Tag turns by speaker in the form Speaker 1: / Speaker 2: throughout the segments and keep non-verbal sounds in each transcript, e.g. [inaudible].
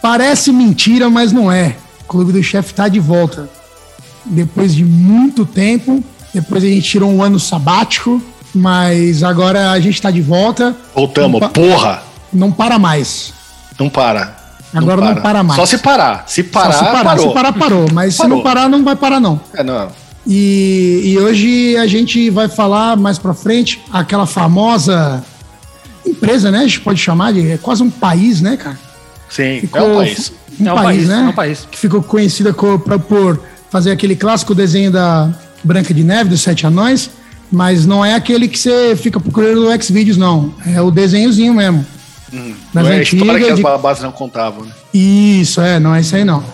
Speaker 1: Parece mentira, mas não é. O Clube do Chefe tá de volta. Depois de muito tempo, depois a gente tirou um ano sabático, mas agora a gente tá de volta.
Speaker 2: Voltamos,
Speaker 1: Não pa-
Speaker 2: porra!
Speaker 1: Não para mais.
Speaker 2: Não para.
Speaker 1: Agora não para mais.
Speaker 2: Só se parar. Se parar,
Speaker 1: Só se parar,
Speaker 2: parou.
Speaker 1: se parar, parou. Mas se não
Speaker 2: Parou.
Speaker 1: parar, não vai parar, não.
Speaker 2: É, não.
Speaker 1: E, e hoje a gente vai falar mais pra frente aquela famosa empresa, né? A gente pode chamar de. É quase um país, né, cara?
Speaker 2: Sim,
Speaker 1: Ficou-
Speaker 2: é o país.
Speaker 1: Um
Speaker 3: É um
Speaker 1: país,
Speaker 3: país,
Speaker 1: né?
Speaker 3: é um país.
Speaker 1: Que ficou conhecida co- pra- por fazer aquele clássico desenho da Branca de Neve, dos Sete Anões, mas não é aquele que você fica procurando no Xvideos, não. É o desenhozinho mesmo.
Speaker 2: Não
Speaker 1: Das
Speaker 2: é a história que
Speaker 1: antigas,
Speaker 2: as
Speaker 1: de
Speaker 2: babás não contavam. né?
Speaker 1: isso, é, não é isso aí não.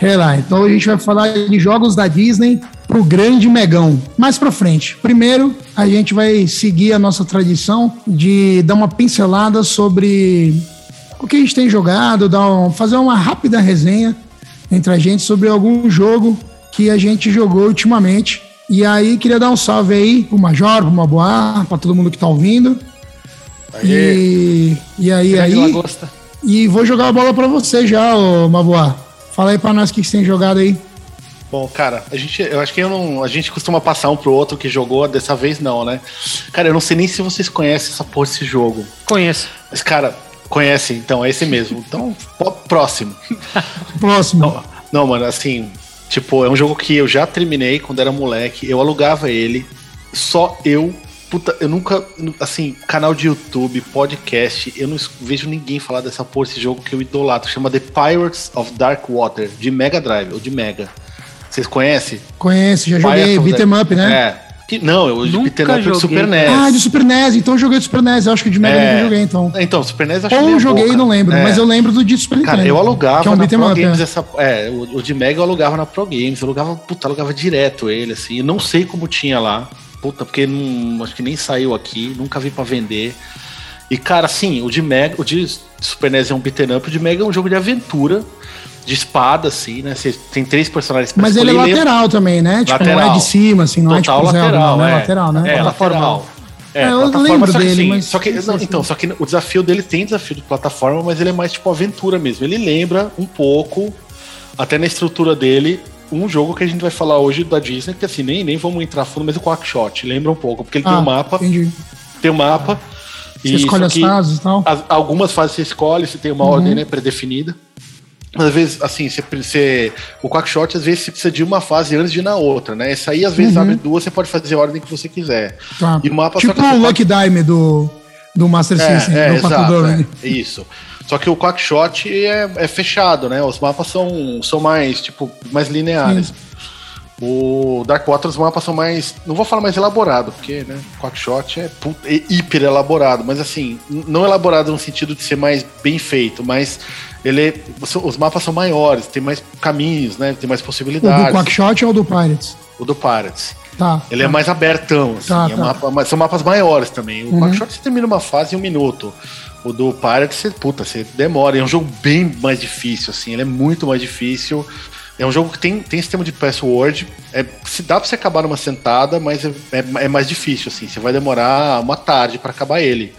Speaker 1: Sei lá, então a gente vai falar de jogos da Disney pro grande megão. Mais pra frente. Primeiro, a gente vai seguir a nossa tradição de dar uma pincelada sobre o que a gente tem jogado, dar um- fazer uma rápida resenha entre a gente sobre algum jogo que a gente jogou ultimamente. E aí, queria dar um salve aí pro Major, pro Maboá, pra todo mundo que tá ouvindo.
Speaker 2: Aê.
Speaker 1: E, e aí,
Speaker 3: Grande
Speaker 1: aí...
Speaker 3: Lagosta.
Speaker 1: E vou jogar a bola pra você já, ô Maboá. Fala aí pra nós o que que você tem jogado aí.
Speaker 2: Bom, cara, a gente, eu acho que eu não, a gente costuma passar um pro outro que jogou, dessa vez não, né? Cara, eu não sei nem se vocês conhecem essa porra desse jogo.
Speaker 3: Conheço.
Speaker 2: Mas, cara, conhecem, então, é esse mesmo. Então, pô, próximo.
Speaker 1: Próximo.
Speaker 2: Não, mano, assim, tipo, é um jogo que eu já terminei quando era moleque, eu alugava ele, só eu. Puta, eu nunca. Assim, canal de YouTube, podcast, eu não es- vejo ninguém falar dessa porra, esse jogo que eu idolatro. Chama The Pirates of Dark Water, de Mega Drive, ou de Mega. Vocês conhecem?
Speaker 1: Conheço, já joguei.
Speaker 2: Pirates of
Speaker 1: Beat em
Speaker 2: Dark-
Speaker 1: up, né?
Speaker 2: É. Que- não, eu de
Speaker 3: Nunca
Speaker 2: beat'em up é do
Speaker 3: joguei,
Speaker 2: Super
Speaker 3: cara.
Speaker 2: NES.
Speaker 1: Ah, de Super NES. Então eu joguei do Super NES. Eu acho que de Mega
Speaker 2: É.
Speaker 1: Drive eu joguei, então.
Speaker 2: Então, Super NES eu acho
Speaker 1: Ou
Speaker 2: meia
Speaker 1: eu joguei,
Speaker 2: boca.
Speaker 1: não lembro.
Speaker 2: É.
Speaker 1: Mas eu lembro do de Super
Speaker 2: Cara,
Speaker 1: Nintendo,
Speaker 2: eu alugava
Speaker 1: Que é um
Speaker 2: na
Speaker 1: beat 'em
Speaker 2: Pro
Speaker 1: up,
Speaker 2: Games
Speaker 1: é.
Speaker 2: essa. É, o, o de Mega eu alugava na Pro Games. Eu alugava, puta, eu alugava direto ele, assim. Eu não sei como tinha lá. Puta, porque não, acho que nem saiu aqui, nunca vi pra vender. E, cara, assim, o de Mega, o de Super NES é um beat'em up, o de Mega é um jogo de aventura, de espada, assim, né? Você tem três personagens pra
Speaker 1: Mas ele é
Speaker 2: escolher, lembra?
Speaker 1: lateral também, né? Tipo, não é
Speaker 2: Lateral.
Speaker 1: de cima, assim. Não
Speaker 2: Total
Speaker 1: é tipo Zelda,
Speaker 2: lateral,
Speaker 1: não.
Speaker 2: é.
Speaker 1: É lateral, né?
Speaker 2: É,
Speaker 1: Plataforma.
Speaker 2: lateral. É,
Speaker 1: É, eu
Speaker 2: plataforma,
Speaker 1: lembro
Speaker 2: só que,
Speaker 1: dele,
Speaker 2: assim,
Speaker 1: mas-
Speaker 2: Só que,
Speaker 1: não sei
Speaker 2: não,
Speaker 1: se-
Speaker 2: então, só que o desafio dele tem desafio de plataforma, mas ele é mais tipo aventura mesmo. Ele lembra um pouco, até na estrutura dele, um jogo que a gente vai falar hoje da Disney, que assim, nem, nem vamos entrar fundo, mas o Quackshot lembra um pouco, porque ele
Speaker 1: Ah,
Speaker 2: tem um mapa,
Speaker 1: Entendi.
Speaker 2: tem um mapa.
Speaker 1: Você
Speaker 2: e
Speaker 1: escolhe
Speaker 2: só
Speaker 1: as
Speaker 2: que-
Speaker 1: fases e tal.
Speaker 2: as- algumas fases você escolhe, você tem uma ordem
Speaker 1: Uhum.
Speaker 2: né, pré-definida. Mas às vezes, assim, você, você, o Quackshot, às vezes, você precisa de uma fase antes de ir na outra, né? Essa aí, às vezes, abre duas, você pode fazer a ordem que você quiser.
Speaker 1: Uhum. Tá.
Speaker 2: E o mapa
Speaker 1: tipo
Speaker 2: só que você
Speaker 1: o Lucky Dime do, do Master
Speaker 2: é,
Speaker 1: System.
Speaker 2: é,
Speaker 1: do né? Pato
Speaker 2: exato,
Speaker 1: Donald.
Speaker 2: é, isso. Só que o Quackshot é, é fechado, né? Os mapas são, são mais, tipo, mais lineares. O Dark Water, os mapas são mais. Não vou falar mais elaborado, porque, né? Quackshot é, pu- é hiper elaborado, mas assim, n- não elaborado no sentido de ser mais bem feito, mas ele. é- Os mapas são maiores, tem mais caminhos, né? Tem mais
Speaker 1: O do
Speaker 2: possibilidades.
Speaker 1: Quackshot ou do Pirates?
Speaker 2: O do Pirates.
Speaker 1: Tá.
Speaker 2: Ele é mais abertão, assim.
Speaker 1: Tá,
Speaker 2: é
Speaker 1: tá. Uhum.
Speaker 2: mapa- mas são mapas maiores também. O Quackshot você termina uma fase em um minuto. O do Pirates, você, puta, você demora. É um jogo bem mais difícil, assim. Ele é muito mais difícil. É um jogo que tem, tem sistema de password. É, se dá pra você acabar numa sentada, mas é, é- é mais difícil, assim. Você vai demorar uma tarde pra acabar ele.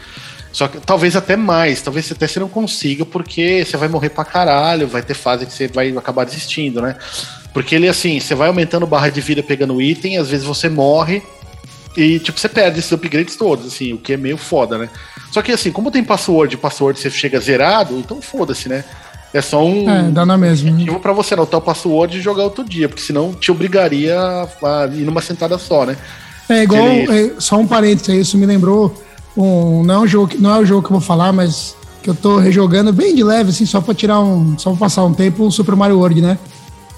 Speaker 2: Só que talvez até mais, talvez até você não consiga, porque você vai morrer pra caralho, vai ter fase que você vai acabar desistindo, né? Porque ele, assim, você vai aumentando barra de vida pegando item, às vezes você morre e, tipo, você perde esses upgrades todos, assim, o que é meio foda, né? Só que, assim, como tem password, e password você chega zerado, então foda-se, né? É só um
Speaker 1: É, dá na mesma. né?
Speaker 2: motivo pra você anotar o password e jogar outro dia, porque senão te obrigaria a a ir numa sentada só, né?
Speaker 1: É igual,
Speaker 2: Ele-
Speaker 1: é, só um parênteses aí, isso me lembrou, um, não, é um jogo, que- não é o jogo que eu vou falar, mas que eu tô rejogando bem de leve, assim, só pra tirar um, só pra passar um tempo, o Super Mario World, né?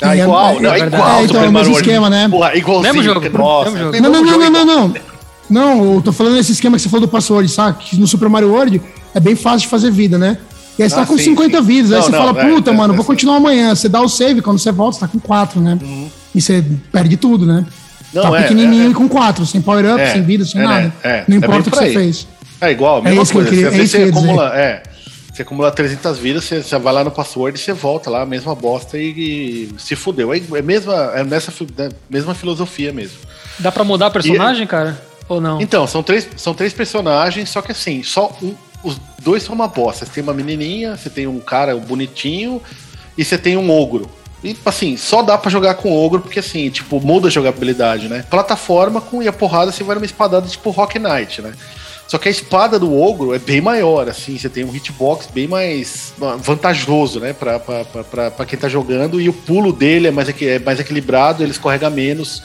Speaker 2: Ah,
Speaker 1: E
Speaker 2: igual, não, é
Speaker 1: é É,
Speaker 2: igual.
Speaker 1: então é o
Speaker 2: Super Mario
Speaker 1: mesmo
Speaker 2: World.
Speaker 1: esquema, né?
Speaker 2: Porra, igualzinho.
Speaker 3: Mesmo jogo,
Speaker 2: que-
Speaker 3: Bruno,
Speaker 2: nossa,
Speaker 3: mesmo jogo.
Speaker 2: tem
Speaker 1: Não, não,
Speaker 2: mesmo
Speaker 1: não,
Speaker 2: jogo então.
Speaker 1: não,
Speaker 2: igual.
Speaker 1: não, não. Não, eu tô falando desse esquema que você falou do password, saca? Que no Super Mario World é bem fácil de fazer vida, né? E aí você
Speaker 2: Ah,
Speaker 1: tá com
Speaker 2: sim,
Speaker 1: 50
Speaker 2: sim.
Speaker 1: vidas, aí
Speaker 2: Não,
Speaker 1: você
Speaker 2: não,
Speaker 1: fala,
Speaker 2: é,
Speaker 1: puta,
Speaker 2: é,
Speaker 1: mano,
Speaker 2: é,
Speaker 1: vou
Speaker 2: sim.
Speaker 1: continuar amanhã. Você dá o save, quando você volta, você tá com 4, né? E você perde tudo, né?
Speaker 2: Uhum. Não,
Speaker 1: tá
Speaker 2: é,
Speaker 1: pequenininho
Speaker 2: é,
Speaker 1: e com 4, sem power-up,
Speaker 2: É,
Speaker 1: sem vida, sem
Speaker 2: é,
Speaker 1: nada.
Speaker 2: é, é.
Speaker 1: Não
Speaker 2: É
Speaker 1: importa
Speaker 2: bem
Speaker 1: o que
Speaker 2: por
Speaker 1: você
Speaker 2: aí.
Speaker 1: fez.
Speaker 2: É igual, a
Speaker 1: É
Speaker 2: mesma
Speaker 1: isso que eu
Speaker 2: coisa.
Speaker 1: queria-
Speaker 2: Às
Speaker 1: é
Speaker 2: vezes
Speaker 1: isso
Speaker 2: você
Speaker 1: que eu ia
Speaker 2: acumula, é, você acumula 300 vidas, você, você vai lá no password, você volta lá, a mesma bosta e, e se fudeu. É, é, mesma, é nessa fi- né, mesma filosofia mesmo.
Speaker 3: Dá pra mudar personagem, cara? Ou não?
Speaker 2: Então, são três, são três personagens, só que assim, só um, os dois são uma bosta. Você tem uma menininha, você tem um cara bonitinho e você tem um ogro. E, assim, só dá para jogar com ogro, porque, assim, tipo, muda a jogabilidade, né? Plataforma com e a porrada, você vai numa espadada tipo Rock Knight, né? Só que a espada do ogro é bem maior, assim, você tem um hitbox bem mais ah, vantajoso, né, pra, pra, pra, pra quem tá jogando, e o pulo dele é mais, é mais equilibrado, ele escorrega menos,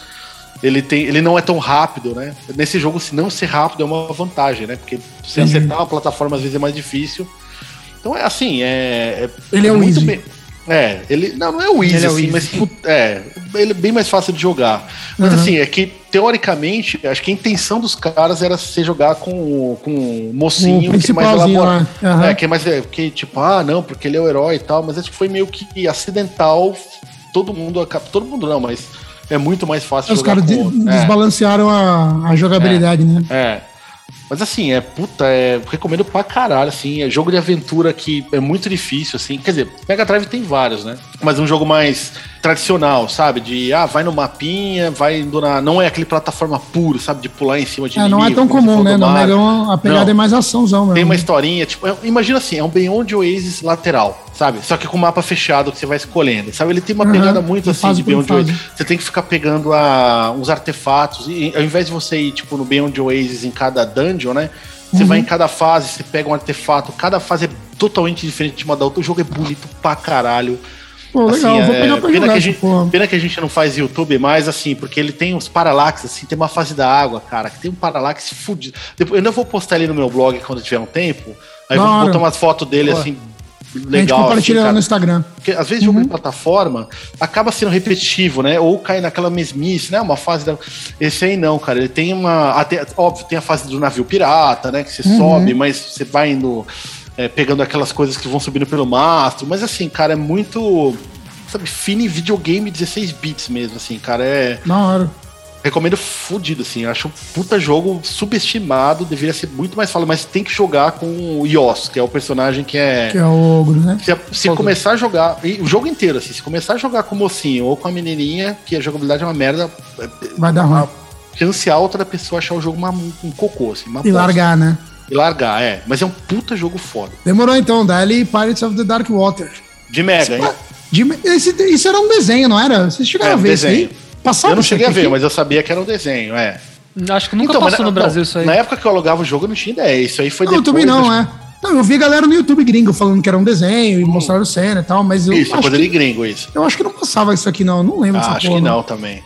Speaker 2: ele, tem, ele não é tão rápido, né? Nesse jogo, se não ser rápido é uma vantagem, né? Porque se uhum. acertar uma plataforma às vezes é mais difícil. Então é assim, é. é
Speaker 1: ele é um muito bem,
Speaker 2: é, ele não, não é o easy, ele é o assim, easy. mas é, ele é bem mais fácil de jogar. Mas uhum. assim, é que teoricamente, acho que a intenção dos caras era se jogar com com um mocinho
Speaker 1: o que mais elaborado.
Speaker 2: Né? Uhum. É, que é mais que tipo, ah, não, porque ele é o herói e tal, mas acho que foi meio que acidental, todo mundo todo mundo não, mas é muito mais fácil
Speaker 1: Os caras de, desbalancearam é. a, a, jogabilidade,
Speaker 2: é.
Speaker 1: né?
Speaker 2: É. Mas assim, é puta, é, recomendo pra caralho, assim, é jogo de aventura que é muito difícil, assim, quer dizer, Mega Drive tem vários, né? Mas um jogo mais tradicional, sabe? De, ah, vai no mapinha, vai indo na... Não é aquele plataforma puro, sabe? De pular em cima de
Speaker 1: é, inimigo, não é tão comum, né? No Mega a pegada não. é mais açãozão mesmo.
Speaker 2: Tem uma historinha, tipo, é, imagina assim, é um Beyond Oasis lateral, sabe? Só que com o mapa fechado que você vai escolhendo, sabe? Ele tem uma uhum, pegada muito assim de Beyond fase. Oasis. Você tem que ficar pegando a, uns artefatos, e ao invés de você ir, tipo, no Beyond Oasis em cada dungeon, né? Você uhum. vai em cada fase, você pega um artefato, cada fase é totalmente diferente de uma da outra. O jogo é bonito pra caralho.
Speaker 1: Pô, assim, legal, vou é, pegar pra
Speaker 2: pena,
Speaker 1: jogar,
Speaker 2: que a gente, porra. pena que a gente não faz YouTube mais, assim, porque ele tem uns paralaxes, assim, tem uma fase da água, cara, que tem um paralaxe fudido. Depois, eu não vou postar ele no meu blog quando tiver um tempo. Aí vou botar umas fotos dele, Pô. assim, legal. A gente
Speaker 1: compartilha
Speaker 2: assim,
Speaker 1: no Instagram.
Speaker 2: Porque às vezes uhum. jogo em plataforma acaba sendo repetitivo, né? Ou cai naquela mesmice, né? Uma fase da. Esse aí não, cara. Ele tem uma. Até, óbvio, tem a fase do navio pirata, né? Que você uhum. sobe, mas você vai indo. É, pegando aquelas coisas que vão subindo pelo mastro. Mas assim, cara, é muito. Sabe, fine videogame 16 bits mesmo, assim, cara. É.
Speaker 1: Na hora.
Speaker 2: Recomendo fudido, assim. Acho um puta jogo subestimado, deveria ser muito mais falado, mas tem que jogar com o Yoss, que é o personagem que é.
Speaker 1: Que é o ogro, né?
Speaker 2: Se, se ogro. começar a jogar. E o jogo inteiro, assim, se começar a jogar com o mocinho ou com a menininha, que a jogabilidade é uma merda.
Speaker 1: Vai dar ruim.
Speaker 2: Chance alta da pessoa achar o jogo uma, um cocô, assim.
Speaker 1: e largar, né?
Speaker 2: E largar, é. Mas é um puta jogo foda.
Speaker 1: Demorou então, Dali Pirates of the Dark Water.
Speaker 2: De Mega, hein?
Speaker 1: De, esse, isso era um desenho, não era? Vocês chegaram é, um a ver
Speaker 2: desenho.
Speaker 1: isso aí?
Speaker 2: Passava eu não
Speaker 1: um
Speaker 2: cheguei a ver, aqui? mas eu sabia que era um desenho, é.
Speaker 3: Acho que nunca então, passou na, no Brasil
Speaker 2: não, né?
Speaker 3: isso aí.
Speaker 2: Na época que eu alugava o jogo, eu não tinha ideia. Isso aí foi
Speaker 1: não,
Speaker 2: depois.
Speaker 1: Eu também não, acho... é. Não, eu vi galera no YouTube gringo falando que era um desenho hum. e mostraram cena e tal, mas eu.
Speaker 2: Isso,
Speaker 1: acho
Speaker 2: que, gringo, isso.
Speaker 1: Eu acho que não passava isso aqui, não. Eu não lembro ah,
Speaker 2: dessa Acho porra, que não, não. também.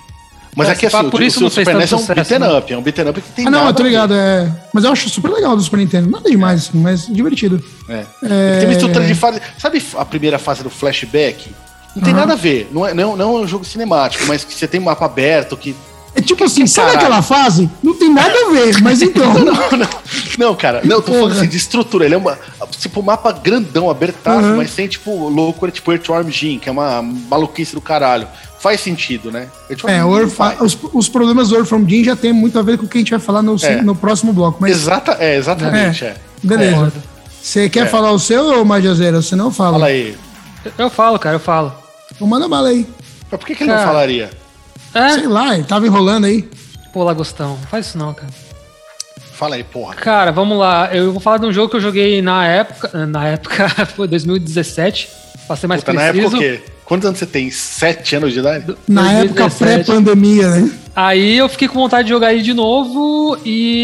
Speaker 2: Mas aqui,
Speaker 3: é
Speaker 2: assim,
Speaker 3: por isso o, o
Speaker 2: Super NES é um beat'em né? up, é um beat'em up que tem ah, não,
Speaker 1: eu tô ligado, é... Mas eu acho super legal do Super Nintendo, nada demais, assim, mas divertido.
Speaker 2: É. é... Tem uma estrutura de fase... Sabe a primeira fase do flashback? Não tem uhum. nada a ver, não é, não, não é um jogo cinemático, mas que você tem um mapa aberto, que... [laughs]
Speaker 1: É tipo assim, sabe aquela fase? Não tem nada a ver, mas então...
Speaker 2: [laughs] não, não, não, não, cara, não, eu tô falando assim de estrutura, ele é uma... Tipo, um mapa grandão, abertado, uhum. mas sem, tipo, loucura, tipo Earthworm Jim, que é uma maluquice do caralho faz sentido, né?
Speaker 1: É, Earth, faz. Os, os, problemas do Earth from Jin já tem muito a ver com o que a gente vai falar no, é. no próximo bloco. Mas...
Speaker 2: Exata, é, exatamente. É.
Speaker 1: Beleza. Você quer falar o seu, Magiazeira? Você não fala.
Speaker 2: Fala aí.
Speaker 3: Eu falo, cara, eu falo.
Speaker 1: Então manda bala aí.
Speaker 2: Mas por que, que ele não falaria?
Speaker 3: É.
Speaker 1: Sei lá, ele tava enrolando aí.
Speaker 3: Pô, Lagostão, faz isso não, cara.
Speaker 2: Fala aí, porra.
Speaker 3: Cara, vamos lá. Eu vou falar de um jogo que eu joguei na época. Na época, [laughs] foi 2017. Pra ser mais Puta, preciso.
Speaker 2: Na época o quê? Quantos anos você tem? Sete anos de idade?
Speaker 1: Na 2017. época pré-pandemia, né?
Speaker 3: Aí eu fiquei com vontade de jogar ele de novo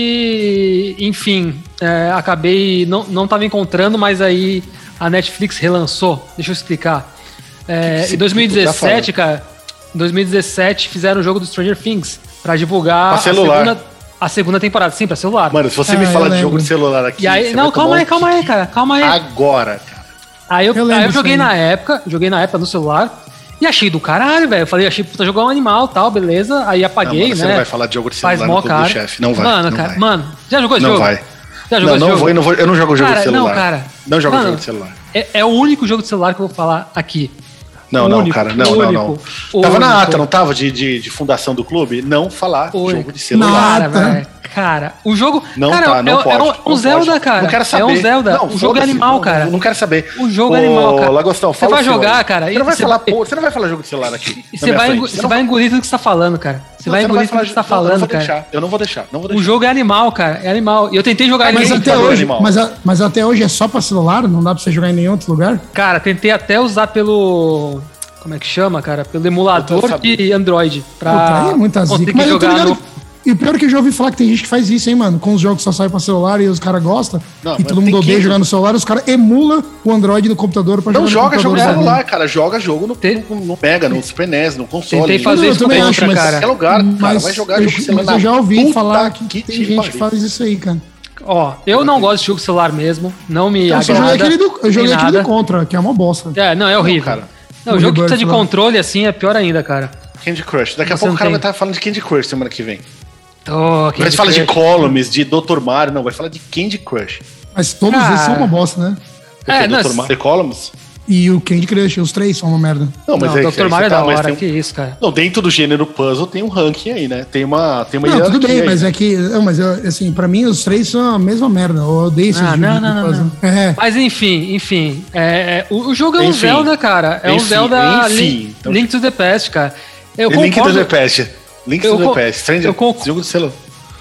Speaker 3: e, enfim, é, acabei não, não tava encontrando, mas aí a Netflix relançou. Deixa eu explicar. É, em 2017, cara, em 2017 fizeram o jogo do Stranger Things para divulgar
Speaker 2: pra celular.
Speaker 3: a segunda a segunda temporada, sim, pra celular.
Speaker 2: Mano, é se você ah, me fala de jogo de celular aqui.
Speaker 3: E aí, não, calma aí, calma aí, cara. Calma aí.
Speaker 2: um Ah, Agora, cara.
Speaker 3: Aí eu, eu, aí eu joguei aí. na época, joguei na época no celular. E achei do caralho, velho. Eu falei, achei puta jogar um animal tal, beleza. Aí apaguei, não, mano, né? Você
Speaker 2: não vai falar de jogo de celular Faz no clube do chefe. Não vai.
Speaker 3: Mano,
Speaker 2: não
Speaker 3: cara,
Speaker 2: vai.
Speaker 3: mano, já jogou esse
Speaker 2: não
Speaker 3: jogo?
Speaker 2: Vai.
Speaker 3: Já
Speaker 2: jogou
Speaker 3: não, não,
Speaker 2: jogo? Vou, não vou, eu não jogo
Speaker 3: cara,
Speaker 2: jogo de celular.
Speaker 3: Não, cara.
Speaker 2: Não jogo mano, jogo de celular.
Speaker 3: É, é, o único jogo de celular que eu vou falar aqui.
Speaker 2: Não, único, não, cara, não, único, não, não. Único, tava na ata, não tava? De, de, de fundação do clube? Não falar jogo de celular.
Speaker 1: Nada, velho.
Speaker 3: Cara, o jogo.
Speaker 2: Não
Speaker 3: cara,
Speaker 2: tá, não
Speaker 3: é,
Speaker 2: pode.
Speaker 3: é um,
Speaker 2: não pode.
Speaker 3: Zelda, cara.
Speaker 2: Não quero saber.
Speaker 3: É um Zelda.
Speaker 2: Não,
Speaker 3: o jogo é
Speaker 2: foda-se,
Speaker 3: animal,
Speaker 2: não-
Speaker 3: cara.
Speaker 2: Não quero saber.
Speaker 3: O jogo é
Speaker 2: Ô,
Speaker 3: animal, cara.
Speaker 2: Lagostão,
Speaker 3: Você
Speaker 2: fala
Speaker 3: vai
Speaker 2: o seu
Speaker 3: jogar,
Speaker 2: aí.
Speaker 3: cara,
Speaker 2: Você
Speaker 3: e
Speaker 2: não vai
Speaker 3: você
Speaker 2: falar,
Speaker 3: vai-
Speaker 2: porra, você não vai falar jogo de celular aqui.
Speaker 3: E
Speaker 2: na
Speaker 3: Você
Speaker 2: minha
Speaker 3: vai,
Speaker 2: frente.
Speaker 3: engo-
Speaker 2: Você
Speaker 3: você
Speaker 2: não-
Speaker 3: vai engolir tudo que você tá falando, cara. Você
Speaker 2: não,
Speaker 3: vai
Speaker 2: você não
Speaker 3: engolir tudo que você tá
Speaker 2: falar- não, Eu não
Speaker 3: falando,
Speaker 2: vou
Speaker 3: cara.
Speaker 2: deixar. Eu não vou deixar. Não vou
Speaker 3: O
Speaker 2: deixar.
Speaker 3: jogo é animal, cara. É animal. E eu tentei jogar em
Speaker 1: Mas
Speaker 3: nenhum-
Speaker 1: até,
Speaker 2: computador
Speaker 1: hoje,
Speaker 2: animal.
Speaker 1: mas, a- mas até hoje é só pra celular? Não dá pra você jogar em nenhum outro lugar?
Speaker 3: Cara, tentei até usar pelo. Como é que chama, cara? Pelo
Speaker 2: Eu
Speaker 3: emulador
Speaker 2: sabia.
Speaker 3: de Android. Pra
Speaker 1: Puta, aí é muita zica.
Speaker 3: conseguir
Speaker 1: Mas eu tô
Speaker 3: jogar
Speaker 1: ligado.
Speaker 3: no.
Speaker 1: que- E pior que eu já ouvi falar que tem gente que faz isso, hein, mano? Com os jogos que só saem pra celular e os caras gostam.
Speaker 2: Não,
Speaker 1: E
Speaker 2: mas
Speaker 1: todo
Speaker 2: tem
Speaker 1: mundo odeia
Speaker 2: que-
Speaker 1: jogar no celular, os caras emula o Android do computador pra
Speaker 2: Não
Speaker 1: jogar
Speaker 2: joga
Speaker 1: no
Speaker 2: jogo
Speaker 1: computador.
Speaker 2: de
Speaker 1: sabe?
Speaker 2: celular, cara. Joga jogo no,
Speaker 3: Te-
Speaker 2: no, no Mega, no Super NES, no console.
Speaker 3: Tentei
Speaker 2: no-
Speaker 3: fazer
Speaker 1: Não, eu
Speaker 3: isso
Speaker 1: também
Speaker 3: com
Speaker 1: acho,
Speaker 3: outra,
Speaker 1: mas,
Speaker 3: cara.
Speaker 2: Qualquer lugar, É cara.
Speaker 1: mas
Speaker 2: vai jogar
Speaker 1: eu,
Speaker 2: jogo de celular.
Speaker 1: Mas eu já ouvi
Speaker 2: Puta
Speaker 1: falar que, tem
Speaker 2: te
Speaker 1: gente
Speaker 2: pariu.
Speaker 1: que faz isso aí, cara.
Speaker 3: Ó, eu não gosto de jogo celular mesmo. Não me
Speaker 1: Eu só joguei
Speaker 3: agrada.
Speaker 1: Então, aquele do, eu
Speaker 3: nem
Speaker 1: joguei aquele do
Speaker 3: nada.
Speaker 1: Contra, que é uma bosta.
Speaker 3: É, não, é horrível.
Speaker 2: cara.
Speaker 3: Não, o
Speaker 1: O
Speaker 3: jogo que precisa
Speaker 1: Rebirth
Speaker 3: de
Speaker 1: lá.
Speaker 3: controle assim é pior ainda, cara.
Speaker 2: Candy Crush. Daqui a
Speaker 3: Você
Speaker 2: pouco
Speaker 3: não
Speaker 2: o cara
Speaker 3: tem.
Speaker 2: vai estar falando de Candy Crush semana que vem.
Speaker 3: Tô,
Speaker 2: Mas
Speaker 3: Candy
Speaker 2: fala de
Speaker 3: Crush.
Speaker 2: Columns, de Dr. Mario, não, vai falar de Candy Crush.
Speaker 1: Mas todos
Speaker 3: Cara.
Speaker 1: eles são uma bosta, né?
Speaker 2: Porque
Speaker 3: É, não,
Speaker 2: Dr. Mario e Columns?
Speaker 1: E o Candy Crush, os três são uma merda.
Speaker 2: Não, mas
Speaker 3: não,
Speaker 2: é
Speaker 3: Dr.
Speaker 2: isso aí,
Speaker 3: Mario é
Speaker 2: você tá,
Speaker 3: da
Speaker 2: mas
Speaker 3: hora,
Speaker 2: tem-
Speaker 3: que isso, cara.
Speaker 2: Não, dentro do gênero puzzle tem um ranking aí, né? Tem uma, tem uma
Speaker 1: Não, tudo bem,
Speaker 2: aí.
Speaker 1: mas é que. Não, mas eu- assim, pra mim os três são a mesma merda. Eu odeio esses
Speaker 3: Ah,
Speaker 1: jogos
Speaker 3: não,
Speaker 1: de
Speaker 3: não, não,
Speaker 1: puzzle. É.
Speaker 3: Mas enfim, enfim. é, é, o, o jogo é um
Speaker 2: Enfim.
Speaker 3: Zelda, cara. É um
Speaker 2: Enfim,
Speaker 3: Zelda
Speaker 2: enfim.
Speaker 3: Link,
Speaker 2: Então-
Speaker 3: Link to the Past, cara. Eu
Speaker 2: E Link to
Speaker 3: concordo-
Speaker 2: the Past. Link
Speaker 3: Eu
Speaker 2: to the
Speaker 3: con-
Speaker 2: Past. Stranger,
Speaker 3: eu con-
Speaker 2: jogo de celular.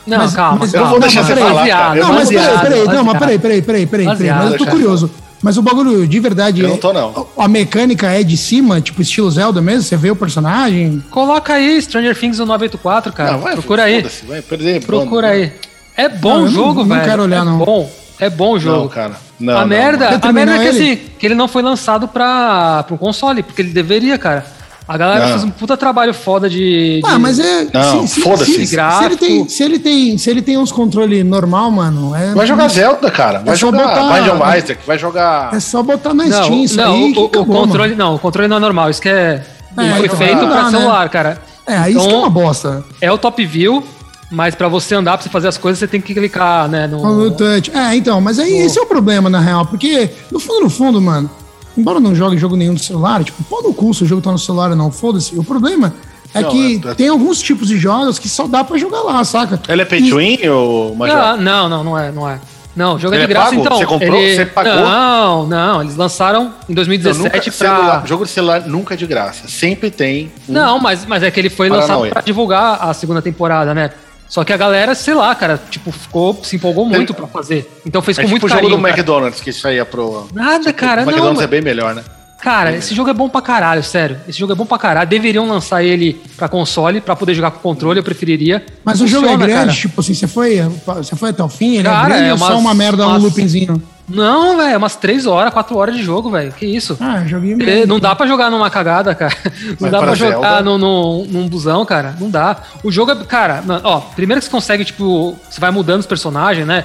Speaker 3: Não,
Speaker 1: Mas-
Speaker 3: calma.
Speaker 1: mas eu
Speaker 3: calma,
Speaker 1: vou deixar
Speaker 3: calma,
Speaker 1: você falar,
Speaker 3: baseado,
Speaker 2: cara.
Speaker 1: Não, mas peraí,
Speaker 3: baseado,
Speaker 1: peraí, não, mas
Speaker 3: baseado.
Speaker 1: peraí, peraí, peraí, peraí, peraí,
Speaker 3: Baseado,
Speaker 1: Mas eu tô
Speaker 2: É cara.
Speaker 1: curioso. Mas o bagulho de verdade.
Speaker 2: Eu não
Speaker 1: é-
Speaker 2: tô, não.
Speaker 1: A mecânica é de cima, tipo estilo Zelda mesmo? Você vê o personagem?
Speaker 3: Coloca aí Stranger Things no 984, cara.
Speaker 2: Não, vai,
Speaker 3: Tá, Procura aí.
Speaker 2: foda-se, Vai perder.
Speaker 3: Procura
Speaker 2: mano.
Speaker 3: aí. É bom
Speaker 1: Não, eu
Speaker 3: o
Speaker 1: não-
Speaker 3: jogo,
Speaker 1: não
Speaker 3: velho.
Speaker 1: quero olhar,
Speaker 3: é
Speaker 1: não.
Speaker 3: bom. É bom o jogo.
Speaker 2: Não, cara. Não,
Speaker 1: Tá
Speaker 3: a
Speaker 1: Quer
Speaker 2: não,
Speaker 3: merda, a merda é que
Speaker 1: terminar
Speaker 3: assim, que ele não foi lançado pra, pra um console, porque ele deveria, cara. A galera
Speaker 2: Não.
Speaker 3: fez um puta trabalho foda de.
Speaker 1: Ah,
Speaker 3: de-
Speaker 1: mas é.
Speaker 2: Não, foda-se.
Speaker 1: Se, se ele tem, se ele tem, se ele tem uns controles normal, mano, é.
Speaker 2: Vai jogar Zelda, cara. Vai
Speaker 1: É só
Speaker 2: jogar
Speaker 1: botar-
Speaker 2: Binding of Isaac. Vai jogar.
Speaker 1: É só botar na
Speaker 3: Não,
Speaker 1: Steam isso
Speaker 3: não,
Speaker 1: aí.
Speaker 3: o,
Speaker 1: que
Speaker 3: o
Speaker 1: acabou,
Speaker 3: controle não, o controle não é normal, isso que é,
Speaker 1: É,
Speaker 3: ele foi
Speaker 1: então,
Speaker 3: feito
Speaker 1: não
Speaker 3: pra
Speaker 1: dá, né?
Speaker 3: celular, cara.
Speaker 1: mano. É, aí isso que é uma bosta.
Speaker 3: é o top view, mas pra você andar, pra você fazer as coisas, você tem que clicar, né, no-
Speaker 1: Olha o touch. É, então, mas aí esse é o problema, na real, porque, no fundo, no fundo, mano, embora eu não jogue jogo nenhum no celular, tipo, pô no cu se o jogo tá no celular ou não, foda-se. O problema é
Speaker 2: Não,
Speaker 1: que
Speaker 2: é- é-
Speaker 1: tem alguns tipos de jogos que só dá pra jogar lá, saca?
Speaker 2: Ele é pay to win ou Major?
Speaker 3: Ah, não, não, não é, não é. Não, o jogo
Speaker 2: Ele
Speaker 3: é
Speaker 2: é
Speaker 3: de graça,
Speaker 2: pago?
Speaker 3: então.
Speaker 2: Você comprou?
Speaker 3: ele-
Speaker 2: Você pagou?
Speaker 3: Não, não, eles lançaram em
Speaker 2: Eu
Speaker 3: 2017
Speaker 2: nunca-
Speaker 3: pra...
Speaker 2: celular- jogo de celular nunca é de graça. Sempre tem. um-
Speaker 3: Não, mas, mas é que ele foi lançado
Speaker 2: Paranauê.
Speaker 3: pra divulgar a segunda temporada, né? Só que a galera, sei lá, cara, tipo, ficou, se empolgou muito pra fazer. Então fez
Speaker 2: É
Speaker 3: com
Speaker 2: tipo
Speaker 3: muito
Speaker 2: o jogo
Speaker 3: carinho.
Speaker 2: do
Speaker 3: cara.
Speaker 2: McDonald's, que isso aí é pro.
Speaker 3: Nada, cara,
Speaker 2: o McDonald's
Speaker 3: não.
Speaker 2: é bem melhor, né?
Speaker 3: Cara, esse jogo é bom pra caralho, sério. Esse jogo é bom pra caralho. Deveriam lançar ele pra console, pra poder jogar com controle, eu preferiria.
Speaker 1: Mas o jogo é
Speaker 3: Funciona,
Speaker 1: grande,
Speaker 3: cara.
Speaker 1: tipo assim, você foi, você foi até o fim, ele
Speaker 3: Cara,
Speaker 1: é grande
Speaker 3: é
Speaker 1: ou só
Speaker 3: umas-
Speaker 1: uma merda,
Speaker 3: umas-
Speaker 1: um loopingzinho?
Speaker 3: Não, velho, é umas 3 horas, 4 horas de jogo, velho. Que isso?
Speaker 1: Ah, joguei
Speaker 3: É, Não dá pra jogar numa cagada, cara. Não
Speaker 2: Mas
Speaker 3: dá
Speaker 2: pra
Speaker 3: pra jogar
Speaker 2: Zelda?
Speaker 3: no, no- num busão, cara. Não dá. O jogo é. Cara, mano, ó, primeiro que você consegue, tipo, você vai mudando os personagens, né?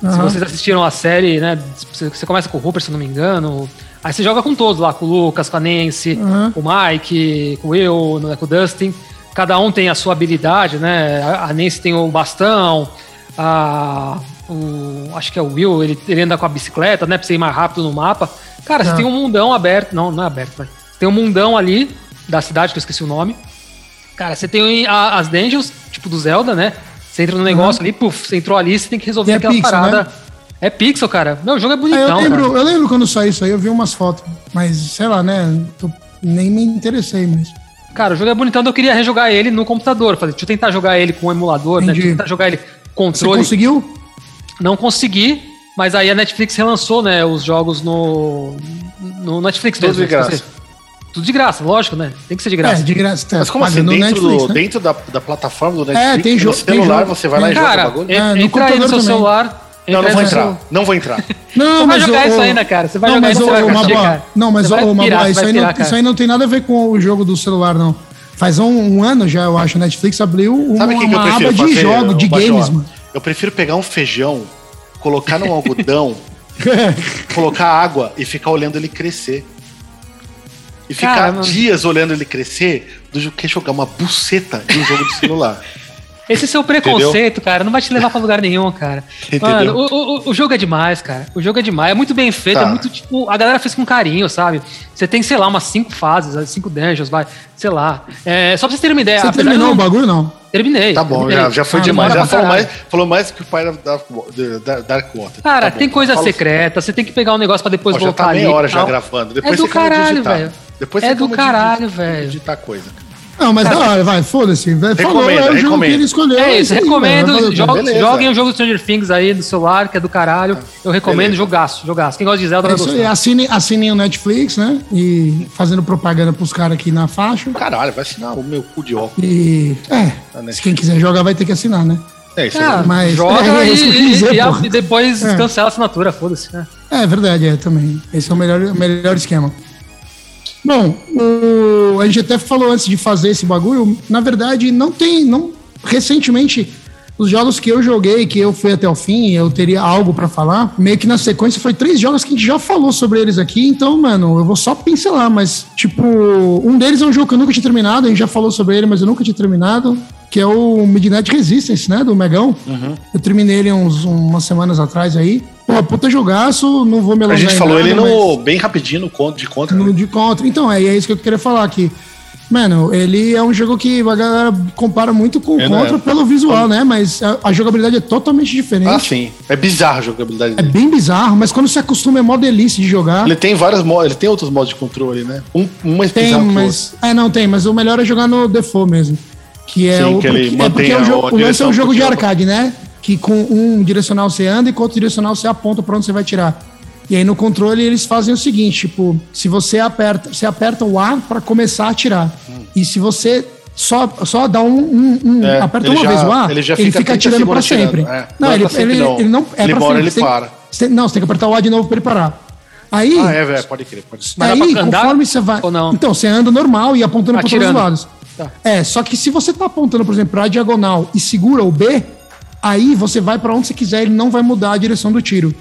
Speaker 3: Se
Speaker 1: Aham.
Speaker 3: vocês assistiram a série, né? Você você começa com o Rupert, se eu não me engano. Aí você joga com todos lá, com o Lucas, com a Nancy,
Speaker 1: Aham.
Speaker 3: com o Mike, com eu, né, com o Dustin. Cada um tem a sua habilidade, né? A- A Nancy tem o bastão, a. O, acho que é o Will, ele, ele anda com a bicicleta, né? Pra você ir mais rápido no mapa. Cara, você
Speaker 1: Ah.
Speaker 3: tem um mundão aberto. Não, não é aberto, mas. Você tem um mundão ali da cidade, que eu esqueci o nome. Cara, você tem a- as dungeons, tipo do Zelda, né? Você entra no negócio ali, puf, você entrou ali, você tem que resolver
Speaker 1: Uhum. E é
Speaker 3: aquela
Speaker 1: pixel,
Speaker 3: parada. É pixel, cara. Meu, o jogo é
Speaker 1: Ah, eu,
Speaker 3: bonitão,
Speaker 1: lembro,
Speaker 3: cara.
Speaker 1: eu lembro quando saiu isso aí, eu vi umas fotos, mas sei lá, né? tô- nem me interessei, mas.
Speaker 3: Cara, o jogo é bonitão, então eu queria rejogar ele no computador. Eu Falei, deixa eu tentar jogar ele com o emulador, né?
Speaker 1: Entendi.
Speaker 3: Deixa eu tentar jogar ele com
Speaker 1: Você
Speaker 3: controle.
Speaker 1: conseguiu?
Speaker 3: Não consegui, mas aí a Netflix relançou, né, os jogos no, no Netflix
Speaker 2: Tudo de
Speaker 3: né, se
Speaker 2: graça.
Speaker 3: você- Tudo de graça, lógico, né? Tem que ser de graça.
Speaker 1: É, de graça. tá,
Speaker 2: Mas como
Speaker 1: paga
Speaker 2: assim?
Speaker 1: no
Speaker 2: Dentro,
Speaker 1: Netflix,
Speaker 2: do,
Speaker 1: né?
Speaker 2: dentro da, da plataforma do
Speaker 1: É,
Speaker 2: Netflix,
Speaker 1: tem
Speaker 2: no
Speaker 1: jogo- tem
Speaker 2: celular,
Speaker 1: jogo.
Speaker 2: você vai lá e joga o
Speaker 3: Cara,
Speaker 2: bagulho?
Speaker 3: en-
Speaker 1: É, no
Speaker 3: entra aí no seu
Speaker 1: computador também.
Speaker 3: celular.
Speaker 2: Não,
Speaker 3: entra
Speaker 2: não
Speaker 3: aí
Speaker 2: vou
Speaker 3: no seu-
Speaker 2: entrar. Não vou entrar.
Speaker 1: Não,
Speaker 3: Você vai
Speaker 1: mas
Speaker 3: jogar
Speaker 1: o-
Speaker 3: isso ainda, cara. Você vai
Speaker 1: não,
Speaker 3: jogar
Speaker 1: mas
Speaker 3: isso,
Speaker 1: o-
Speaker 3: você vai
Speaker 1: o
Speaker 3: curtir,
Speaker 1: Maboa-
Speaker 3: cara.
Speaker 1: Não, mas
Speaker 3: Você
Speaker 1: o,
Speaker 3: vai
Speaker 1: o Maboa,
Speaker 3: pirar, você
Speaker 1: isso,
Speaker 3: vai
Speaker 1: aí
Speaker 3: pirar,
Speaker 1: não,
Speaker 3: cara.
Speaker 1: isso aí não tem nada a ver com o jogo do celular, não. Faz um, um ano já, eu acho, a Netflix abriu uma,
Speaker 2: Sabe o que, que eu
Speaker 1: uma aba
Speaker 2: prefiro fazer?
Speaker 1: de jogo, de
Speaker 2: ô, Bajola?
Speaker 1: games, mano.
Speaker 2: Eu prefiro pegar um feijão, colocar num algodão,
Speaker 1: [laughs]
Speaker 2: É, colocar água e ficar olhando ele crescer. E ficar
Speaker 3: Cara, mano.
Speaker 2: dias olhando ele crescer do que jogar uma buceta de um jogo de celular.
Speaker 3: Esse é seu preconceito, cara, não vai te levar pra lugar nenhum, cara.
Speaker 2: Entendeu?
Speaker 3: Mano, o, o- o jogo é demais, cara. O jogo é demais. É muito bem feito,
Speaker 2: Tá.
Speaker 3: é muito, tipo, a galera fez com carinho, sabe? Você tem, sei lá, umas cinco fases, cinco dungeons, vai, sei lá. É, só pra vocês terem uma ideia,
Speaker 1: Você
Speaker 3: apesar de eu
Speaker 1: terminou
Speaker 3: não-
Speaker 1: o bagulho, não?
Speaker 3: Terminei.
Speaker 2: Tá bom,
Speaker 3: terminei.
Speaker 2: já, já foi
Speaker 3: Ah,
Speaker 2: demais.
Speaker 3: demora
Speaker 2: Já
Speaker 3: pra
Speaker 2: falou
Speaker 3: caralho.
Speaker 2: mais, falou mais que o pai da Dark, da- Dark Water.
Speaker 3: Cara,
Speaker 2: Tá bom,
Speaker 3: tem coisa
Speaker 2: fala-
Speaker 3: secreta, você tem que pegar um negócio
Speaker 2: Ó,
Speaker 3: pra depois
Speaker 2: já
Speaker 3: voltar
Speaker 2: tá
Speaker 3: ali.
Speaker 2: meia hora
Speaker 3: e
Speaker 2: já
Speaker 3: tal.
Speaker 2: gravando. Depois
Speaker 3: É
Speaker 2: você
Speaker 3: do
Speaker 2: acaba de
Speaker 3: caralho,
Speaker 2: editar.
Speaker 3: velho.
Speaker 2: Depois
Speaker 3: É
Speaker 2: você
Speaker 3: do
Speaker 2: acaba de
Speaker 3: caralho,
Speaker 2: editar-
Speaker 3: velho.
Speaker 2: Editar coisa.
Speaker 1: Não, mas da hora, vai, foda-se. vai, Falou,
Speaker 2: Recomenda,
Speaker 1: é o jogo que
Speaker 2: recomenda.
Speaker 1: ele escolheu.
Speaker 3: É isso,
Speaker 1: aí, vai fazer
Speaker 3: recomendo.
Speaker 1: o quê?
Speaker 3: joga-
Speaker 2: Beleza.
Speaker 3: Joguem o jogo Stranger Things aí no celular, que é do caralho. Eu recomendo,
Speaker 2: Beleza.
Speaker 3: jogaço, jogaço. Quem gosta de Zelda
Speaker 1: É
Speaker 3: vai
Speaker 1: isso aí,
Speaker 3: gostar.
Speaker 1: assinem, assinem o Netflix, né? E fazendo propaganda pros caras aqui na faixa.
Speaker 2: Caralho, vai assinar o meu cu de óculos.
Speaker 1: E. É,
Speaker 2: Ah, né?
Speaker 1: se quem quiser jogar vai ter que assinar, né?
Speaker 2: É isso
Speaker 3: Tá Ah,
Speaker 2: aí.
Speaker 1: Mas-
Speaker 3: joga
Speaker 1: [laughs] é
Speaker 3: e,
Speaker 1: isso que eu quis dizer,
Speaker 3: e- e a-
Speaker 1: porra.
Speaker 3: e depois
Speaker 1: É.
Speaker 3: cancela a assinatura, foda-se. né?
Speaker 1: É verdade, é também. Esse é o melhor, o melhor esquema. Bom, o, a gente até falou antes de fazer esse bagulho, na verdade, não tem. Não, recentemente, os jogos que eu joguei, que eu fui até o fim, eu teria algo pra falar, meio que na sequência foi três jogos que a gente já falou sobre eles aqui, então, mano, eu vou só pincelar, mas, tipo, um deles é um jogo que eu nunca tinha terminado, a gente já falou sobre ele, mas eu nunca tinha terminado, que é o Midnight Resistance, né, do Megão.
Speaker 2: Uhum.
Speaker 1: Eu terminei ele uns, umas semanas atrás aí. Pô, puta jogaço, não vou me
Speaker 2: A
Speaker 1: alongar
Speaker 2: gente
Speaker 1: em
Speaker 2: falou
Speaker 1: nada,
Speaker 2: ele
Speaker 1: mas-
Speaker 2: no, bem rapidinho no conto de né? conta.
Speaker 1: no de contra. Então, é, e é isso que eu queria falar aqui. Mano, ele é um jogo que a galera compara muito com o
Speaker 2: É, né?
Speaker 1: Contra pelo visual, né? Mas a, a jogabilidade é totalmente diferente.
Speaker 2: Ah, sim. É bizarro a jogabilidade
Speaker 1: é
Speaker 2: dele.
Speaker 1: bem bizarro, mas quando se acostuma é mó delícia de jogar.
Speaker 2: Ele tem vários modos, ele tem outros modos de controle, né? Um, um mais
Speaker 1: Tem,
Speaker 2: bizarro que o
Speaker 1: mas. É, não tem, mas o melhor é jogar no default mesmo. Que é
Speaker 2: Sim,
Speaker 1: o.
Speaker 2: que ele
Speaker 1: porque, é
Speaker 2: mantém
Speaker 1: porque é um
Speaker 2: a-
Speaker 1: jogo,
Speaker 2: a
Speaker 1: o lance é
Speaker 2: direção
Speaker 1: um jogo de
Speaker 2: pro jogo.
Speaker 1: arcade, né? Que com um direcional você anda e com outro direcional você aponta pra onde você vai tirar. E aí no controle eles fazem o seguinte: tipo, se você aperta, você aperta o A pra começar a tirar. E se você. Só, só dá um. um- um-
Speaker 2: É,
Speaker 1: aperta
Speaker 2: ele
Speaker 1: uma
Speaker 2: já-
Speaker 1: vez o A,
Speaker 2: ele já
Speaker 1: ele
Speaker 2: fica
Speaker 1: fica
Speaker 2: 30
Speaker 1: atirando pra
Speaker 2: segundos atirando,
Speaker 1: sempre.
Speaker 2: é.
Speaker 1: Não,
Speaker 2: Não é
Speaker 1: ele,
Speaker 2: pra sempre,
Speaker 1: ele-
Speaker 2: não.
Speaker 1: ele não. É
Speaker 2: Ele
Speaker 1: pra
Speaker 2: mora,
Speaker 1: sempre.
Speaker 2: ele
Speaker 1: você tem-
Speaker 2: para.
Speaker 1: você tem- não, você tem que apertar o A de novo pra ele parar. Aí.
Speaker 2: outro. Ah, é, velho, pode crer. Pode crer.
Speaker 3: Mas dá
Speaker 1: aí,
Speaker 3: pra andar
Speaker 1: conforme você vai.
Speaker 3: ou não?
Speaker 1: Então, você anda normal e apontando para todos os
Speaker 3: Atirando. Tá.
Speaker 1: lados. É, só que se você tá apontando, por exemplo, pra diagonal e segura o B, aí você vai para onde você quiser, ele não vai mudar a direção do tiro.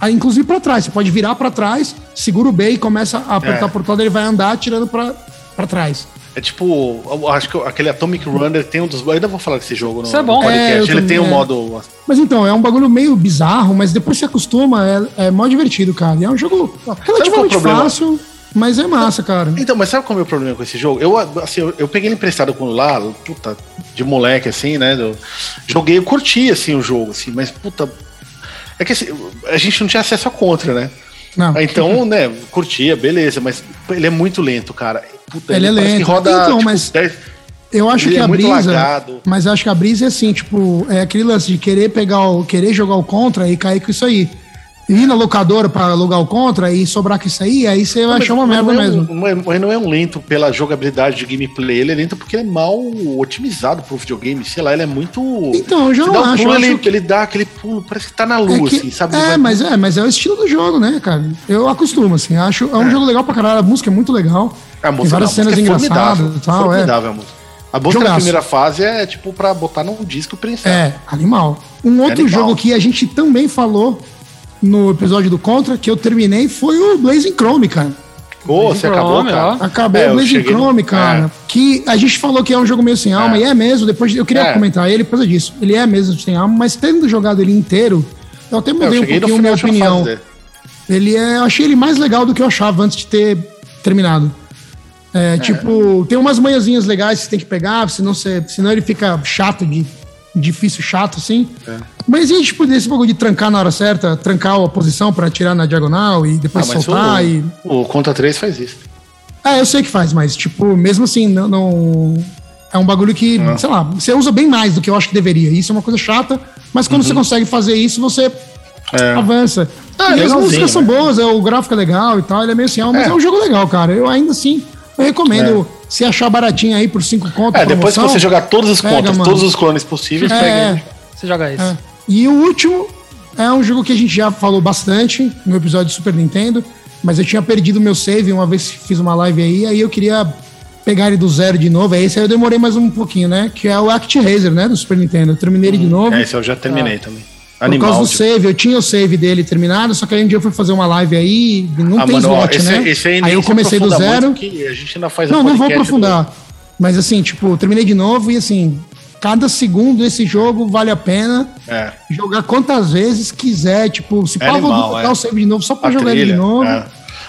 Speaker 1: Aí, inclusive para trás, você pode virar para trás, segura o B e começa a apertar
Speaker 2: É.
Speaker 1: por todo, ele vai andar atirando pra pra trás.
Speaker 2: É tipo, eu acho que aquele Atomic Runner tem um dos. Eu ainda vou falar desse jogo no,
Speaker 3: Isso é bom.
Speaker 2: no podcast.
Speaker 1: É, eu
Speaker 2: ele
Speaker 1: também-
Speaker 2: tem um
Speaker 1: é.
Speaker 2: modo.
Speaker 1: Mas então, é um bagulho meio bizarro, mas depois você acostuma, é, é mó divertido, cara. E é um jogo
Speaker 2: qual é o
Speaker 1: relativamente
Speaker 2: problema?
Speaker 1: fácil, mas é massa, cara.
Speaker 2: Então, mas sabe qual é o meu problema com esse jogo? Eu, assim, eu, eu peguei ele emprestado quando lá, puta, de moleque, assim, né? Eu joguei, eu curti, assim, o jogo, assim, mas, puta. É que assim, a gente não tinha acesso a contra, né?
Speaker 1: Não.
Speaker 2: Ah, Então, né, curtia, beleza, mas ele é muito lento, cara. Puta,
Speaker 1: Ele é
Speaker 2: parece
Speaker 1: lento.
Speaker 2: Que roda,
Speaker 1: Então,
Speaker 2: tipo,
Speaker 1: mas-
Speaker 2: 10
Speaker 1: Eu acho
Speaker 2: Ele
Speaker 1: que
Speaker 2: é
Speaker 1: a
Speaker 2: muito
Speaker 1: brisa.
Speaker 2: largado.
Speaker 1: Mas eu acho que a brisa é assim, tipo, é aquele lance de querer pegar o. querer jogar o contra e cair com isso aí. Ir na locadora pra alugar o contra e sobrar com isso aí, aí você vai achar uma
Speaker 2: Mas
Speaker 1: merda
Speaker 2: não é um-
Speaker 1: mesmo.
Speaker 2: não é- mas não é um lento pela jogabilidade de gameplay, ele é lento porque ele é mal otimizado pro videogame, sei lá, ele é muito.
Speaker 1: Então, eu já
Speaker 2: Você
Speaker 1: não
Speaker 2: dá um
Speaker 1: acho,
Speaker 2: pulo,
Speaker 1: eu acho
Speaker 2: ele,
Speaker 1: que-
Speaker 2: ele dá aquele pulo, parece que tá na
Speaker 1: É,
Speaker 2: lua,
Speaker 1: que-
Speaker 2: assim, sabe?
Speaker 1: é,
Speaker 2: Ele vai-
Speaker 1: mas, é, mas é o estilo do jogo, né, cara? Eu acostumo, assim, acho. É um jogo legal pra caralho, a música é muito legal.
Speaker 2: A
Speaker 1: Tem
Speaker 2: música,
Speaker 1: várias
Speaker 2: a música
Speaker 1: cenas
Speaker 2: é
Speaker 1: engraçadas e
Speaker 2: formidável,
Speaker 1: tal, é.
Speaker 2: formidável a música. A música da
Speaker 1: Jogaço.
Speaker 2: primeira fase é tipo pra botar num disco e prensar.
Speaker 1: É, animal. Um outro
Speaker 2: animal.
Speaker 1: jogo que a gente também falou no episódio do Contra, que eu terminei, foi o Blazing Chrome, cara.
Speaker 2: Ô, você acabou,
Speaker 3: Chrome,
Speaker 2: cara.
Speaker 3: ó.
Speaker 1: Acabei
Speaker 2: É,
Speaker 1: o
Speaker 2: eu
Speaker 1: Blazing
Speaker 2: cheguei no-
Speaker 1: Chrome, cara.
Speaker 2: É.
Speaker 1: Que a gente falou que é um jogo meio sem alma,
Speaker 2: É.
Speaker 1: e é mesmo. Depois eu queria
Speaker 2: É.
Speaker 1: comentar ele por causa disso. Ele é mesmo sem alma, mas tendo jogado ele inteiro, eu até
Speaker 2: É, Eu
Speaker 1: mudei um
Speaker 2: cheguei no
Speaker 1: pouquinho minha
Speaker 2: final Ah, da fase
Speaker 1: opinião.
Speaker 2: dele.
Speaker 1: Ele é, eu achei ele mais legal do que eu achava antes de ter terminado. É, tipo, tem umas manhãzinhas legais que você tem que pegar, senão, você, senão ele fica chato, de, difícil, chato, assim.
Speaker 2: É.
Speaker 1: Mas e tipo, desse bagulho de trancar na hora certa, trancar a posição pra tirar na diagonal e
Speaker 2: Ah,
Speaker 1: depois
Speaker 2: mas
Speaker 1: soltar e.
Speaker 2: o, o Conta 3 faz isso.
Speaker 1: É, eu sei que faz, mas, tipo, mesmo assim, não. não- É um bagulho que, sei lá, você usa bem mais do que eu acho que deveria. Isso é uma coisa chata, mas quando você consegue fazer isso, você
Speaker 2: Uhum. É.
Speaker 1: avança.
Speaker 2: Ah,
Speaker 1: e as
Speaker 2: legalzinho,
Speaker 1: músicas são boas, é, o gráfico é legal e tal, ele é meio assim, ah, mas é.
Speaker 2: É.
Speaker 1: um jogo legal, cara. Eu ainda assim, eu recomendo. Se achar baratinho aí por 5 contas,
Speaker 2: É, depois que você jogar todas as
Speaker 1: Pega,
Speaker 2: contas,
Speaker 1: mano.
Speaker 2: todos os clones possíveis, pega
Speaker 1: É,
Speaker 2: ele.
Speaker 3: Você joga isso.
Speaker 1: é. E o último é um jogo que a gente já falou bastante no episódio de Super Nintendo, mas eu tinha perdido meu save uma vez que fiz uma live aí, aí eu queria pegar ele do zero de novo. Aí esse aí eu demorei mais um pouquinho, né? Que é o Act Razer, né? Do Super Nintendo. Eu terminei ele de novo.
Speaker 2: É, esse eu já terminei também.
Speaker 1: Por
Speaker 2: Animal.
Speaker 1: causa do
Speaker 2: tipo.
Speaker 1: save, eu tinha o save dele terminado, só que aí um dia eu fui fazer uma live aí, e não
Speaker 2: Ah,
Speaker 1: tem
Speaker 2: mano, ó,
Speaker 1: slot,
Speaker 2: esse-
Speaker 1: né?
Speaker 2: esse
Speaker 1: aí eu
Speaker 2: nem se
Speaker 1: comecei do
Speaker 2: aprofunda
Speaker 1: zero.
Speaker 2: muito, que a gente ainda faz um
Speaker 1: Não, não vou
Speaker 2: podcast
Speaker 1: aprofundar. Mas assim, tipo, eu terminei de novo e assim, cada segundo desse jogo vale a pena.
Speaker 2: do- É.
Speaker 1: Jogar quantas vezes quiser, tipo, se
Speaker 2: É
Speaker 1: pá, vou
Speaker 2: animal,
Speaker 1: botar
Speaker 2: é.
Speaker 1: o save de novo só pra
Speaker 2: A
Speaker 1: jogar
Speaker 2: trilha.
Speaker 1: ele de novo.
Speaker 2: é.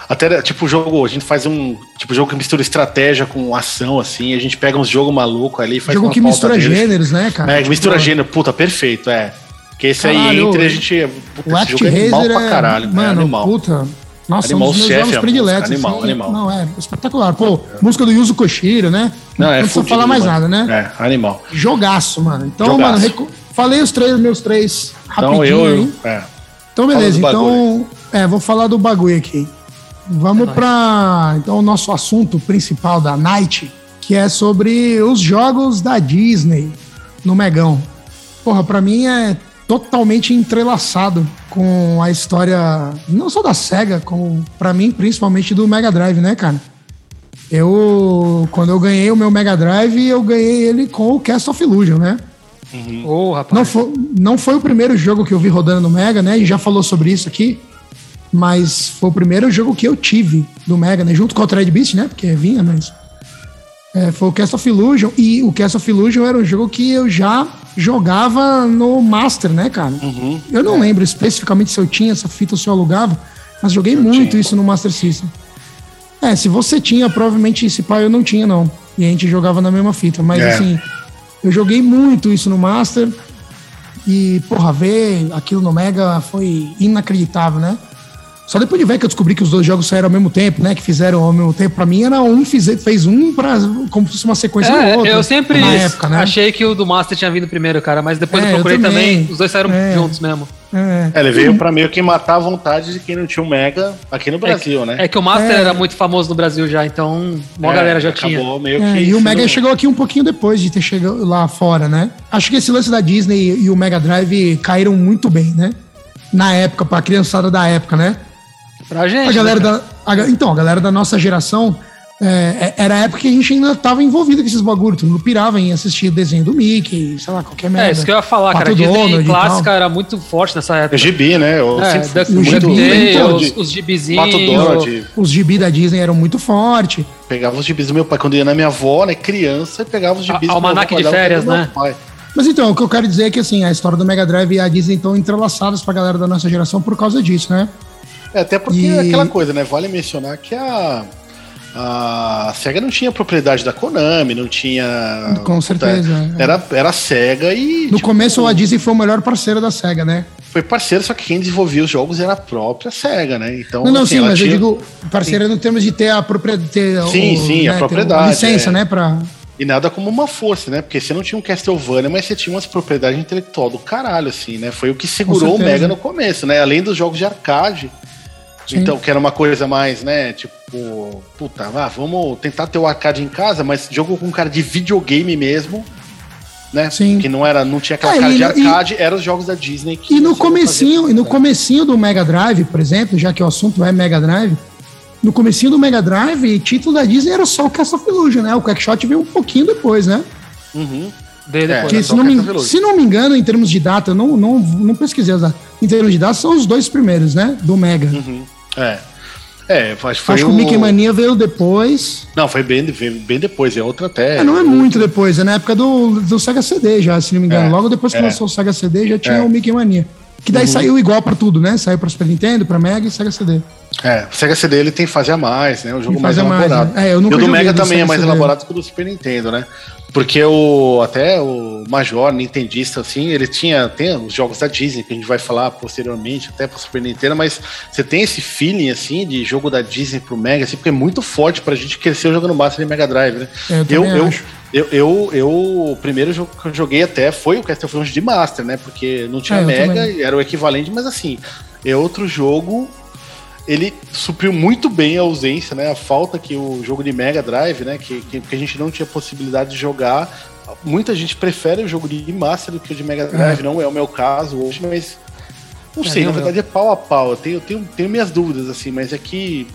Speaker 2: Até, tipo, jogo, a gente faz um tipo jogo que mistura estratégia com ação, assim, a gente pega uns jogos malucos ali e faz
Speaker 1: Jogo
Speaker 2: uma
Speaker 1: que
Speaker 2: pauta
Speaker 1: mistura
Speaker 2: deles.
Speaker 1: gêneros, né, cara?
Speaker 2: É, que mistura
Speaker 1: Tipo,
Speaker 2: gênero, puta, perfeito, é. Porque esse aí
Speaker 1: Caralho,
Speaker 2: entra e a gente. Puta,
Speaker 1: O
Speaker 2: esse
Speaker 1: Act
Speaker 2: jogo é animal
Speaker 1: Razer
Speaker 2: pra
Speaker 1: é-
Speaker 2: caralho, né?
Speaker 1: mano,
Speaker 2: Animal.
Speaker 1: puta. Nossa,
Speaker 2: Animal
Speaker 1: um dos meus
Speaker 2: Chef é
Speaker 1: jogos
Speaker 2: a
Speaker 1: prediletos.
Speaker 2: música, animal,
Speaker 1: assim.
Speaker 2: animal.
Speaker 1: Não, é espetacular. Pô, música do Yuzo Koshiro, né?
Speaker 2: Não, é
Speaker 1: precisa
Speaker 2: fudido,
Speaker 1: falar mais nada,
Speaker 2: mano.
Speaker 1: né?
Speaker 2: É, animal.
Speaker 1: Jogaço, mano. Então,
Speaker 2: Jogaço.
Speaker 1: mano, recu- falei os três, meus três rapidinho
Speaker 2: Então eu.
Speaker 1: aí.
Speaker 2: eu- é.
Speaker 1: Então, beleza.
Speaker 2: Fala do
Speaker 1: Então, é, vou falar do bagulho aqui. Vamos pra. Então, o nosso assunto principal da Night, que é sobre os jogos da Disney no Megão. Porra, pra mim é totalmente entrelaçado com a história, não só da SEGA, como pra mim, principalmente do Mega Drive, né, cara? Eu, quando eu ganhei o meu Mega Drive, eu ganhei ele com o Cast of Illusion, né?
Speaker 3: Ô, rapaz.
Speaker 1: Não foi, não foi o primeiro jogo que eu vi rodando no Mega, né? A gente já falou sobre isso aqui. Mas foi o primeiro jogo que eu tive do Mega, né? Junto com o Thread Beast, né? Porque vinha, mas. é, foi o Cast of Illusion. E o Cast of Illusion era um jogo que eu já jogava no Master, né, cara? Eu não lembro especificamente se eu tinha essa fita ou se eu alugava, mas joguei muito isso no Master System. É, se você tinha, provavelmente esse pai eu não tinha, não. E a gente jogava na mesma fita. Mas
Speaker 2: É.
Speaker 1: assim, eu joguei muito isso no Master. E, porra, ver aquilo no Mega foi inacreditável, né? Só depois de ver que eu descobri que os dois jogos saíram ao mesmo tempo, né? Que fizeram ao mesmo tempo. Pra mim era um, fize- fez um pra, como se fosse uma sequência do
Speaker 3: É,
Speaker 1: outro.
Speaker 3: eu sempre
Speaker 1: Na época, né?
Speaker 3: achei que o do Master tinha vindo primeiro, cara, mas depois
Speaker 1: É,
Speaker 3: eu
Speaker 1: eu
Speaker 3: procurei também.
Speaker 1: também.
Speaker 3: os dois saíram
Speaker 1: É.
Speaker 3: juntos mesmo.
Speaker 1: É.
Speaker 2: É, ele veio pra meio que matar a vontade de quem não tinha um Mega aqui no Brasil, né?
Speaker 3: É que o Master
Speaker 1: É.
Speaker 3: era muito famoso no Brasil já, então uma
Speaker 2: É,
Speaker 3: galera já
Speaker 2: acabou
Speaker 3: tinha.
Speaker 2: Meio
Speaker 1: É,
Speaker 2: que
Speaker 1: e o
Speaker 2: sendo-
Speaker 1: Mega chegou aqui um pouquinho depois de ter chegado lá fora, né? Acho que esse lance da Disney e o Mega Drive caíram muito bem, né? Na época, pra criançada da época, né?
Speaker 3: Pra gente.
Speaker 1: A galera
Speaker 3: né, cara?
Speaker 1: da. a ga- então, a galera da nossa geração. é, é- era a época que a gente ainda tava envolvido com esses bagulho. Tu não pirava em assistir desenho do Mickey, sei lá, qualquer merda.
Speaker 3: É, isso que eu ia falar, cara.
Speaker 1: Pato
Speaker 3: A Disney
Speaker 1: Donald e tal.
Speaker 3: clássica era muito forte nessa
Speaker 2: É
Speaker 3: época.
Speaker 2: Gibi, né? Eu
Speaker 3: É,
Speaker 2: sempre
Speaker 3: Duck
Speaker 2: fui muito
Speaker 1: Gibi,
Speaker 2: leitor
Speaker 3: Tales,
Speaker 2: de
Speaker 3: os gibizinhos.
Speaker 2: Pato Donald.
Speaker 1: Os gibi da Disney eram muito forte.
Speaker 2: Pegava os gibis do meu pai. Quando ia na minha avó, né? Criança, eu pegava os
Speaker 3: A-
Speaker 2: gibis do
Speaker 3: almanaque
Speaker 2: meu avô,
Speaker 3: de
Speaker 2: olhava
Speaker 3: férias,
Speaker 2: pro meu
Speaker 3: né?
Speaker 2: pai.
Speaker 1: Mas então, o que eu quero dizer é que assim, a história do Mega Drive e a Disney estão entrelaçadas pra galera da nossa geração por causa disso, né?
Speaker 2: É, até porque
Speaker 1: E-
Speaker 2: é aquela coisa, né? Vale mencionar que a. A SEGA não tinha propriedade da Konami, não tinha.
Speaker 1: Com certeza, é.
Speaker 2: Era, era a SEGA e.
Speaker 1: No
Speaker 2: tipo,
Speaker 1: começo, a Disney foi o melhor parceiro da SEGA, né?
Speaker 2: Foi parceiro, só que quem desenvolvia os jogos era a própria SEGA, né? Então.
Speaker 1: Não, não,
Speaker 2: assim,
Speaker 1: sim,
Speaker 2: ela
Speaker 1: mas
Speaker 2: tinha-
Speaker 1: eu digo parceiro no termos de ter né, a propriedade.
Speaker 2: Sim, sim, a propriedade,
Speaker 1: Licença,
Speaker 2: é.
Speaker 1: né? Pra,
Speaker 2: E nada como uma força, né? Porque você não tinha um Castlevania, mas você tinha umas propriedades intelectual do caralho, assim, né? Foi o que segurou o
Speaker 1: certeza.
Speaker 2: Mega no começo, né? Além dos jogos de arcade.
Speaker 1: Sim.
Speaker 2: Então, que era uma coisa mais, né? Tipo, puta, ah, vamos tentar ter o arcade em casa, mas jogo com cara de videogame mesmo, né?
Speaker 1: Sim.
Speaker 2: Que não era, não tinha aquela
Speaker 1: É,
Speaker 2: cara
Speaker 1: e
Speaker 2: de
Speaker 1: no- e-
Speaker 2: arcade, eram os jogos da Disney que
Speaker 1: E no
Speaker 2: você
Speaker 1: comecinho,
Speaker 2: fazia.
Speaker 1: e no comecinho do Mega Drive, por exemplo, já que o assunto é Mega Drive, no comecinho do Mega Drive, título da Disney era só o Cast of Illusion, né? O Quackshot veio um pouquinho depois, né?
Speaker 2: Uhum.
Speaker 3: Veio depois.
Speaker 2: É,
Speaker 1: Que,
Speaker 2: era
Speaker 1: se,
Speaker 2: só
Speaker 1: não
Speaker 2: o
Speaker 1: me,
Speaker 2: Cast of Illusion.
Speaker 1: se não me engano, em termos de data, eu não, não, não pesquisei as datas. Em termos de data, são os dois primeiros, né? Do Mega.
Speaker 2: É. É, acho que foi
Speaker 1: Acho que o Mickey
Speaker 2: um-
Speaker 1: Mania veio depois.
Speaker 2: Não, foi bem, bem, bem depois, é outra até.
Speaker 1: É, não é muito depois, é na época do, do Sega CD já, se não me engano.
Speaker 2: É,
Speaker 1: Logo depois que
Speaker 2: é.
Speaker 1: lançou o Sega CD já tinha
Speaker 2: É. Uhum.
Speaker 1: o Mickey Mania. Que daí saiu igual pra tudo, né? Saiu pra Super Nintendo, pra Mega e Sega CD.
Speaker 2: É, o Sega CD ele tem fase a mais, né? Um jogo
Speaker 1: Tem
Speaker 2: mais
Speaker 1: fase a mais,
Speaker 2: elaborado.
Speaker 1: né? É, eu nunca
Speaker 2: e o do
Speaker 1: joguei
Speaker 2: Mega
Speaker 1: do
Speaker 2: também é
Speaker 1: Sega
Speaker 2: mais
Speaker 1: CD.
Speaker 2: elaborado que o do Super Nintendo, né? Porque o até o Major, Nintendista, assim, ele tinha tem os jogos da Disney que a gente vai falar posteriormente, até pro Super Nintendo, mas você tem esse feeling assim de jogo da Disney pro Mega, assim, porque é muito forte pra gente crescer jogando Master e Mega Drive, né?
Speaker 1: É, eu
Speaker 2: eu,
Speaker 1: também
Speaker 2: eu,
Speaker 1: acho.
Speaker 2: eu, eu, eu- o primeiro jogo que eu joguei até foi o Castlevania de Master, né? Porque não tinha
Speaker 1: É, eu
Speaker 2: Mega,
Speaker 1: também.
Speaker 2: e era o equivalente, mas assim, é outro jogo. Ele supriu muito bem a ausência, né? A falta que o jogo de Mega Drive, né? Que, que, que a gente não tinha possibilidade de jogar. Muita gente prefere o jogo de Master do que o de Mega Drive, não é o meu caso hoje, mas. Não
Speaker 3: É,
Speaker 2: sei, na
Speaker 3: não,
Speaker 2: verdade é pau a pau. Eu tenho, eu tenho, tenho minhas dúvidas, assim, mas é que.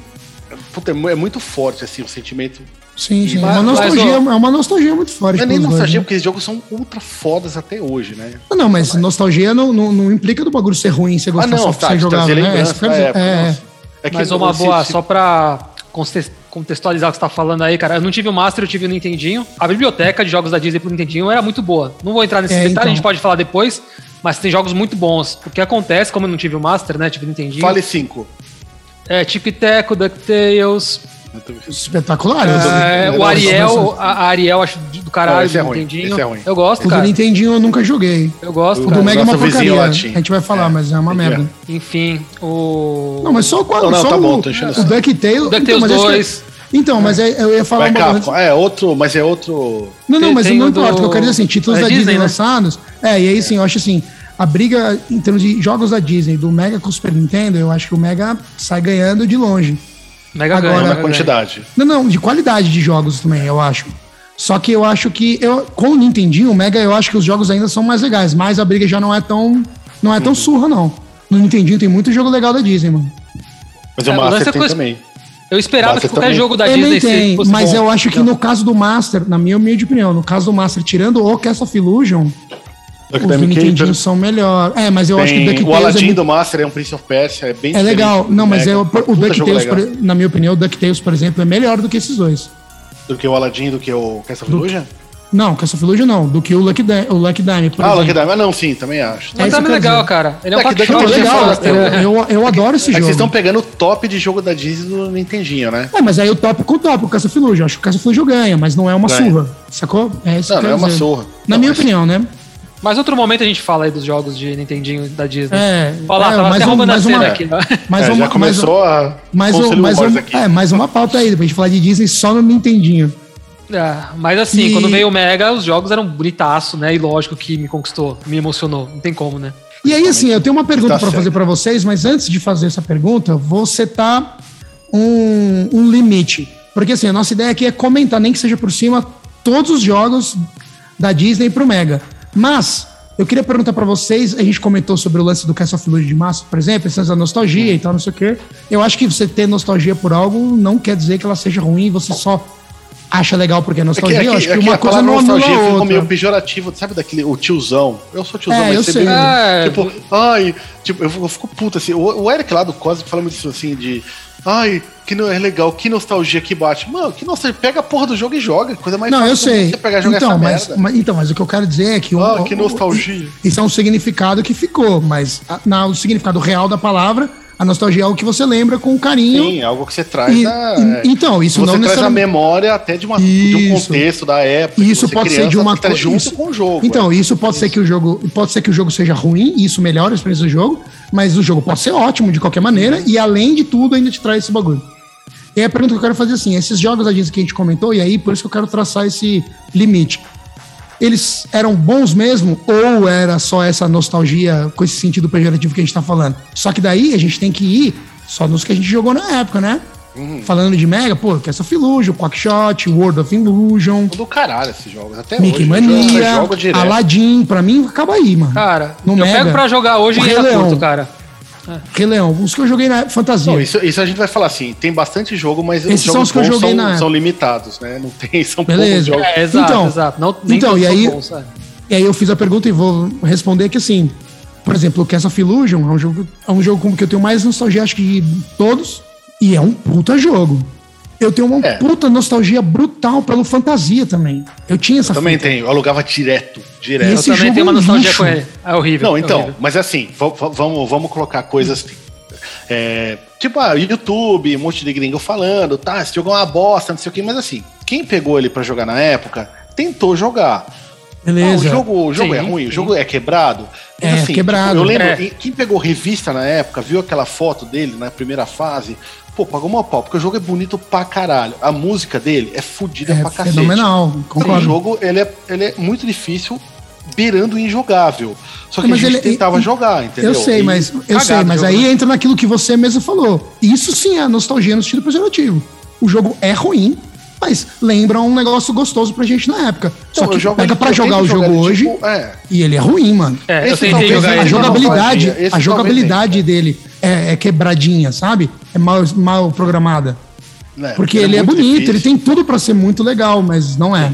Speaker 2: puta, é mu- é muito forte, assim, o sentimento
Speaker 1: Sim, sim. É
Speaker 2: Mas-
Speaker 1: uma nostalgia,
Speaker 3: mas,
Speaker 1: é uma nostalgia muito forte.
Speaker 2: não é nem
Speaker 1: pelos dois,
Speaker 2: nostalgia,
Speaker 1: né?
Speaker 2: porque esses jogos são ultra fodas até hoje, né?
Speaker 1: Ah, Não, mas nostalgia não, não, não implica do bagulho ser ruim, você
Speaker 2: Ah,
Speaker 1: gostar só porque você jogava, né?
Speaker 2: trazer
Speaker 1: É,
Speaker 2: tá, lembrança
Speaker 1: isso que eu
Speaker 2: da
Speaker 1: quero dizer.
Speaker 2: época,
Speaker 1: É,
Speaker 2: nossa. É que
Speaker 3: Mas uma
Speaker 2: se-
Speaker 3: boa,
Speaker 2: se-
Speaker 3: só pra conte- contextualizar o que você tá falando aí, cara. Eu não tive o Master, eu tive o Nintendinho. A biblioteca de jogos da Disney pro Nintendinho era muito boa. Não vou entrar nesse
Speaker 1: É,
Speaker 3: detalhe,
Speaker 1: então.
Speaker 3: a gente pode falar depois, mas tem jogos muito bons. O que acontece, como eu não tive o Master, né? Tive o Nintendinho.
Speaker 2: Fale cinco.
Speaker 3: É, Tic Teco, DuckTales.
Speaker 1: Espetaculares.
Speaker 3: é,
Speaker 2: Hum, eu
Speaker 3: o
Speaker 2: não
Speaker 3: Ariel,
Speaker 1: gosto.
Speaker 3: a, a Ariel acho do
Speaker 2: Não,
Speaker 3: caralho,
Speaker 2: esse é
Speaker 3: do
Speaker 2: ruim,
Speaker 3: Nintendinho.
Speaker 2: esse é ruim.
Speaker 3: Eu gosto,
Speaker 1: O do
Speaker 3: cara.
Speaker 1: Nintendinho eu nunca joguei.
Speaker 3: Eu
Speaker 1: O
Speaker 3: gosto, cara.
Speaker 1: do Mega é uma
Speaker 2: Nosso vizinho
Speaker 1: porcaria. né? A
Speaker 2: latim.
Speaker 1: gente vai falar, mas é uma
Speaker 2: tem que
Speaker 1: merda.
Speaker 3: Enfim, o.
Speaker 1: Não, mas só o quadro.
Speaker 2: Não, não,
Speaker 1: só
Speaker 2: tá
Speaker 1: o,
Speaker 2: bom, tô enchendo o
Speaker 1: o
Speaker 2: saco.
Speaker 1: DuckTales.
Speaker 3: DuckTales
Speaker 1: então, mas é isso que-
Speaker 3: dois.
Speaker 1: Então, mas é- eu ia falar
Speaker 2: Vai
Speaker 1: uma coisa antes.
Speaker 2: Capcom. É, outro, mas é outro.
Speaker 1: Não, não,
Speaker 3: Tem-
Speaker 1: mas
Speaker 3: tem
Speaker 1: não
Speaker 3: o do-
Speaker 1: importa. O que eu quero dizer assim, títulos
Speaker 3: É
Speaker 1: da Disney,
Speaker 3: Disney, né?
Speaker 1: lançados. É, e aí sim, eu acho assim, a briga em termos de jogos da Disney, do Mega com o Super Nintendo, eu acho que o Mega sai ganhando de longe.
Speaker 3: Mega
Speaker 1: É, Agora-
Speaker 3: ganha,
Speaker 2: Não
Speaker 3: Mega
Speaker 2: na
Speaker 1: Caralho.
Speaker 3: ganha.
Speaker 2: é quantidade.
Speaker 1: Não, não, de qualidade de jogos também, eu acho. Só que eu acho que eu, com o Nintendinho, o Mega, eu acho que os jogos ainda são mais legais, mas a briga já não é tão não é
Speaker 3: Uhum.
Speaker 1: tão surra não. No Nintendinho tem muito jogo legal da Disney, mano.
Speaker 2: Mas o
Speaker 3: É, o lance é
Speaker 2: Master tem
Speaker 3: coisa-
Speaker 2: também.
Speaker 3: Eu esperava
Speaker 2: Mas você
Speaker 3: que
Speaker 2: tá
Speaker 3: qualquer
Speaker 2: também-
Speaker 3: jogo da
Speaker 1: Também
Speaker 3: Disney
Speaker 1: tem,
Speaker 3: fosse
Speaker 1: mas
Speaker 3: bom.
Speaker 1: eu acho que no caso do Master, na minha humilde opinião, no caso do Master, tirando o Castle of Illusion, os do
Speaker 2: Academic
Speaker 1: Nintendinho
Speaker 2: Angel
Speaker 1: são melhor. É, mas eu acho que o
Speaker 2: Tem o
Speaker 1: DuckTales é
Speaker 2: Aladdin
Speaker 1: muito-
Speaker 2: do Master é um Prince of Persia, é bem
Speaker 1: é, legal.
Speaker 2: diferente do
Speaker 1: Não, mas
Speaker 2: Mega.
Speaker 1: é, o,
Speaker 2: Puta
Speaker 1: o
Speaker 2: um jogo
Speaker 1: DuckTales,
Speaker 2: legal.
Speaker 1: por- na minha opinião, o DuckTales, por exemplo, é melhor do que esses dois.
Speaker 2: Do que o Aladdin, do que o Castle of Illusion?
Speaker 1: Não, Castle of Illusion não, do que o Lucky, Di- o Lucky Dime, por
Speaker 2: Ah, o
Speaker 1: exemplo.
Speaker 2: Lucky Ah, Dime. Ah, não, sim, também acho.
Speaker 1: É
Speaker 3: Mas
Speaker 1: isso
Speaker 3: tá
Speaker 1: que eu
Speaker 3: legal,
Speaker 1: quero
Speaker 3: cara. Ele é um
Speaker 2: Daqui- daqui-
Speaker 3: pacote
Speaker 1: Não,
Speaker 2: Não,
Speaker 1: legal,
Speaker 2: você
Speaker 1: eu,
Speaker 2: fala,
Speaker 3: é,
Speaker 1: eu, eu adoro esse
Speaker 2: É que
Speaker 1: jogo.
Speaker 2: vocês estão pegando o top de jogo da Disney do Nintendinho, né?
Speaker 1: É, mas aí o top com o top, o Castle of Illusion. Acho que o Castle of Illusion ganha, mas não é uma
Speaker 2: Ganha.
Speaker 1: surra, sacou? É isso
Speaker 2: Não,
Speaker 1: que eu
Speaker 2: não
Speaker 1: quero
Speaker 2: é uma
Speaker 1: dizer.
Speaker 2: surra.
Speaker 1: Na
Speaker 2: Não,
Speaker 1: minha
Speaker 2: mas-
Speaker 1: opinião,
Speaker 2: [laughs]
Speaker 1: né?
Speaker 3: Mas outro momento a gente fala aí dos jogos de Nintendinho da Disney.
Speaker 1: É,
Speaker 3: Olha lá,
Speaker 1: é,
Speaker 3: tava
Speaker 1: mais
Speaker 3: até
Speaker 1: um-
Speaker 3: roubando a
Speaker 1: mais
Speaker 3: cena
Speaker 1: uma-
Speaker 3: aqui. né? ó.
Speaker 1: Mais
Speaker 2: É,
Speaker 1: uma,
Speaker 2: já começou a.
Speaker 1: mais, um,
Speaker 2: Conselho
Speaker 1: mais, um,
Speaker 2: Wars
Speaker 1: mais,
Speaker 2: aqui.
Speaker 1: um, é, mais uma pauta aí, pra gente falar de Disney só no Nintendinho.
Speaker 3: [laughs] É, mas assim,
Speaker 1: E-
Speaker 3: quando veio o Mega, os jogos eram bonitaço, né? E lógico que me conquistou, me emocionou. Não tem como, né?
Speaker 1: E aí, assim, eu tenho uma pergunta
Speaker 2: Tá
Speaker 1: pra
Speaker 2: certo.
Speaker 1: fazer pra vocês, mas antes de fazer essa pergunta, eu vou setar um, um limite. Porque, assim, a nossa ideia aqui é comentar, nem que seja por cima, todos os jogos da Disney pro Mega. Mas, eu queria perguntar pra vocês, a gente comentou sobre o lance do Castle of Illusion de Massa, por exemplo, esse lance da nostalgia e tal, não sei o quê. Eu acho que você ter nostalgia por algo não quer dizer que ela seja ruim, você só acha legal porque é nostalgia. eu acho que uma
Speaker 2: a
Speaker 1: coisa
Speaker 2: palavra
Speaker 1: não anula
Speaker 2: nostalgia
Speaker 1: a
Speaker 2: ficou meio
Speaker 1: outra.
Speaker 2: pejorativo, sabe daquele o tiozão? Eu sou tiozão,
Speaker 1: É, eu
Speaker 2: mas você
Speaker 1: sei.
Speaker 2: meio-
Speaker 3: É,
Speaker 2: tipo, ai, tipo, eu fico, eu fico puto assim. O, o Eric lá do Cosmic fala muito isso assim de ai, que não é legal, que nostalgia que bate. Mano, que nostalgia, pega a porra do jogo e joga, é coisa mais
Speaker 1: Não,
Speaker 2: fácil
Speaker 1: eu
Speaker 2: do
Speaker 1: sei.
Speaker 2: que Você pegar e jogar
Speaker 1: então,
Speaker 2: essa
Speaker 1: mas,
Speaker 2: merda.
Speaker 1: mas- então, mas o que eu quero dizer é que. o-
Speaker 2: Ah, que
Speaker 1: o-
Speaker 2: nostalgia.
Speaker 1: Isso é um significado que ficou, mas a- na, o significado real da palavra, a nostalgia é o que você lembra com carinho.
Speaker 2: Sim, algo que você traz
Speaker 1: E-
Speaker 2: na-
Speaker 1: e- então, isso
Speaker 2: você
Speaker 1: não
Speaker 2: traz a
Speaker 1: necessariamente-
Speaker 2: memória até de, uma, de um
Speaker 1: Isso.
Speaker 2: contexto da época.
Speaker 1: E
Speaker 2: que
Speaker 1: isso
Speaker 2: você
Speaker 1: pode ser
Speaker 2: criança,
Speaker 1: de uma
Speaker 2: que tá
Speaker 1: co-
Speaker 2: junto
Speaker 1: isso-
Speaker 2: com o jogo.
Speaker 1: Então, isso pode ser que o jogo. Pode ser que o jogo seja ruim, e isso melhora a experiência do jogo, mas o jogo pode ser ótimo de qualquer maneira, e além de tudo, ainda te traz esse bagulho. E aí a pergunta que eu quero fazer é assim: esses jogos da Disney que a gente comentou, e aí por isso que eu quero traçar esse limite. Eles eram bons mesmo, ou era só essa nostalgia com esse sentido pejorativo que a gente tá falando? Só que daí a gente tem que ir só nos que a gente jogou na época, né?
Speaker 2: Uhum.
Speaker 1: Falando de Mega, pô, que essa Illusion, Quackshot, World of Illusion.
Speaker 2: do caralho esses jogos. Até
Speaker 1: Mickey
Speaker 2: hoje. eu jogo- eu
Speaker 1: Mania,
Speaker 2: jogo direto. Ah.
Speaker 1: Aladdin, pra mim acaba aí, mano.
Speaker 3: Cara,
Speaker 1: No
Speaker 3: eu
Speaker 1: Mega.
Speaker 3: pego pra jogar hoje
Speaker 1: O
Speaker 3: e
Speaker 1: Rei
Speaker 3: ainda
Speaker 1: Leão.
Speaker 3: curto, cara.
Speaker 1: Rei Leão, os que eu joguei na fantasia.
Speaker 2: Não, isso, isso a gente vai falar assim, tem bastante jogo, mas
Speaker 1: Esses
Speaker 2: os
Speaker 1: são
Speaker 2: jogos
Speaker 1: os que eu
Speaker 2: bons
Speaker 1: joguei
Speaker 2: são,
Speaker 1: na-
Speaker 2: são limitados, né? Não tem, [laughs] são poucos
Speaker 1: Beleza.
Speaker 2: jogos.
Speaker 3: É, exato,
Speaker 1: Então,
Speaker 3: exato. Não,
Speaker 1: então,
Speaker 3: todos
Speaker 1: e
Speaker 3: são
Speaker 1: aí-
Speaker 3: bons, é.
Speaker 1: E aí eu fiz a pergunta e vou responder que assim, por exemplo, o Castle of Illusion é um jogo, é um jogo como que eu tenho mais nostalgia, acho que de todos, e é um puta jogo. Eu tenho uma
Speaker 2: É.
Speaker 1: puta nostalgia brutal pelo fantasia também. Eu tinha essa
Speaker 2: Também
Speaker 1: fita.
Speaker 2: tem, eu alugava direto,
Speaker 1: E
Speaker 2: direto.
Speaker 1: esse
Speaker 3: eu também
Speaker 1: jogo
Speaker 3: tenho uma
Speaker 1: é um
Speaker 3: nostalgia
Speaker 1: lixo.
Speaker 3: com ele. É horrível.
Speaker 2: Não,
Speaker 3: é
Speaker 2: então,
Speaker 3: horrível.
Speaker 2: mas assim, va- va- vamos, vamos colocar coisas assim. É, tipo, ah, YouTube, um monte de gringo falando, tá, esse jogo é uma bosta, não sei o quê, mas assim, quem pegou ele pra jogar na época, tentou jogar. Ah, o
Speaker 1: Beleza.
Speaker 2: jogo, o jogo é
Speaker 3: Sim,
Speaker 2: ruim,
Speaker 3: sim.
Speaker 2: o jogo é quebrado. Mas,
Speaker 1: É, quebrado.
Speaker 2: tipo, eu lembro,
Speaker 3: É.
Speaker 2: e quem pegou revista na época, viu aquela foto dele na primeira fase, pô, pagou uma pau, porque o jogo é bonito pra caralho. A música dele é fodida
Speaker 1: é
Speaker 2: pra cacete.
Speaker 1: fenomenal,
Speaker 2: O
Speaker 1: concordo.
Speaker 2: jogo, ele é, ele é muito difícil, beirando o injogável. Só que
Speaker 1: Mas
Speaker 2: a gente
Speaker 1: ele-
Speaker 2: tentava
Speaker 1: e-
Speaker 2: jogar, entendeu?
Speaker 1: Eu sei,
Speaker 2: E
Speaker 1: mas eu
Speaker 2: cagado
Speaker 1: sei,
Speaker 2: o
Speaker 1: mas
Speaker 2: jogo,
Speaker 1: aí
Speaker 2: né?
Speaker 1: entra naquilo que você mesmo falou. Isso sim é nostalgia no sentido pejorativo. O jogo é ruim, mas lembra um negócio gostoso pra gente na época.
Speaker 2: Então,
Speaker 1: Só que
Speaker 2: eu jogo
Speaker 1: pega
Speaker 2: ele-
Speaker 1: pra
Speaker 2: eu
Speaker 1: jogar o
Speaker 2: tento
Speaker 1: jogo
Speaker 2: ele,
Speaker 1: hoje
Speaker 2: tipo, é.
Speaker 1: e ele é ruim, mano.
Speaker 3: É, eu
Speaker 2: esse
Speaker 3: tentei
Speaker 2: talvez
Speaker 3: jogar
Speaker 2: seja um
Speaker 1: a
Speaker 3: ele.
Speaker 2: joga-
Speaker 1: jogabilidade,
Speaker 2: Esse é
Speaker 1: a
Speaker 2: talvez
Speaker 1: jogabilidade dele é, é quebradinha, sabe? É mal, mal programada.
Speaker 2: Né,
Speaker 1: Porque ele é,
Speaker 2: muito
Speaker 1: bonito,
Speaker 2: difícil.
Speaker 1: ele tem tudo pra ser muito legal, mas não é.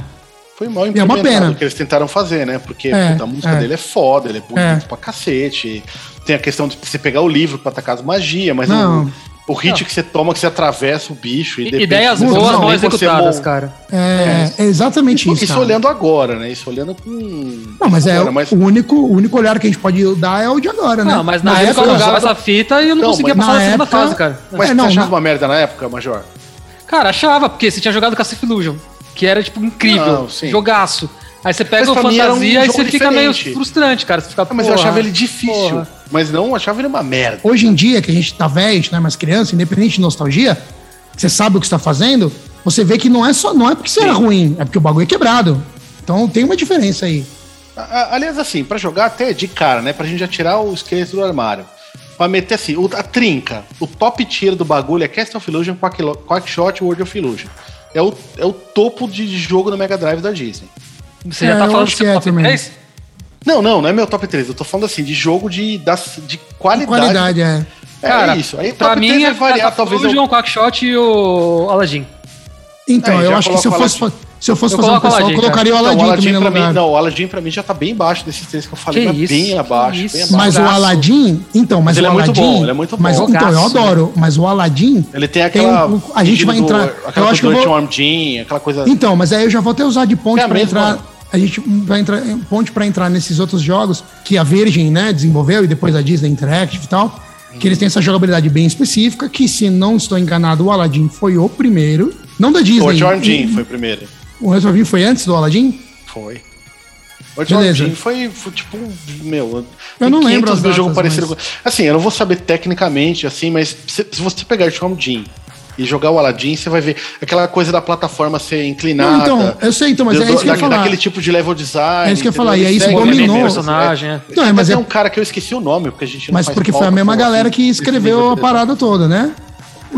Speaker 2: Foi mal
Speaker 1: é uma
Speaker 2: implementado
Speaker 1: pena.
Speaker 2: o que eles tentaram fazer, né? Porque
Speaker 1: É,
Speaker 2: puta, a música
Speaker 1: é.
Speaker 2: dele é foda, ele é bonito
Speaker 1: É.
Speaker 2: pra cacete. Tem a questão de você pegar o livro pra atacar as magia, mas
Speaker 1: Não.
Speaker 2: não. O hit que você toma, que você atravessa o bicho. E depende
Speaker 3: Ideias
Speaker 2: de você,
Speaker 3: boas
Speaker 2: não,
Speaker 3: mal
Speaker 2: nem você
Speaker 3: executadas,
Speaker 2: mor-
Speaker 3: cara.
Speaker 1: É, é exatamente
Speaker 2: Isso,
Speaker 1: isso.
Speaker 2: isso
Speaker 1: cara.
Speaker 2: olhando agora, né? Isso olhando com.
Speaker 1: Não, mas é
Speaker 2: agora,
Speaker 1: o único, o único olhar que a gente pode dar é o de agora, né?
Speaker 3: Não, mas na, época eu jogava essa fita e eu não,
Speaker 2: Não,
Speaker 3: conseguia
Speaker 2: mas
Speaker 3: passar na,
Speaker 1: na
Speaker 3: segunda
Speaker 1: época-
Speaker 3: fase, cara.
Speaker 2: Mas
Speaker 1: É,
Speaker 2: você
Speaker 1: não,
Speaker 2: achava
Speaker 1: na-
Speaker 2: uma merda na época, Major?
Speaker 3: Cara, achava, porque você tinha jogado Cacif Illusion, que era, tipo, incrível,
Speaker 2: Não, sim.
Speaker 3: jogaço. Aí você pega
Speaker 2: Mas
Speaker 3: o
Speaker 2: pra mim era um
Speaker 3: Fantasia e
Speaker 2: jogo
Speaker 3: você fica meio
Speaker 2: diferente.
Speaker 3: frustrante, cara. Você fica,
Speaker 2: Ah, mas eu
Speaker 3: porra,
Speaker 2: achava ele difícil.
Speaker 3: porra.
Speaker 2: Mas não achava ele uma merda.
Speaker 1: Hoje em dia, que a gente tá velho, a gente não é mais criança, independente de nostalgia, você sabe o que está fazendo, você vê que não é só não é porque você era ruim, é porque o bagulho é quebrado. Então tem uma diferença aí.
Speaker 2: A- a- Aliás, assim, pra jogar até de cara, né? Pra gente já tirar o esqueleto do armário. Pra meter assim, o- a trinca, o top tier do bagulho é Cast of Illusion, Quacklo- Quackshot e World of Illusion. É o, é o topo de de jogo no Mega Drive da Disney.
Speaker 3: Você
Speaker 1: É,
Speaker 3: já tá
Speaker 1: eu
Speaker 3: falando
Speaker 1: acho
Speaker 3: que você
Speaker 1: que é
Speaker 3: top
Speaker 1: também.
Speaker 3: 10?
Speaker 2: Não, não, não é meu top 3. Eu tô falando assim, de jogo de, das, de qualidade.
Speaker 1: Qualidade, é.
Speaker 2: É
Speaker 3: Cara,
Speaker 2: isso. Aí
Speaker 3: Pra
Speaker 2: top
Speaker 3: mim
Speaker 2: 3
Speaker 3: é
Speaker 2: variar,
Speaker 3: Cacif
Speaker 2: talvez.
Speaker 3: Illusion,
Speaker 2: Eu...
Speaker 3: Quackshot e o Aladdin.
Speaker 1: Então,
Speaker 2: Aí,
Speaker 1: eu
Speaker 2: É, já
Speaker 1: acho que se eu
Speaker 2: coloca o
Speaker 1: fosse, fa- se eu fosse
Speaker 3: Eu
Speaker 1: fazer um
Speaker 3: coloco o
Speaker 1: pessoal, eu
Speaker 3: Aladdin,
Speaker 1: colocaria o
Speaker 2: Não,
Speaker 1: Aladdin
Speaker 2: o
Speaker 1: também
Speaker 2: Aladdin,
Speaker 1: no
Speaker 2: pra mim,
Speaker 1: lugar.
Speaker 2: não, o Aladdin pra mim já tá bem abaixo desses três que eu falei,
Speaker 3: Que
Speaker 2: mas
Speaker 3: isso,
Speaker 2: bem
Speaker 3: que
Speaker 2: abaixo,
Speaker 3: isso.
Speaker 2: bem abaixo.
Speaker 1: Mas o
Speaker 3: Jogaço.
Speaker 1: Aladdin, então, mas,
Speaker 2: Mas ele
Speaker 1: o
Speaker 2: é muito
Speaker 1: Aladdin,
Speaker 2: bom, ele é muito bom.
Speaker 1: Mas então eu
Speaker 3: Jogaço, né?
Speaker 1: adoro, mas o Aladdin
Speaker 2: Ele tem aquela.
Speaker 1: um- a gente vai
Speaker 2: do-
Speaker 1: entrar.
Speaker 2: aquela
Speaker 1: eu acho que eu
Speaker 2: do
Speaker 1: vou,
Speaker 2: Dirty Warm Jean, aquela coisa.
Speaker 1: Então, mas aí eu já vou até usar de ponte
Speaker 2: É a
Speaker 1: pra
Speaker 2: mesma.
Speaker 1: entrar. A gente vai entrar ponte para entrar nesses outros jogos que a Virgin, né, desenvolveu e depois a Disney Interactive e tal, que eles têm essa jogabilidade bem específica, que se não estou enganado, o Aladdin foi o primeiro, não da Disney.
Speaker 2: o Dirty Warm Jean
Speaker 1: E-
Speaker 2: foi o primeiro.
Speaker 1: O Resolvinho foi antes do Aladdin?
Speaker 2: Foi. O Dirty Warm
Speaker 1: Beleza.
Speaker 2: Jean foi, foi tipo, um- meu.
Speaker 1: Eu não lembro as
Speaker 2: do jogo
Speaker 1: datas,
Speaker 2: parecido
Speaker 1: mas-
Speaker 2: com- Assim, eu não vou saber tecnicamente, assim, mas se, se você pegar o Dirty Warm Jean e jogar o Aladdin, você vai ver aquela coisa da plataforma ser inclinada.
Speaker 1: Não, então, eu sei, então, mas
Speaker 2: do-
Speaker 1: é isso que eu ia
Speaker 2: da-
Speaker 1: falar.
Speaker 2: Daquele tipo de level design.
Speaker 1: É isso que eu ia
Speaker 2: entendeu?
Speaker 1: falar, e
Speaker 2: Ele
Speaker 1: aí isso
Speaker 2: segue o
Speaker 1: dominou.
Speaker 2: elemento,
Speaker 3: personagem,
Speaker 2: né?
Speaker 3: é.
Speaker 1: Não, é, mas
Speaker 2: Mas é
Speaker 1: é-
Speaker 2: um cara que eu esqueci o nome, porque a gente não
Speaker 1: Mas
Speaker 2: faz
Speaker 1: porque foi a
Speaker 2: pauta,
Speaker 1: mesma
Speaker 2: pô,
Speaker 1: galera
Speaker 2: assim,
Speaker 1: que
Speaker 2: desse
Speaker 1: escreveu
Speaker 2: nível
Speaker 1: a
Speaker 2: de-
Speaker 1: parada toda, né?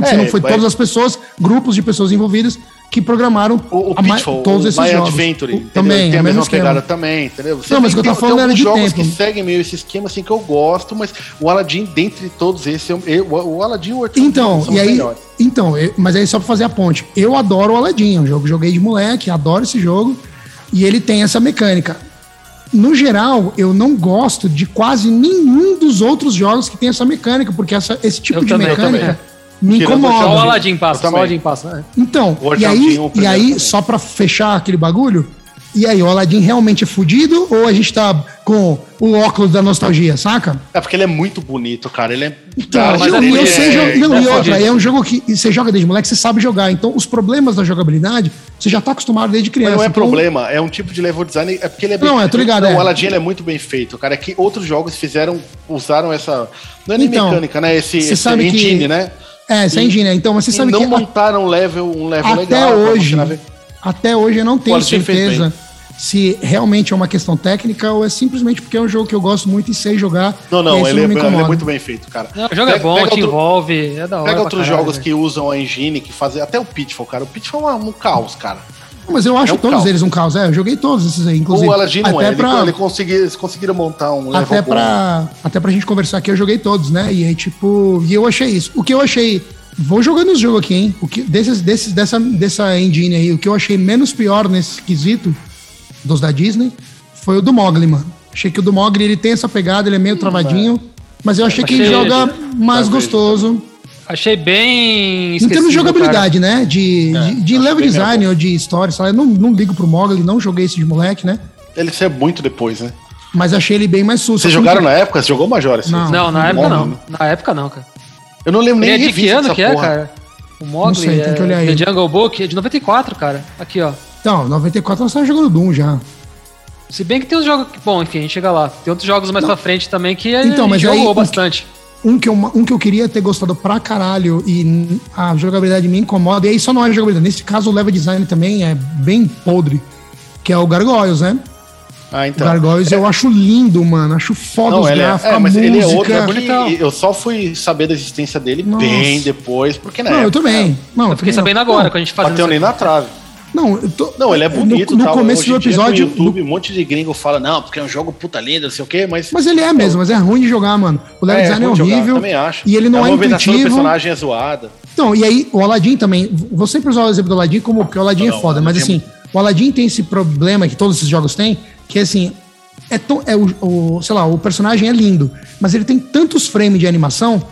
Speaker 1: Se
Speaker 2: É,
Speaker 1: não foi
Speaker 2: vai-
Speaker 1: todas as pessoas, grupos de pessoas envolvidas que programaram
Speaker 2: O, o
Speaker 1: a ma-
Speaker 2: Pitfall,
Speaker 1: todos
Speaker 2: o
Speaker 1: esses
Speaker 2: My
Speaker 1: jogos.
Speaker 2: Adventure,
Speaker 1: O-
Speaker 2: entendeu?
Speaker 1: também, é
Speaker 2: tem a
Speaker 1: o mesmo
Speaker 2: mesma
Speaker 1: esquema.
Speaker 2: pegada também, entendeu? Você
Speaker 1: Não, mas
Speaker 2: vê
Speaker 1: o que eu tô
Speaker 2: tem-
Speaker 1: falando
Speaker 2: tem
Speaker 1: era
Speaker 2: alguns
Speaker 1: de
Speaker 2: jogos
Speaker 1: tempo.
Speaker 2: que seguem meio esse esquema, assim, que eu gosto, mas o Aladdin, dentre todos esses, eu- eu- o Aladdin e o Arthur
Speaker 1: Então,
Speaker 2: são
Speaker 1: e
Speaker 2: os
Speaker 1: aí,
Speaker 2: melhores.
Speaker 1: então, eu- mas aí só pra fazer a ponte. Eu adoro o Aladdin, é um jogo que joguei de moleque, adoro esse jogo, e ele tem essa mecânica. No geral, eu não gosto de quase nenhum dos outros jogos que tem essa mecânica, porque essa- esse tipo
Speaker 3: Eu
Speaker 1: de
Speaker 3: também, eu
Speaker 1: mecânica me
Speaker 2: Tirando o
Speaker 1: incomoda.
Speaker 3: Só o
Speaker 2: também.
Speaker 3: Aladdin passa,
Speaker 2: Eu
Speaker 3: só o
Speaker 2: também.
Speaker 3: Aladdin passa. é.
Speaker 1: Então,
Speaker 2: O
Speaker 1: e
Speaker 2: Aladdin,
Speaker 1: aí,
Speaker 2: o
Speaker 1: e
Speaker 2: primeiro
Speaker 1: aí
Speaker 2: também.
Speaker 1: só pra fechar aquele bagulho, e aí, o Aladdin realmente é fudido ou a gente tá com o óculos da nostalgia, saca?
Speaker 2: É porque ele é muito bonito, cara. Ele é.
Speaker 1: Então,
Speaker 2: cara,
Speaker 1: e eu,
Speaker 3: Tá, mas
Speaker 1: e eu
Speaker 2: ele
Speaker 1: sei
Speaker 2: é-
Speaker 1: jo- não,
Speaker 3: é
Speaker 1: e
Speaker 3: foda
Speaker 1: outra,
Speaker 3: isso.
Speaker 1: é um jogo que e você joga desde moleque, você sabe jogar. Então, os problemas da jogabilidade, você já tá acostumado desde
Speaker 2: Mas
Speaker 1: criança.
Speaker 2: não é
Speaker 1: Então,
Speaker 2: problema, é um tipo de level design. É porque ele é
Speaker 1: Não, eu tô ligado,
Speaker 2: Não,
Speaker 1: é.
Speaker 2: O Aladdin ele é muito bem feito, cara. É que outros jogos fizeram, usaram essa. Não é nem
Speaker 1: Então,
Speaker 2: mecânica, né? Esse,
Speaker 1: você
Speaker 2: esse
Speaker 1: sabe que-
Speaker 2: engine, né?
Speaker 1: É, sem engine, né? Então, mas você
Speaker 2: e
Speaker 1: sabe
Speaker 2: não
Speaker 1: que a-
Speaker 2: montaram um level, um level
Speaker 1: até
Speaker 2: legal. pra você
Speaker 1: hoje,
Speaker 2: navegar.
Speaker 1: até hoje eu não tenho
Speaker 2: Aladdin fez
Speaker 1: certeza se realmente é uma questão técnica ou é simplesmente porque é um jogo que eu gosto muito e sei jogar.
Speaker 2: Não,
Speaker 1: e
Speaker 2: não,
Speaker 1: isso
Speaker 2: ele, é-
Speaker 1: me
Speaker 2: ele é
Speaker 1: incomoda.
Speaker 2: muito bem feito, cara.
Speaker 3: Não, o jogo é
Speaker 2: Pega-
Speaker 3: bom,
Speaker 2: pega
Speaker 3: te
Speaker 2: outro-
Speaker 3: envolve, é da hora.
Speaker 2: Pega
Speaker 3: pra
Speaker 2: outros
Speaker 3: caralho,
Speaker 2: jogos
Speaker 3: velho.
Speaker 2: que usam a engine, que fazem. Até o Pitfall, cara. O Pitfall é um caos, cara.
Speaker 1: Mas eu acho
Speaker 2: É um
Speaker 1: todos
Speaker 2: caos.
Speaker 1: eles um caos. É, eu joguei todos esses aí, inclusive.
Speaker 2: o Aladdin não
Speaker 1: até
Speaker 2: é. Ele-
Speaker 1: pra-
Speaker 2: Ele, consegui- eles conseguiram montar um level
Speaker 1: até
Speaker 2: bom.
Speaker 1: pra, até pra gente conversar aqui, eu joguei todos, né? E aí, tipo, e eu achei isso. O que eu achei. Vou jogando os jogos aqui, hein? O que, desses, desses, dessa, dessa engine aí, o que eu achei menos pior nesse quesito dos da Disney foi o do Mogli, mano. Achei que o do Mogli ele tem essa pegada, ele é
Speaker 2: Hum,
Speaker 1: meio travadinho, mas eu achei que ele
Speaker 3: Achei-
Speaker 1: joga mais
Speaker 2: talvez, então.
Speaker 1: gostoso.
Speaker 3: Achei bem.
Speaker 1: Em termos de
Speaker 3: esquecido, cara.
Speaker 1: jogabilidade, né? De, de, de
Speaker 2: É, acho
Speaker 1: level
Speaker 2: bem
Speaker 1: design ou de história, sei lá. Eu não, não ligo pro Mogli, não joguei esse de moleque, né?
Speaker 2: Ele saiu muito depois, né?
Speaker 1: Mas achei ele bem mais susto. assim.
Speaker 2: Vocês jogaram né? na época? Você jogou Major? assim?
Speaker 1: Não.
Speaker 3: Não, na época
Speaker 2: Mogli,
Speaker 3: não.
Speaker 2: né?
Speaker 3: Na época não, cara.
Speaker 2: Eu não lembro nem
Speaker 3: Ele é de que
Speaker 2: revista
Speaker 3: ano
Speaker 2: dessa
Speaker 3: que é,
Speaker 2: porra.
Speaker 3: cara? O
Speaker 1: Não sei,
Speaker 3: Mogli,
Speaker 1: tem que olhar
Speaker 3: é, The
Speaker 1: aí.
Speaker 3: Jungle Book, é de 94, cara. Aqui, ó.
Speaker 1: Então, 94 nós estávamos jogando Doom já.
Speaker 3: Se bem que tem uns jogos que. Bom, enfim, a gente chega lá. Tem outros jogos mais pra frente também que a
Speaker 1: Então,
Speaker 3: gente
Speaker 1: mas
Speaker 3: jogou
Speaker 1: aí-
Speaker 3: bastante.
Speaker 1: Um que, eu, um que eu queria ter gostado pra caralho e n- a jogabilidade me incomoda, e aí só não é jogabilidade. Nesse caso, o level design também é bem podre, que é o Gargoyles, né?
Speaker 2: Ah,
Speaker 1: O
Speaker 2: então.
Speaker 1: Gargoyles eu acho lindo, mano. Acho foda
Speaker 2: Não,
Speaker 1: os
Speaker 2: ele é,
Speaker 1: gráficos,
Speaker 2: é,
Speaker 1: a
Speaker 2: mas
Speaker 1: música.
Speaker 2: ele é outro. É
Speaker 3: Bonitão.
Speaker 2: bonito. Eu só fui saber da existência dele
Speaker 1: Nossa.
Speaker 2: bem depois, porque na
Speaker 1: Não, eu
Speaker 2: época,
Speaker 1: também. Não,
Speaker 3: Eu fiquei
Speaker 1: também
Speaker 3: sabendo
Speaker 1: não.
Speaker 3: agora,
Speaker 1: Não,
Speaker 3: quando a gente fazendo.
Speaker 2: Bateu nem
Speaker 3: isso
Speaker 2: na trave.
Speaker 1: Não, eu tô-
Speaker 2: Não, ele é bonito.
Speaker 1: No, no
Speaker 2: tal.
Speaker 1: começo
Speaker 2: Hoje
Speaker 1: do
Speaker 2: em dia, no
Speaker 1: episódio.
Speaker 2: YouTube,
Speaker 1: no-
Speaker 2: um monte de gringo fala, não, porque é um jogo puta lindo, não sei o quê, mas...
Speaker 1: mas ele é mesmo, mas é ruim de jogar, mano. O level design é
Speaker 2: ruim de jogar,
Speaker 1: horrível.
Speaker 2: também acho.
Speaker 1: E ele não
Speaker 2: a
Speaker 1: é
Speaker 2: movimentação do
Speaker 1: intuitivo.
Speaker 2: personagem é zoada.
Speaker 1: Então, e aí, o Aladdin também. Vou sempre usar o exemplo do Aladdin como porque o Aladdin
Speaker 2: Não,
Speaker 1: é foda,
Speaker 2: o
Speaker 1: mas
Speaker 2: Aladdin é
Speaker 1: assim, o Aladdin tem esse problema que todos esses jogos têm, que assim, é tão. É o, o- sei lá, o personagem é lindo, mas ele tem tantos frames de animação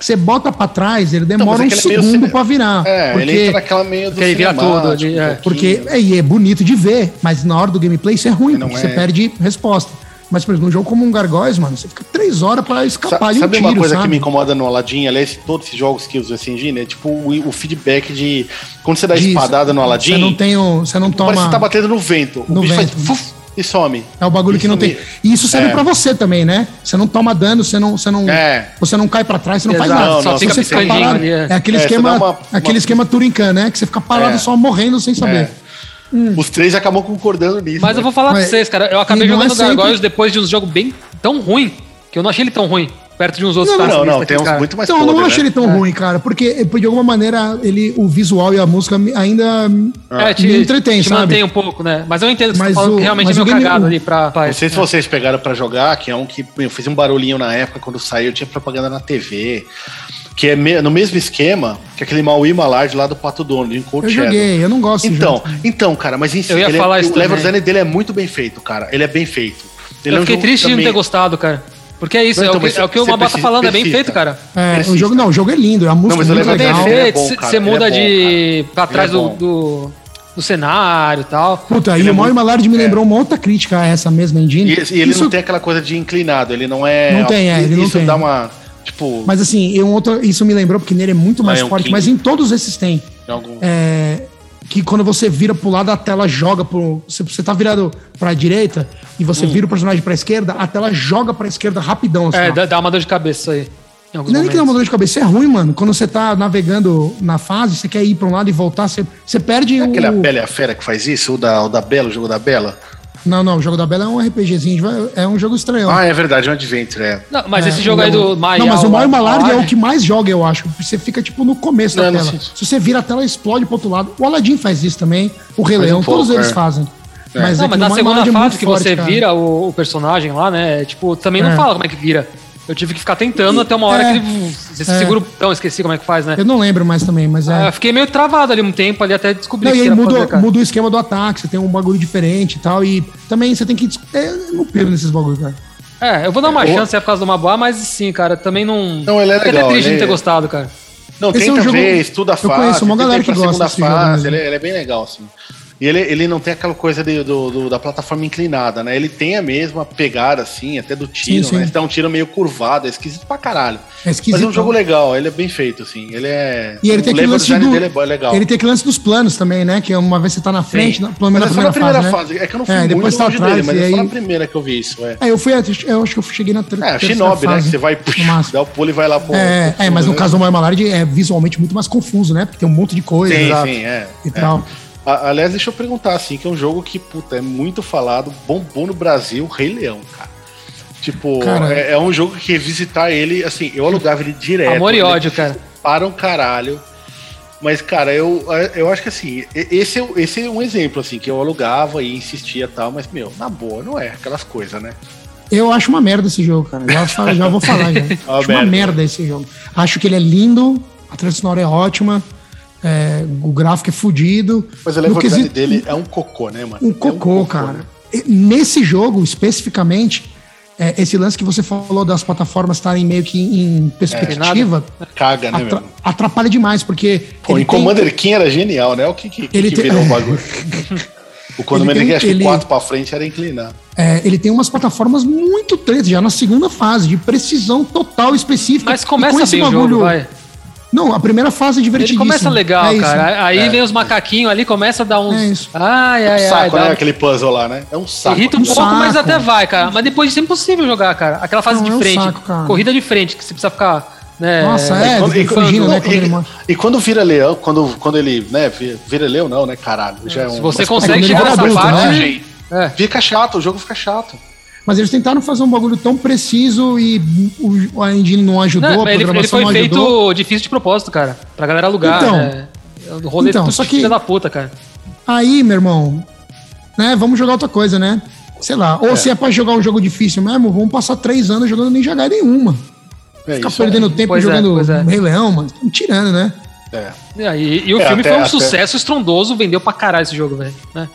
Speaker 1: você bota pra trás, ele demora
Speaker 2: mas é
Speaker 1: um
Speaker 2: que ele é meio
Speaker 1: segundo
Speaker 2: cine-
Speaker 1: pra virar.
Speaker 2: É,
Speaker 1: Ah, porque,
Speaker 2: ele entra naquela meio do
Speaker 3: porque ele vira
Speaker 2: cinemático,
Speaker 3: tudo ali, é.
Speaker 2: um pouquinho.
Speaker 1: porque é, e é bonito de ver, mas na hora do gameplay isso é ruim,
Speaker 2: Não
Speaker 1: porque você
Speaker 2: é.
Speaker 1: perde resposta. Mas, por exemplo, num jogo como um Gargoyles, mano, você fica três horas pra
Speaker 2: Sa-
Speaker 1: escapar de um
Speaker 2: sabe
Speaker 1: tiro,
Speaker 2: uma coisa
Speaker 1: sabe?
Speaker 2: que me incomoda no Aladdin? Aliás, todos esses jogos que usam esse engine é tipo o, o feedback de. Quando você dá
Speaker 1: Diz,
Speaker 2: espadada
Speaker 1: Você
Speaker 2: no
Speaker 1: não
Speaker 2: Aladdin,
Speaker 1: tem o, você não
Speaker 2: parece que
Speaker 1: toma...
Speaker 2: você tá batendo no vento.
Speaker 1: No
Speaker 2: o bicho
Speaker 1: vento.
Speaker 2: faz. fuf, e some.
Speaker 1: É o bagulho que
Speaker 2: Isso
Speaker 1: não tem.
Speaker 2: me-
Speaker 1: E isso serve
Speaker 2: É.
Speaker 1: pra você também, né? Você não toma dano, você não, você não,
Speaker 2: É.
Speaker 1: você não cai pra trás, você não faz
Speaker 3: Exato,
Speaker 1: nada.
Speaker 2: só
Speaker 1: você
Speaker 2: fica
Speaker 1: fica
Speaker 2: picadinho
Speaker 1: parado.
Speaker 3: ali, é.
Speaker 1: É aquele
Speaker 2: É, você
Speaker 1: esquema,
Speaker 2: dá uma-
Speaker 1: aquele
Speaker 2: uma-
Speaker 1: esquema Turincan, né? Que você fica parado
Speaker 2: É.
Speaker 1: só morrendo sem saber.
Speaker 2: É. Os três acabam concordando nisso. né?
Speaker 3: Mas eu vou falar
Speaker 1: Mas-
Speaker 3: pra vocês, cara. Eu acabei
Speaker 1: e não
Speaker 3: jogando
Speaker 1: é sempre-
Speaker 3: Gargoyles depois de um jogo bem tão ruim, que eu não achei ele tão ruim, perto de uns outros
Speaker 2: Não,
Speaker 3: que tá
Speaker 2: não,
Speaker 3: nessa
Speaker 2: não,
Speaker 3: lista
Speaker 2: tem
Speaker 3: aqui,
Speaker 2: uns
Speaker 3: cara.
Speaker 2: muito mais
Speaker 1: Então, eu não
Speaker 2: podre,
Speaker 1: acho
Speaker 2: né?
Speaker 1: ele tão ruim, cara, porque de alguma maneira ele, o visual e a música me- ainda
Speaker 3: É, te,
Speaker 1: me entretém,
Speaker 3: te
Speaker 1: sabe? É,
Speaker 3: mantém um pouco, né? Mas eu entendo que você
Speaker 1: Mas
Speaker 3: tá falando
Speaker 1: o-
Speaker 3: que realmente é
Speaker 1: mas
Speaker 3: meio
Speaker 1: o game-
Speaker 3: cagado
Speaker 1: o-
Speaker 3: ali pra... pra
Speaker 2: Não sei se vocês pegaram pra jogar, que é um que eu fiz um barulhinho na época quando saiu, tinha propaganda na TV. Que é me- no mesmo esquema que aquele Maui Malard lá do Pato Dono, do Encontro
Speaker 1: Eu joguei, eu não gosto desse
Speaker 2: Então,
Speaker 1: jogo.
Speaker 2: então, cara, mas em si,
Speaker 3: Eu ia
Speaker 2: ele é-
Speaker 3: falar isso
Speaker 2: o level
Speaker 3: também.
Speaker 2: design dele é muito bem feito, cara. Ele é bem feito. Ele é
Speaker 3: Eu
Speaker 2: um
Speaker 3: fiquei
Speaker 2: jogo
Speaker 3: triste de não
Speaker 2: também-
Speaker 3: ter gostado, cara. Porque é isso,
Speaker 2: Não,
Speaker 3: é,
Speaker 2: então,
Speaker 3: o que,
Speaker 2: mas
Speaker 3: é o que
Speaker 2: você
Speaker 3: o Mabá tá
Speaker 2: precisa-
Speaker 3: falando, é bem
Speaker 2: persista.
Speaker 3: feito, cara.
Speaker 1: É, o
Speaker 2: Persista.
Speaker 1: jogo não, o jogo é lindo, a música
Speaker 2: mas
Speaker 1: é
Speaker 2: eu
Speaker 1: muito
Speaker 2: lembro
Speaker 1: legal.
Speaker 2: dele, ele é
Speaker 3: Efeitos,
Speaker 2: bom,
Speaker 3: você
Speaker 2: cara,
Speaker 3: você
Speaker 2: ele é
Speaker 3: muda
Speaker 2: bom,
Speaker 3: de... pra
Speaker 2: Ele é
Speaker 3: trás do,
Speaker 2: bom.
Speaker 3: do, do cenário e tal.
Speaker 1: Puta,
Speaker 2: Ele
Speaker 1: e
Speaker 2: é
Speaker 1: o Mario
Speaker 2: muito-
Speaker 1: Malard me
Speaker 2: é.
Speaker 1: lembrou uma outra crítica a essa mesma engine.
Speaker 2: E, e ele
Speaker 1: Isso-
Speaker 2: não tem aquela coisa de inclinado, ele não é.
Speaker 1: Não tem, é, ele não
Speaker 2: isso
Speaker 1: tem.
Speaker 2: dá uma. Tipo,
Speaker 1: Mas assim, eu, outro- isso me lembrou porque nele é muito mais
Speaker 2: Lion
Speaker 1: forte,
Speaker 2: um King.
Speaker 1: mas em todos esses tem.
Speaker 2: em algum-
Speaker 1: É, que quando você vira pro lado, a tela joga pro. Você, você tá virado pra direita e você vira o personagem pra esquerda, a tela joga pra esquerda rapidão. assim,
Speaker 3: Hum. É,
Speaker 1: ó.
Speaker 3: dá, dá uma dor de cabeça isso aí. em alguns
Speaker 1: Não é nem que dá uma
Speaker 3: momentos.
Speaker 1: dor de cabeça, isso é ruim, mano. Quando você tá navegando na fase, você quer ir pra um lado e voltar, você, você perde o.
Speaker 2: Aquele a Bela e a Fera que faz isso, o da, o da Bela, o jogo da Bela.
Speaker 1: Não, não, o jogo da Bela é um RPGzinho, é um jogo estranho.
Speaker 2: Ah, é verdade, é um adventure, é.
Speaker 3: Não, mas
Speaker 1: É,
Speaker 3: esse jogo
Speaker 1: não.
Speaker 3: aí do Maia...
Speaker 1: Não, mas o Mario
Speaker 3: Al-
Speaker 1: Malard é o
Speaker 3: Al-
Speaker 1: que mais joga, eu acho. Você fica, tipo, no começo
Speaker 2: Não,
Speaker 1: da
Speaker 2: não
Speaker 1: tela.
Speaker 2: sei.
Speaker 1: Se você vira a tela, explode pro outro lado. O Aladdin faz isso também. O Rei
Speaker 2: Faz um
Speaker 1: Leão, todos
Speaker 2: pouco,
Speaker 1: eles
Speaker 2: é.
Speaker 1: fazem. Mas,
Speaker 3: Não,
Speaker 1: é que o
Speaker 3: mas na
Speaker 1: Mario
Speaker 3: segunda
Speaker 1: Malard é muito
Speaker 3: fase que
Speaker 1: forte,
Speaker 3: você
Speaker 1: cara.
Speaker 3: vira o, o personagem lá, né? Tipo, também não
Speaker 1: É.
Speaker 3: fala como é que vira. Eu tive que ficar tentando até uma hora
Speaker 1: é.
Speaker 3: que ele. Você
Speaker 1: É.
Speaker 3: segura o botão, esqueci como é que faz, né?
Speaker 1: Eu não lembro mais também, mas
Speaker 3: Ah,
Speaker 1: é.
Speaker 3: Eu fiquei meio travado ali um tempo ali até descobrir
Speaker 1: Não, e
Speaker 3: que
Speaker 1: aí
Speaker 3: era pra
Speaker 1: muda,
Speaker 3: fazer, cara.
Speaker 1: muda o esquema do ataque, você tem um bagulho diferente e tal. E também você tem que. dis- É, eu não perco nesses bagulhos, cara.
Speaker 3: É, eu vou dar uma
Speaker 2: É, o-
Speaker 3: chance é por causa do Maboá, mas sim, cara, também não.
Speaker 2: Não, ele é
Speaker 3: Fiquei
Speaker 2: legal,
Speaker 3: até triste de
Speaker 2: ele-
Speaker 3: não ter gostado, cara.
Speaker 2: Não,
Speaker 1: Esse é um
Speaker 2: tenta
Speaker 1: jogo-
Speaker 2: ver, estuda a
Speaker 1: eu
Speaker 2: fase.
Speaker 1: conheço uma
Speaker 2: tenta
Speaker 1: galera
Speaker 2: ir pra
Speaker 1: que gosta desse
Speaker 2: segunda
Speaker 1: jogo né?
Speaker 2: fase,
Speaker 1: mesmo.
Speaker 2: ele, ele é bem legal, assim. E ele, ele não tem aquela coisa de- do, do- da plataforma inclinada, né? Ele tem a mesma pegada, assim, até do tiro,
Speaker 1: Sim, sim.
Speaker 2: né? Ele dá um tiro meio curvado, é esquisito pra caralho.
Speaker 1: É esquisito.
Speaker 2: Mas é um jogo legal, ele é bem feito, assim. Ele é.
Speaker 1: E ele tem aquele
Speaker 2: o level
Speaker 1: lance
Speaker 2: design
Speaker 1: do-
Speaker 2: dele é bo- é legal.
Speaker 1: Ele tem aquele lance dos planos também, né? Que uma vez você tá na frente, na, pelo menos
Speaker 2: Mas é
Speaker 1: na
Speaker 2: só na
Speaker 1: primeira,
Speaker 2: primeira
Speaker 1: fase.
Speaker 2: fase,
Speaker 1: né?
Speaker 2: É que eu não fui
Speaker 1: É,
Speaker 2: muito
Speaker 1: depois tá
Speaker 2: longe dele,
Speaker 1: atrás.
Speaker 2: mas
Speaker 1: e
Speaker 2: é só na
Speaker 1: aí...
Speaker 2: primeira que eu vi isso, é.
Speaker 1: É, eu fui, eu acho que eu cheguei na ter-
Speaker 2: É,
Speaker 1: terceira
Speaker 2: Shinobi, né? Que
Speaker 1: fase,
Speaker 2: você vai,
Speaker 1: no máximo.
Speaker 2: dá o pulo e vai lá pro.
Speaker 1: É,
Speaker 2: pro
Speaker 1: é, mas no
Speaker 2: né?
Speaker 1: caso do Mario Malard é visualmente muito mais confuso, né? Porque tem um monte de coisa
Speaker 2: Sim,
Speaker 1: exato,
Speaker 2: sim, é.
Speaker 1: e
Speaker 2: é.
Speaker 1: tal.
Speaker 2: A- Aliás, deixa eu perguntar, assim, que é um jogo que, puta, é muito falado, bombou no Brasil, Rei Leão, cara. Tipo,
Speaker 1: Cara.
Speaker 2: é, é um jogo que visitar ele, assim, eu alugava ele direto.
Speaker 3: Amor e
Speaker 2: ele é
Speaker 3: ódio, cara.
Speaker 2: para um caralho. Mas, cara, eu, eu acho que assim, e- esse, é- esse é um exemplo, assim, que eu alugava e insistia e tal, mas, meu, na boa, não é aquelas coisas, né?
Speaker 1: Eu acho uma merda esse jogo, cara. Já, fa- já vou falar,
Speaker 2: [laughs]
Speaker 1: já.
Speaker 2: Uma
Speaker 1: acho uma
Speaker 2: merda.
Speaker 1: merda esse jogo. Acho que ele é lindo, a trilha sonora é ótima, é, o gráfico é fodido.
Speaker 2: Mas o
Speaker 1: No
Speaker 2: level design
Speaker 1: quesito-
Speaker 2: dele é um cocô, né, mano?
Speaker 1: Um
Speaker 2: É
Speaker 1: cocô, cara. E Nesse jogo, especificamente, é, esse lance que você falou das plataformas estarem meio que em perspectiva,
Speaker 2: Caga, né,
Speaker 1: atra-
Speaker 2: meu?
Speaker 1: atrapalha demais, porque.
Speaker 2: Pô, em
Speaker 1: tem-
Speaker 2: Commander King era genial, né? O que, que, que
Speaker 1: Ele
Speaker 2: que
Speaker 1: tem- [laughs]
Speaker 2: virou o bagulho? o Commander
Speaker 1: tem-
Speaker 2: King, acho que
Speaker 1: ele-
Speaker 2: 4 pra frente era inclinar.
Speaker 1: É, ele tem umas plataformas muito tretas, já na segunda fase, de precisão total específica.
Speaker 3: Mas
Speaker 1: E com
Speaker 3: começa
Speaker 1: esse
Speaker 3: bem o jogo, vai.
Speaker 1: Não, a primeira fase é
Speaker 3: Ele
Speaker 1: divertidíssima.
Speaker 3: começa legal,
Speaker 1: É isso.
Speaker 3: cara. Aí vem os macaquinhos ali, começa a dar uns.
Speaker 1: É isso.
Speaker 3: Ai, ai, ai.
Speaker 2: saco,
Speaker 3: é, dá- um
Speaker 2: né? Aquele puzzle lá, né? É um saco.
Speaker 3: Irrita um
Speaker 1: Um
Speaker 2: aquilo.
Speaker 3: pouco, mas
Speaker 1: saco.
Speaker 3: até vai, cara. Mas depois disso é impossível jogar, cara. Aquela fase
Speaker 1: Não, é
Speaker 3: de
Speaker 1: um
Speaker 3: frente,
Speaker 1: saco, cara.
Speaker 3: corrida de frente, que você precisa ficar. Né,
Speaker 1: Nossa, é,
Speaker 2: Quando-
Speaker 1: ele
Speaker 2: e,
Speaker 1: fica
Speaker 2: quando,
Speaker 1: fugindo, né?
Speaker 2: e-
Speaker 1: Quando ele morre.
Speaker 2: e quando vira leão, quando, quando ele, né, vi- vira leão não, né, caralho, já é um...
Speaker 3: Se você
Speaker 2: mas-
Speaker 1: é
Speaker 3: consegue
Speaker 1: quando ele
Speaker 3: chegar
Speaker 1: vira
Speaker 3: nessa
Speaker 1: adulto,
Speaker 3: parte. É.
Speaker 2: Fica chato, o jogo fica chato.
Speaker 1: Mas eles tentaram fazer um bagulho tão preciso e o, a engine não ajudou,
Speaker 3: Não,
Speaker 1: a
Speaker 3: ele, ele
Speaker 1: programação
Speaker 3: foi
Speaker 1: não
Speaker 3: feito
Speaker 1: ajudou.
Speaker 3: difícil de propósito, cara. Pra galera alugar.
Speaker 1: Então.
Speaker 3: né? O rolê
Speaker 1: Então,
Speaker 3: tudo
Speaker 1: só que-
Speaker 3: filha da puta, cara.
Speaker 1: Aí, meu irmão, né? Vamos jogar outra coisa, né? Sei lá. Ou se é pra jogar um jogo difícil mesmo, vamos passar três anos jogando Ninja Gaiden nenhuma.
Speaker 2: É
Speaker 1: Ficar
Speaker 2: isso,
Speaker 1: perdendo tempo
Speaker 3: Pois é,
Speaker 1: jogando
Speaker 3: pois é.
Speaker 1: Rei Leão, mano. Tão tirando, né?
Speaker 2: é.
Speaker 3: E, aí- e o
Speaker 2: É,
Speaker 3: filme
Speaker 2: até-
Speaker 3: foi um
Speaker 2: até-
Speaker 3: sucesso estrondoso, vendeu pra caralho esse jogo, velho. né?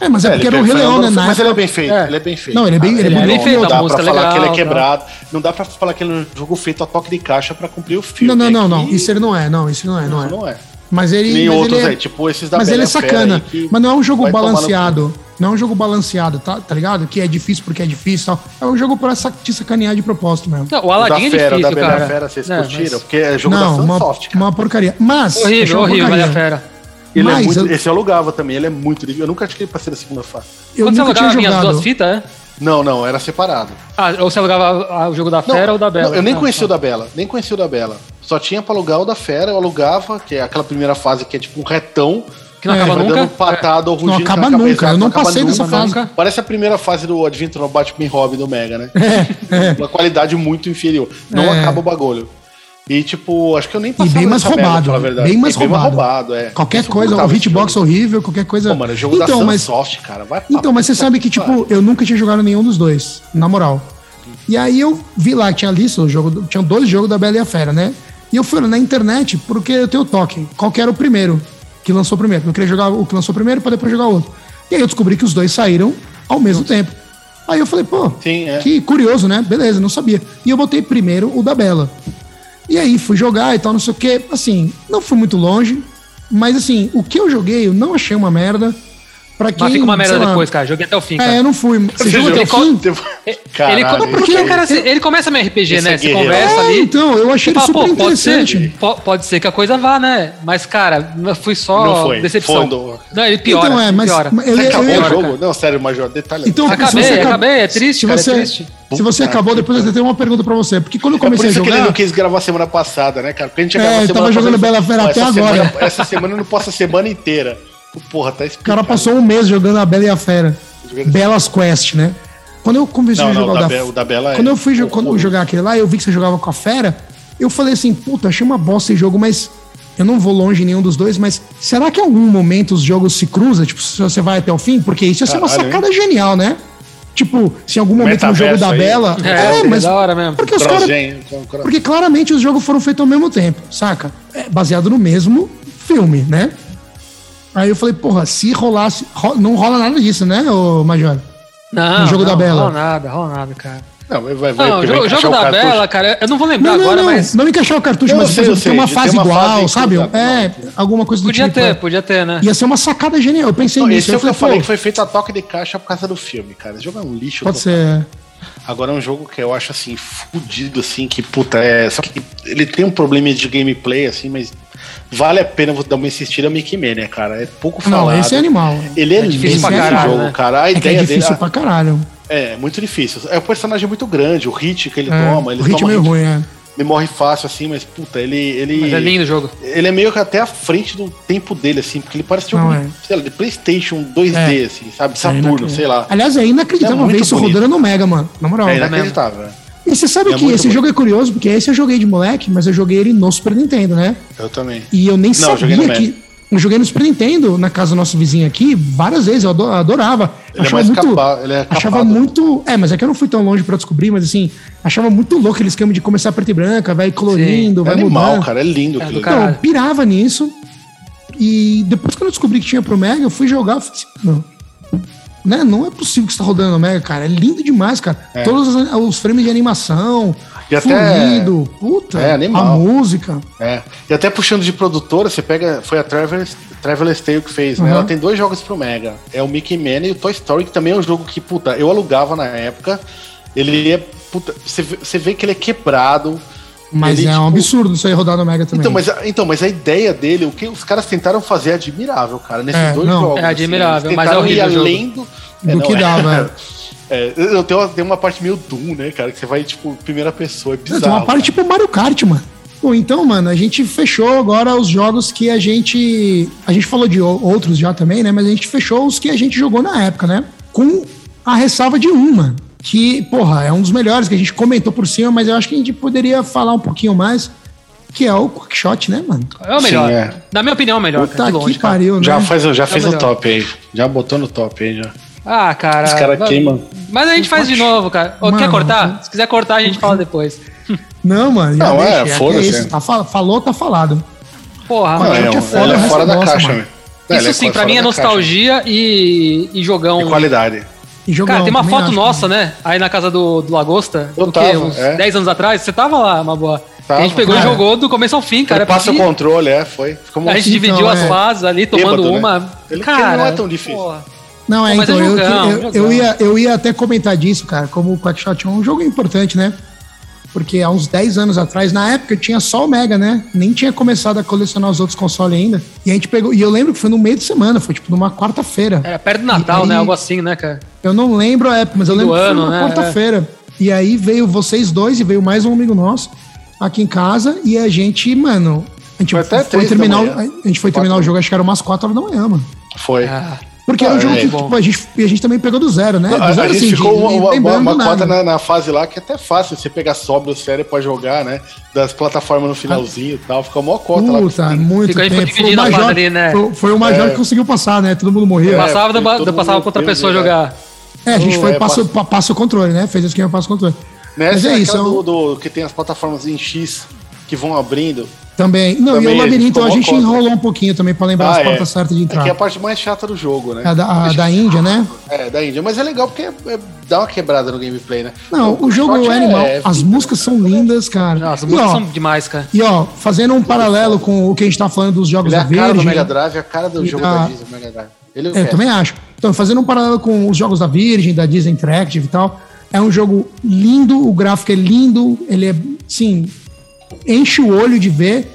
Speaker 1: É, mas é, porque era o
Speaker 2: ele
Speaker 1: Rei
Speaker 2: foi
Speaker 1: Leão, né?
Speaker 2: andando,
Speaker 1: na
Speaker 2: Mas
Speaker 1: época-
Speaker 2: ele é bem feito,
Speaker 3: É.
Speaker 2: ele é bem feito.
Speaker 1: Não, ele é bem- ele é
Speaker 2: não
Speaker 1: bem feito, a
Speaker 2: Não dá
Speaker 3: música
Speaker 2: pra
Speaker 3: é
Speaker 2: falar
Speaker 3: legal,
Speaker 2: que ele é
Speaker 3: tá.
Speaker 2: quebrado, não dá pra falar que ele é um jogo feito a toque de caixa pra cumprir o filme.
Speaker 1: Não, não,
Speaker 2: É
Speaker 1: não, não.
Speaker 2: que-
Speaker 1: Isso ele não é, não, isso não é, não
Speaker 2: não,
Speaker 1: é.
Speaker 2: é.
Speaker 1: Mas ele.
Speaker 2: Nem
Speaker 1: mas
Speaker 2: outros
Speaker 1: ele é-
Speaker 2: aí, tipo esses da
Speaker 1: Mas ele
Speaker 2: Bela
Speaker 1: é
Speaker 2: e a Fera
Speaker 1: sacana.
Speaker 2: aí que
Speaker 1: Mas não é um jogo
Speaker 2: vai tomar no cu.
Speaker 1: balanceado. Não é um jogo balanceado, tá, tá ligado? Que é difícil porque é difícil e tal. É um jogo pra sa- te sacanear de propósito mesmo.
Speaker 3: Não, o
Speaker 2: O da
Speaker 3: Aladdin é
Speaker 2: Fera,
Speaker 3: difícil,
Speaker 2: da Bela e a
Speaker 3: cara.
Speaker 2: Fera, vocês
Speaker 3: É, mas-
Speaker 2: curtiram? Porque é jogo da
Speaker 1: não, uma,
Speaker 2: Sunsoft, cara.
Speaker 1: uma porcaria. Mas. deixa eu
Speaker 3: Horrível,
Speaker 1: uma
Speaker 3: horrível, Bela e a
Speaker 1: porcaria.
Speaker 3: Fera.
Speaker 2: Ele é
Speaker 1: Mas
Speaker 2: muito-
Speaker 1: eu-
Speaker 2: Esse eu alugava também, ele é muito difícil. Eu nunca achei que ele passei da segunda fase.
Speaker 1: Eu
Speaker 3: Quando você
Speaker 1: nunca tinha
Speaker 3: alugava vinha as duas
Speaker 1: jogado.
Speaker 3: fitas, é?
Speaker 2: Não, não, era separado.
Speaker 3: Ah, ou você alugava ah, o jogo da Fera ou da Bela?
Speaker 2: não, eu nem
Speaker 3: Ah,
Speaker 2: conheci
Speaker 3: tá.
Speaker 2: o da Bela, nem conheci o da Bela. Só tinha pra alugar o da Fera, eu alugava, que é aquela primeira fase que é tipo um retão.
Speaker 3: Que não
Speaker 1: É,
Speaker 3: acaba
Speaker 2: vai
Speaker 3: nunca? É.
Speaker 2: dando patada ou rugindo.
Speaker 1: Não
Speaker 2: na
Speaker 1: acaba
Speaker 2: cabeça,
Speaker 1: nunca, eu não
Speaker 2: acaba
Speaker 1: passei dessa
Speaker 2: nunca.
Speaker 1: fase.
Speaker 2: Parece a primeira fase do Adventure no Batman Robin do Mega,
Speaker 3: [laughs]
Speaker 2: né?
Speaker 1: É, é.
Speaker 2: Uma qualidade muito inferior. Não
Speaker 1: É.
Speaker 2: acaba o bagulho. E tipo, acho que eu nem passava
Speaker 1: bem mais
Speaker 2: dessa merda,
Speaker 1: roubado, né?
Speaker 2: pra falar a verdade.
Speaker 1: bem mais
Speaker 2: E bem mais
Speaker 1: roubado.
Speaker 2: roubado, é.
Speaker 1: Qualquer
Speaker 2: Isso
Speaker 1: coisa,
Speaker 2: ocultava
Speaker 1: um
Speaker 2: esse
Speaker 1: hitbox
Speaker 2: jogo.
Speaker 1: horrível, qualquer coisa.
Speaker 2: Pô, mano, o jogo
Speaker 1: então,
Speaker 2: da
Speaker 1: mas,
Speaker 2: Sunsoft, cara, vai pra
Speaker 1: então, mas você
Speaker 2: puta
Speaker 1: sabe que,
Speaker 2: pariu.
Speaker 1: tipo, eu nunca tinha jogado nenhum dos dois, na moral. E aí eu vi lá que tinha lista, o jogo, do- tinha dois jogos da Bela e a Fera, né? E eu fui olhar na internet porque eu tenho toque. Qual que era o primeiro que lançou primeiro? Eu queria jogar o que lançou primeiro pra depois jogar o outro. E aí eu descobri que os dois saíram ao mesmo tempo. Aí eu falei, pô,
Speaker 2: Sim, é.
Speaker 1: que curioso, né? Beleza, não sabia. E eu botei primeiro o da Bela. E aí fui jogar e tal, não sei o que. Assim, não fui muito longe, mas assim, o que eu joguei, eu não achei uma merda. Pra quem,
Speaker 3: Mas fica uma merda
Speaker 1: sei lá,
Speaker 3: depois, cara. Joguei até o fim, cara. É,
Speaker 1: É, eu não fui. Você jogou até o
Speaker 2: Ele co-
Speaker 1: fim?
Speaker 3: ele,
Speaker 2: Caralho,
Speaker 3: come- porque,
Speaker 2: isso aí.
Speaker 3: cara, assim, ele começa meio RPG,
Speaker 2: Esse
Speaker 3: né?
Speaker 2: é
Speaker 3: Você
Speaker 2: guerreiro.
Speaker 3: conversa
Speaker 1: É,
Speaker 3: ali.
Speaker 1: então, eu
Speaker 3: você
Speaker 1: achei ele
Speaker 3: fala,
Speaker 1: super
Speaker 3: pô, pode
Speaker 1: interessante.
Speaker 3: ser, po- pode ser que a coisa vá, né? Mas, cara, foi só
Speaker 2: Não foi,
Speaker 3: decepção.
Speaker 2: foi do-
Speaker 3: Não, ele piora.
Speaker 1: Então, é, mas-
Speaker 3: piora.
Speaker 1: mas eu-
Speaker 2: Você
Speaker 1: eu-
Speaker 2: acabou
Speaker 1: eu-
Speaker 2: o
Speaker 1: cara.
Speaker 2: jogo? Não, sério, Major, detalhe.
Speaker 1: Então,
Speaker 3: Acabei,
Speaker 1: se você acaba-
Speaker 3: acabei, é triste,
Speaker 1: se
Speaker 3: cara, é
Speaker 1: você,
Speaker 3: triste.
Speaker 1: Se você
Speaker 2: Puta
Speaker 1: acabou,
Speaker 2: que
Speaker 1: depois eu tenho uma pergunta pra você. Porque quando eu
Speaker 2: É por
Speaker 1: comecei
Speaker 2: isso
Speaker 1: a
Speaker 2: que ele
Speaker 1: jogar.
Speaker 2: não quis gravar semana passada, né, cara? Porque a gente ia
Speaker 1: É,
Speaker 2: gravar
Speaker 1: ele
Speaker 2: semana
Speaker 1: tava jogando
Speaker 2: passada,
Speaker 1: Bela Fera
Speaker 2: "Pô,
Speaker 1: até
Speaker 2: essa
Speaker 1: agora."
Speaker 2: semana- essa semana eu não posso a semana inteira. Porra, tá
Speaker 1: O cara
Speaker 2: explicado.
Speaker 1: passou um mês jogando a Bela e a Fera.
Speaker 2: Jogando-
Speaker 1: Belas Quest, né? Quando eu comecei
Speaker 2: Não,
Speaker 1: a
Speaker 2: não,
Speaker 1: jogar o
Speaker 2: o da
Speaker 1: da,
Speaker 2: Be- o da Bela é
Speaker 1: Quando eu fui jo- quando eu
Speaker 2: horroroso.
Speaker 1: jogar aquele lá, eu vi que você jogava com a Fera. Eu falei assim, puta, achei uma bosta esse jogo, mas eu não vou longe em nenhum dos dois, mas será que em algum momento os jogos se cruzam? Tipo, se você vai até o fim? Porque isso ia ser uma
Speaker 2: Caralho, hein?
Speaker 1: sacada genial, né? Tipo, se em algum momento no jogo
Speaker 2: Metaverso
Speaker 1: da
Speaker 2: aí.
Speaker 1: Bela.
Speaker 3: É, seria da hora mesmo.
Speaker 1: Porque os caras
Speaker 2: Crossgen, cro-
Speaker 1: porque claramente os jogos foram feitos ao mesmo tempo, saca? É, baseado no mesmo filme, né? Aí eu falei, porra, se rolasse. ro- não rola nada disso, né, ô Major?
Speaker 3: Não,
Speaker 1: No jogo
Speaker 3: não,
Speaker 1: da Bela.
Speaker 3: Rola nada, rola nada, cara.
Speaker 2: Não, vai, vai,
Speaker 3: Não, o
Speaker 2: vai
Speaker 3: jogo,
Speaker 2: encaixar
Speaker 3: jogo
Speaker 2: o
Speaker 3: da
Speaker 2: cartucho.
Speaker 3: Bela, cara, eu não vou lembrar
Speaker 1: Não, não,
Speaker 3: agora,
Speaker 1: não.
Speaker 3: mas.
Speaker 1: Não encaixar o cartucho,
Speaker 2: Eu
Speaker 1: mas
Speaker 2: sei,
Speaker 1: por
Speaker 2: eu
Speaker 1: exemplo,
Speaker 2: sei,
Speaker 1: tem uma
Speaker 2: de ter
Speaker 1: fase
Speaker 2: uma
Speaker 1: igual,
Speaker 2: fase
Speaker 1: sabe?
Speaker 2: cruzada,
Speaker 1: É, alguma coisa do
Speaker 3: Podia
Speaker 1: tipo.
Speaker 3: ter,
Speaker 1: é.
Speaker 3: podia ter, né?
Speaker 1: Ia ser uma sacada genial. Eu pensei
Speaker 2: Não,
Speaker 1: nisso.
Speaker 2: esse é
Speaker 1: Eu
Speaker 2: o que eu
Speaker 1: falei,
Speaker 2: falei
Speaker 1: pô,
Speaker 2: que foi feito a toque de caixa por causa do filme, cara. Esse jogo é um lixo.
Speaker 1: pode
Speaker 2: total.
Speaker 1: ser.
Speaker 2: Agora é um jogo que eu acho assim, fudido, assim, que puta é. Só que ele tem um problema de gameplay, assim, mas vale a pena você dar uma insistida Mickey Man, né, cara? É pouco
Speaker 1: Não,
Speaker 2: falado.
Speaker 1: esse é animal.
Speaker 2: Ele é,
Speaker 3: É difícil
Speaker 2: lindo
Speaker 1: pra
Speaker 2: esse
Speaker 1: caralho,
Speaker 2: jogo,
Speaker 3: né?
Speaker 2: cara. A
Speaker 1: É que
Speaker 2: ideia
Speaker 1: é
Speaker 2: dele
Speaker 1: difícil pra caralho.
Speaker 2: é, é muito difícil. É, o personagem é muito grande, o hit que ele
Speaker 1: É,
Speaker 2: toma, ele
Speaker 1: o ritmo é
Speaker 2: toma
Speaker 1: meio
Speaker 2: hit-
Speaker 1: ruim, é.
Speaker 2: Ele morre fácil, assim, mas puta, ele. ele
Speaker 3: Mas é lindo o jogo.
Speaker 2: ele é meio que até à frente do tempo dele, assim, porque ele parece jogo,
Speaker 1: Não,
Speaker 2: de,
Speaker 1: é.
Speaker 2: sei lá, de Playstation 2D, assim, sabe? Saturno,
Speaker 1: É
Speaker 2: sei lá.
Speaker 1: Aliás, é
Speaker 2: É
Speaker 1: inacreditável
Speaker 2: muito
Speaker 1: ver isso
Speaker 2: bonito.
Speaker 1: rodando no Mega, mano. Na moral.
Speaker 2: É
Speaker 1: né?
Speaker 2: inacreditável. né?
Speaker 1: E você sabe
Speaker 2: É
Speaker 1: que
Speaker 2: muito
Speaker 1: esse
Speaker 2: bom.
Speaker 1: jogo é curioso, porque esse eu joguei de moleque, mas eu joguei ele no Super Nintendo, né?
Speaker 2: Eu também.
Speaker 1: E eu nem
Speaker 2: Não, eu
Speaker 1: sabia
Speaker 2: joguei no
Speaker 1: que. Eu joguei no Super Nintendo, na casa do nosso vizinho aqui, várias vezes, eu ado- adorava.
Speaker 2: Ele é mais capa- ele é
Speaker 1: achava
Speaker 2: capado.
Speaker 1: muito. É, mas é que eu não fui tão longe pra descobrir, mas assim, achava muito louco aquele esquema de começar preto e branca, vai colorindo,
Speaker 2: é
Speaker 1: vai
Speaker 2: animal,
Speaker 1: mudando.
Speaker 2: cara. É lindo.
Speaker 3: É
Speaker 2: aquilo.
Speaker 3: do
Speaker 1: Então, eu
Speaker 3: Caralho.
Speaker 1: pirava nisso. E depois que eu descobri que tinha pro Mega, eu fui jogar. Eu falei assim, não. Né? Não é possível que você tá rodando no Mega, cara. É lindo demais, cara. Todos os, os frames de animação,
Speaker 2: É. E até-
Speaker 1: fluido, puta,
Speaker 2: É, animal.
Speaker 1: a música.
Speaker 2: É. E até puxando de produtora, você pega. Foi a Travelers, Traveler's Tale que fez, né?
Speaker 1: Uhum.
Speaker 2: Ela tem dois jogos pro Mega. É o Mickey Man e o Toy Story, que também é um jogo que, puta, eu alugava na época. Ele é. Puta, você vê, você vê que ele é quebrado.
Speaker 1: Mas
Speaker 2: ele,
Speaker 1: é um
Speaker 2: tipo,
Speaker 1: absurdo isso aí rodar no Mega também.
Speaker 2: Então mas, a- então, mas a ideia dele, o que os caras tentaram fazer é admirável, cara, nesses
Speaker 1: É,
Speaker 2: dois
Speaker 1: não.
Speaker 2: jogos. assim,
Speaker 3: É admirável,
Speaker 2: eles
Speaker 3: mas é
Speaker 2: tentaram ir
Speaker 3: horrível o jogo.
Speaker 2: além do,
Speaker 1: Do que
Speaker 2: é.
Speaker 1: dava.
Speaker 2: [laughs] É, eu tenho, tem uma parte meio Doom, né, cara? Que você vai, tipo, primeira pessoa, é
Speaker 1: Não,
Speaker 2: bizarro.
Speaker 1: Tem uma parte
Speaker 2: cara.
Speaker 1: tipo Mario Kart, mano. Bom, então, mano, a gente fechou agora os jogos que a gente. A gente falou de o- outros já também, né? Mas a gente fechou os que a gente jogou na época, né? Com a ressalva de uma. Que, porra, é um dos melhores que a gente comentou por cima, mas eu acho que a gente poderia falar um pouquinho mais, que é o Quackshot, né, mano?
Speaker 3: É o melhor.
Speaker 2: Sim, é.
Speaker 3: Na minha opinião, é o melhor.
Speaker 1: Puta
Speaker 3: Cara, de longe,
Speaker 1: que
Speaker 3: cara.
Speaker 1: pariu, né?
Speaker 2: Já, faz, já fez
Speaker 3: Tá melhor.
Speaker 2: o top aí. Já botou no top aí, já.
Speaker 3: Ah, cara.
Speaker 2: Os caras
Speaker 3: vai-
Speaker 2: queimam.
Speaker 3: Mas a gente faz de novo, cara. Ô, quer
Speaker 1: Mano,
Speaker 3: cortar? Se quiser cortar, a gente fala depois.
Speaker 1: Não, mano, já
Speaker 2: Não, é,
Speaker 1: que
Speaker 2: foda-se.
Speaker 1: isso. Tá, fal- falou, tá falado.
Speaker 3: Foda,
Speaker 2: Não,
Speaker 1: Quackshot
Speaker 2: é,
Speaker 1: é
Speaker 2: um-
Speaker 1: foda,
Speaker 2: ele é
Speaker 1: mas
Speaker 2: fora
Speaker 1: você
Speaker 2: da
Speaker 1: gosta,
Speaker 2: caixa,
Speaker 1: mano.
Speaker 2: velho. É, ele
Speaker 3: Isso
Speaker 2: é
Speaker 3: sim,
Speaker 2: fora-
Speaker 3: pra
Speaker 2: fora
Speaker 3: mim é
Speaker 2: da caixa.
Speaker 3: nostalgia um e, e jogão.
Speaker 2: E qualidade.
Speaker 1: E jogão,
Speaker 3: Cara, tem uma
Speaker 1: também
Speaker 3: foto
Speaker 1: acho. é.
Speaker 3: nossa, né? Aí na casa do, do Lagosta.
Speaker 2: Eu
Speaker 3: do
Speaker 2: tava,
Speaker 3: Uns
Speaker 2: é.
Speaker 3: 10 anos atrás. Você tava lá, uma boa.
Speaker 2: Tava,
Speaker 3: a gente pegou
Speaker 1: cara.
Speaker 3: e jogou do começo ao fim, cara.
Speaker 2: ele passa o
Speaker 3: porque
Speaker 2: controle, é, foi. Ficou
Speaker 3: A gente
Speaker 1: Então,
Speaker 3: dividiu as
Speaker 1: é.
Speaker 3: fases ali, tomando
Speaker 2: Bêbado, né?
Speaker 3: uma.
Speaker 2: Ele-
Speaker 3: cara,
Speaker 2: ele não é tão difícil.
Speaker 3: porra.
Speaker 1: Não, é,
Speaker 3: Pô, mas
Speaker 1: então,
Speaker 3: é
Speaker 1: eu,
Speaker 3: jogão,
Speaker 1: eu,
Speaker 3: jogão.
Speaker 1: eu ia, eu ia até comentar disso, cara, como o Quackshot é um jogo importante, né? Porque há uns 10 anos atrás, na época, eu tinha só o Mega, né? Nem tinha começado a colecionar os outros consoles ainda. E a gente pegou. E eu lembro que foi no meio de semana, foi tipo numa quarta-feira.
Speaker 3: Era perto do Natal,
Speaker 1: E-
Speaker 3: né? Algo assim, né, cara?
Speaker 1: Eu não lembro a época, mas eu
Speaker 3: Do
Speaker 1: lembro que foi
Speaker 3: ano,
Speaker 1: numa
Speaker 3: né?
Speaker 1: quarta-feira. E aí veio vocês dois e veio mais um amigo nosso aqui em casa. E a gente, mano. A gente
Speaker 2: Foi
Speaker 1: foi,
Speaker 2: até três da
Speaker 1: terminar, o-
Speaker 2: manhã.
Speaker 1: a gente foi terminar o jogo, acho que era umas 4 horas da manhã, mano.
Speaker 2: [laughs] Foi.
Speaker 3: Ah,
Speaker 1: Porque
Speaker 2: Ah,
Speaker 1: é um jogo
Speaker 2: é,
Speaker 1: que
Speaker 3: bom.
Speaker 1: tipo, a, gente, e a gente também pegou do zero, né? Do
Speaker 2: A, a
Speaker 1: zero,
Speaker 2: gente
Speaker 1: assim, de-
Speaker 2: ficou uma,
Speaker 1: nem
Speaker 2: uma, uma,
Speaker 1: lembrando
Speaker 2: uma
Speaker 1: nada.
Speaker 2: cota na, na fase lá que é até fácil. Você pegar sobre o sério pra jogar, né? Das plataformas no finalzinho e tal. Ficou a maior cota lá.
Speaker 1: Puta, né? muito
Speaker 3: Ficou- a gente
Speaker 1: tempo.
Speaker 3: foi
Speaker 1: Foi o
Speaker 3: dividindo a
Speaker 1: Major,
Speaker 3: quadra ali, né?
Speaker 1: foi, foi o Major
Speaker 2: É.
Speaker 1: que conseguiu passar, né? Todo mundo morreu. É,
Speaker 3: passava,
Speaker 2: foi
Speaker 3: da-
Speaker 2: todo
Speaker 3: passava
Speaker 2: mundo
Speaker 3: contra a
Speaker 2: perdeu,
Speaker 3: pessoa
Speaker 2: né?
Speaker 3: jogar.
Speaker 1: a gente foi,
Speaker 2: é,
Speaker 1: passa,
Speaker 2: passa-
Speaker 1: pa- passa o controle, né? Fez o esquema, passa o controle. Mas
Speaker 2: Nessa
Speaker 1: é
Speaker 2: é
Speaker 1: isso, é
Speaker 2: aquela
Speaker 1: um-
Speaker 2: do, do que tem as plataformas em X que vão abrindo.
Speaker 1: também. Não,
Speaker 2: Também
Speaker 1: e o
Speaker 2: a gente
Speaker 1: labirinto a
Speaker 2: tomou
Speaker 1: gente
Speaker 2: conta.
Speaker 1: enrolou um pouquinho também pra lembrar as portas certas de
Speaker 2: É que é a
Speaker 1: entrar.
Speaker 2: parte mais chata do jogo, né?
Speaker 1: A da, a
Speaker 2: Deixa-
Speaker 1: da Índia, né?
Speaker 2: É, da Índia. Mas é legal porque é- é- dá uma quebrada no gameplay, né?
Speaker 1: Não, o jogo
Speaker 2: shot
Speaker 1: é animal. As
Speaker 2: vida,
Speaker 1: músicas são lindas, cara.
Speaker 3: Não, As
Speaker 1: E,
Speaker 3: músicas
Speaker 1: ó,
Speaker 3: são demais, cara.
Speaker 1: E ó, fazendo um paralelo com o que a gente tá falando dos jogos
Speaker 2: Ele
Speaker 1: da
Speaker 2: é a cara do
Speaker 1: Virgem.
Speaker 2: Mega Drive, é a cara do
Speaker 1: E
Speaker 2: jogo
Speaker 1: da-
Speaker 2: da Disney, Mega Drive. Ele
Speaker 1: É,
Speaker 2: é.
Speaker 1: Eu também acho. Então, fazendo um paralelo com os jogos da Virgin, da Disney Interactive e tal, é um jogo lindo, o gráfico é lindo, ele é, sim, enche o olho de ver.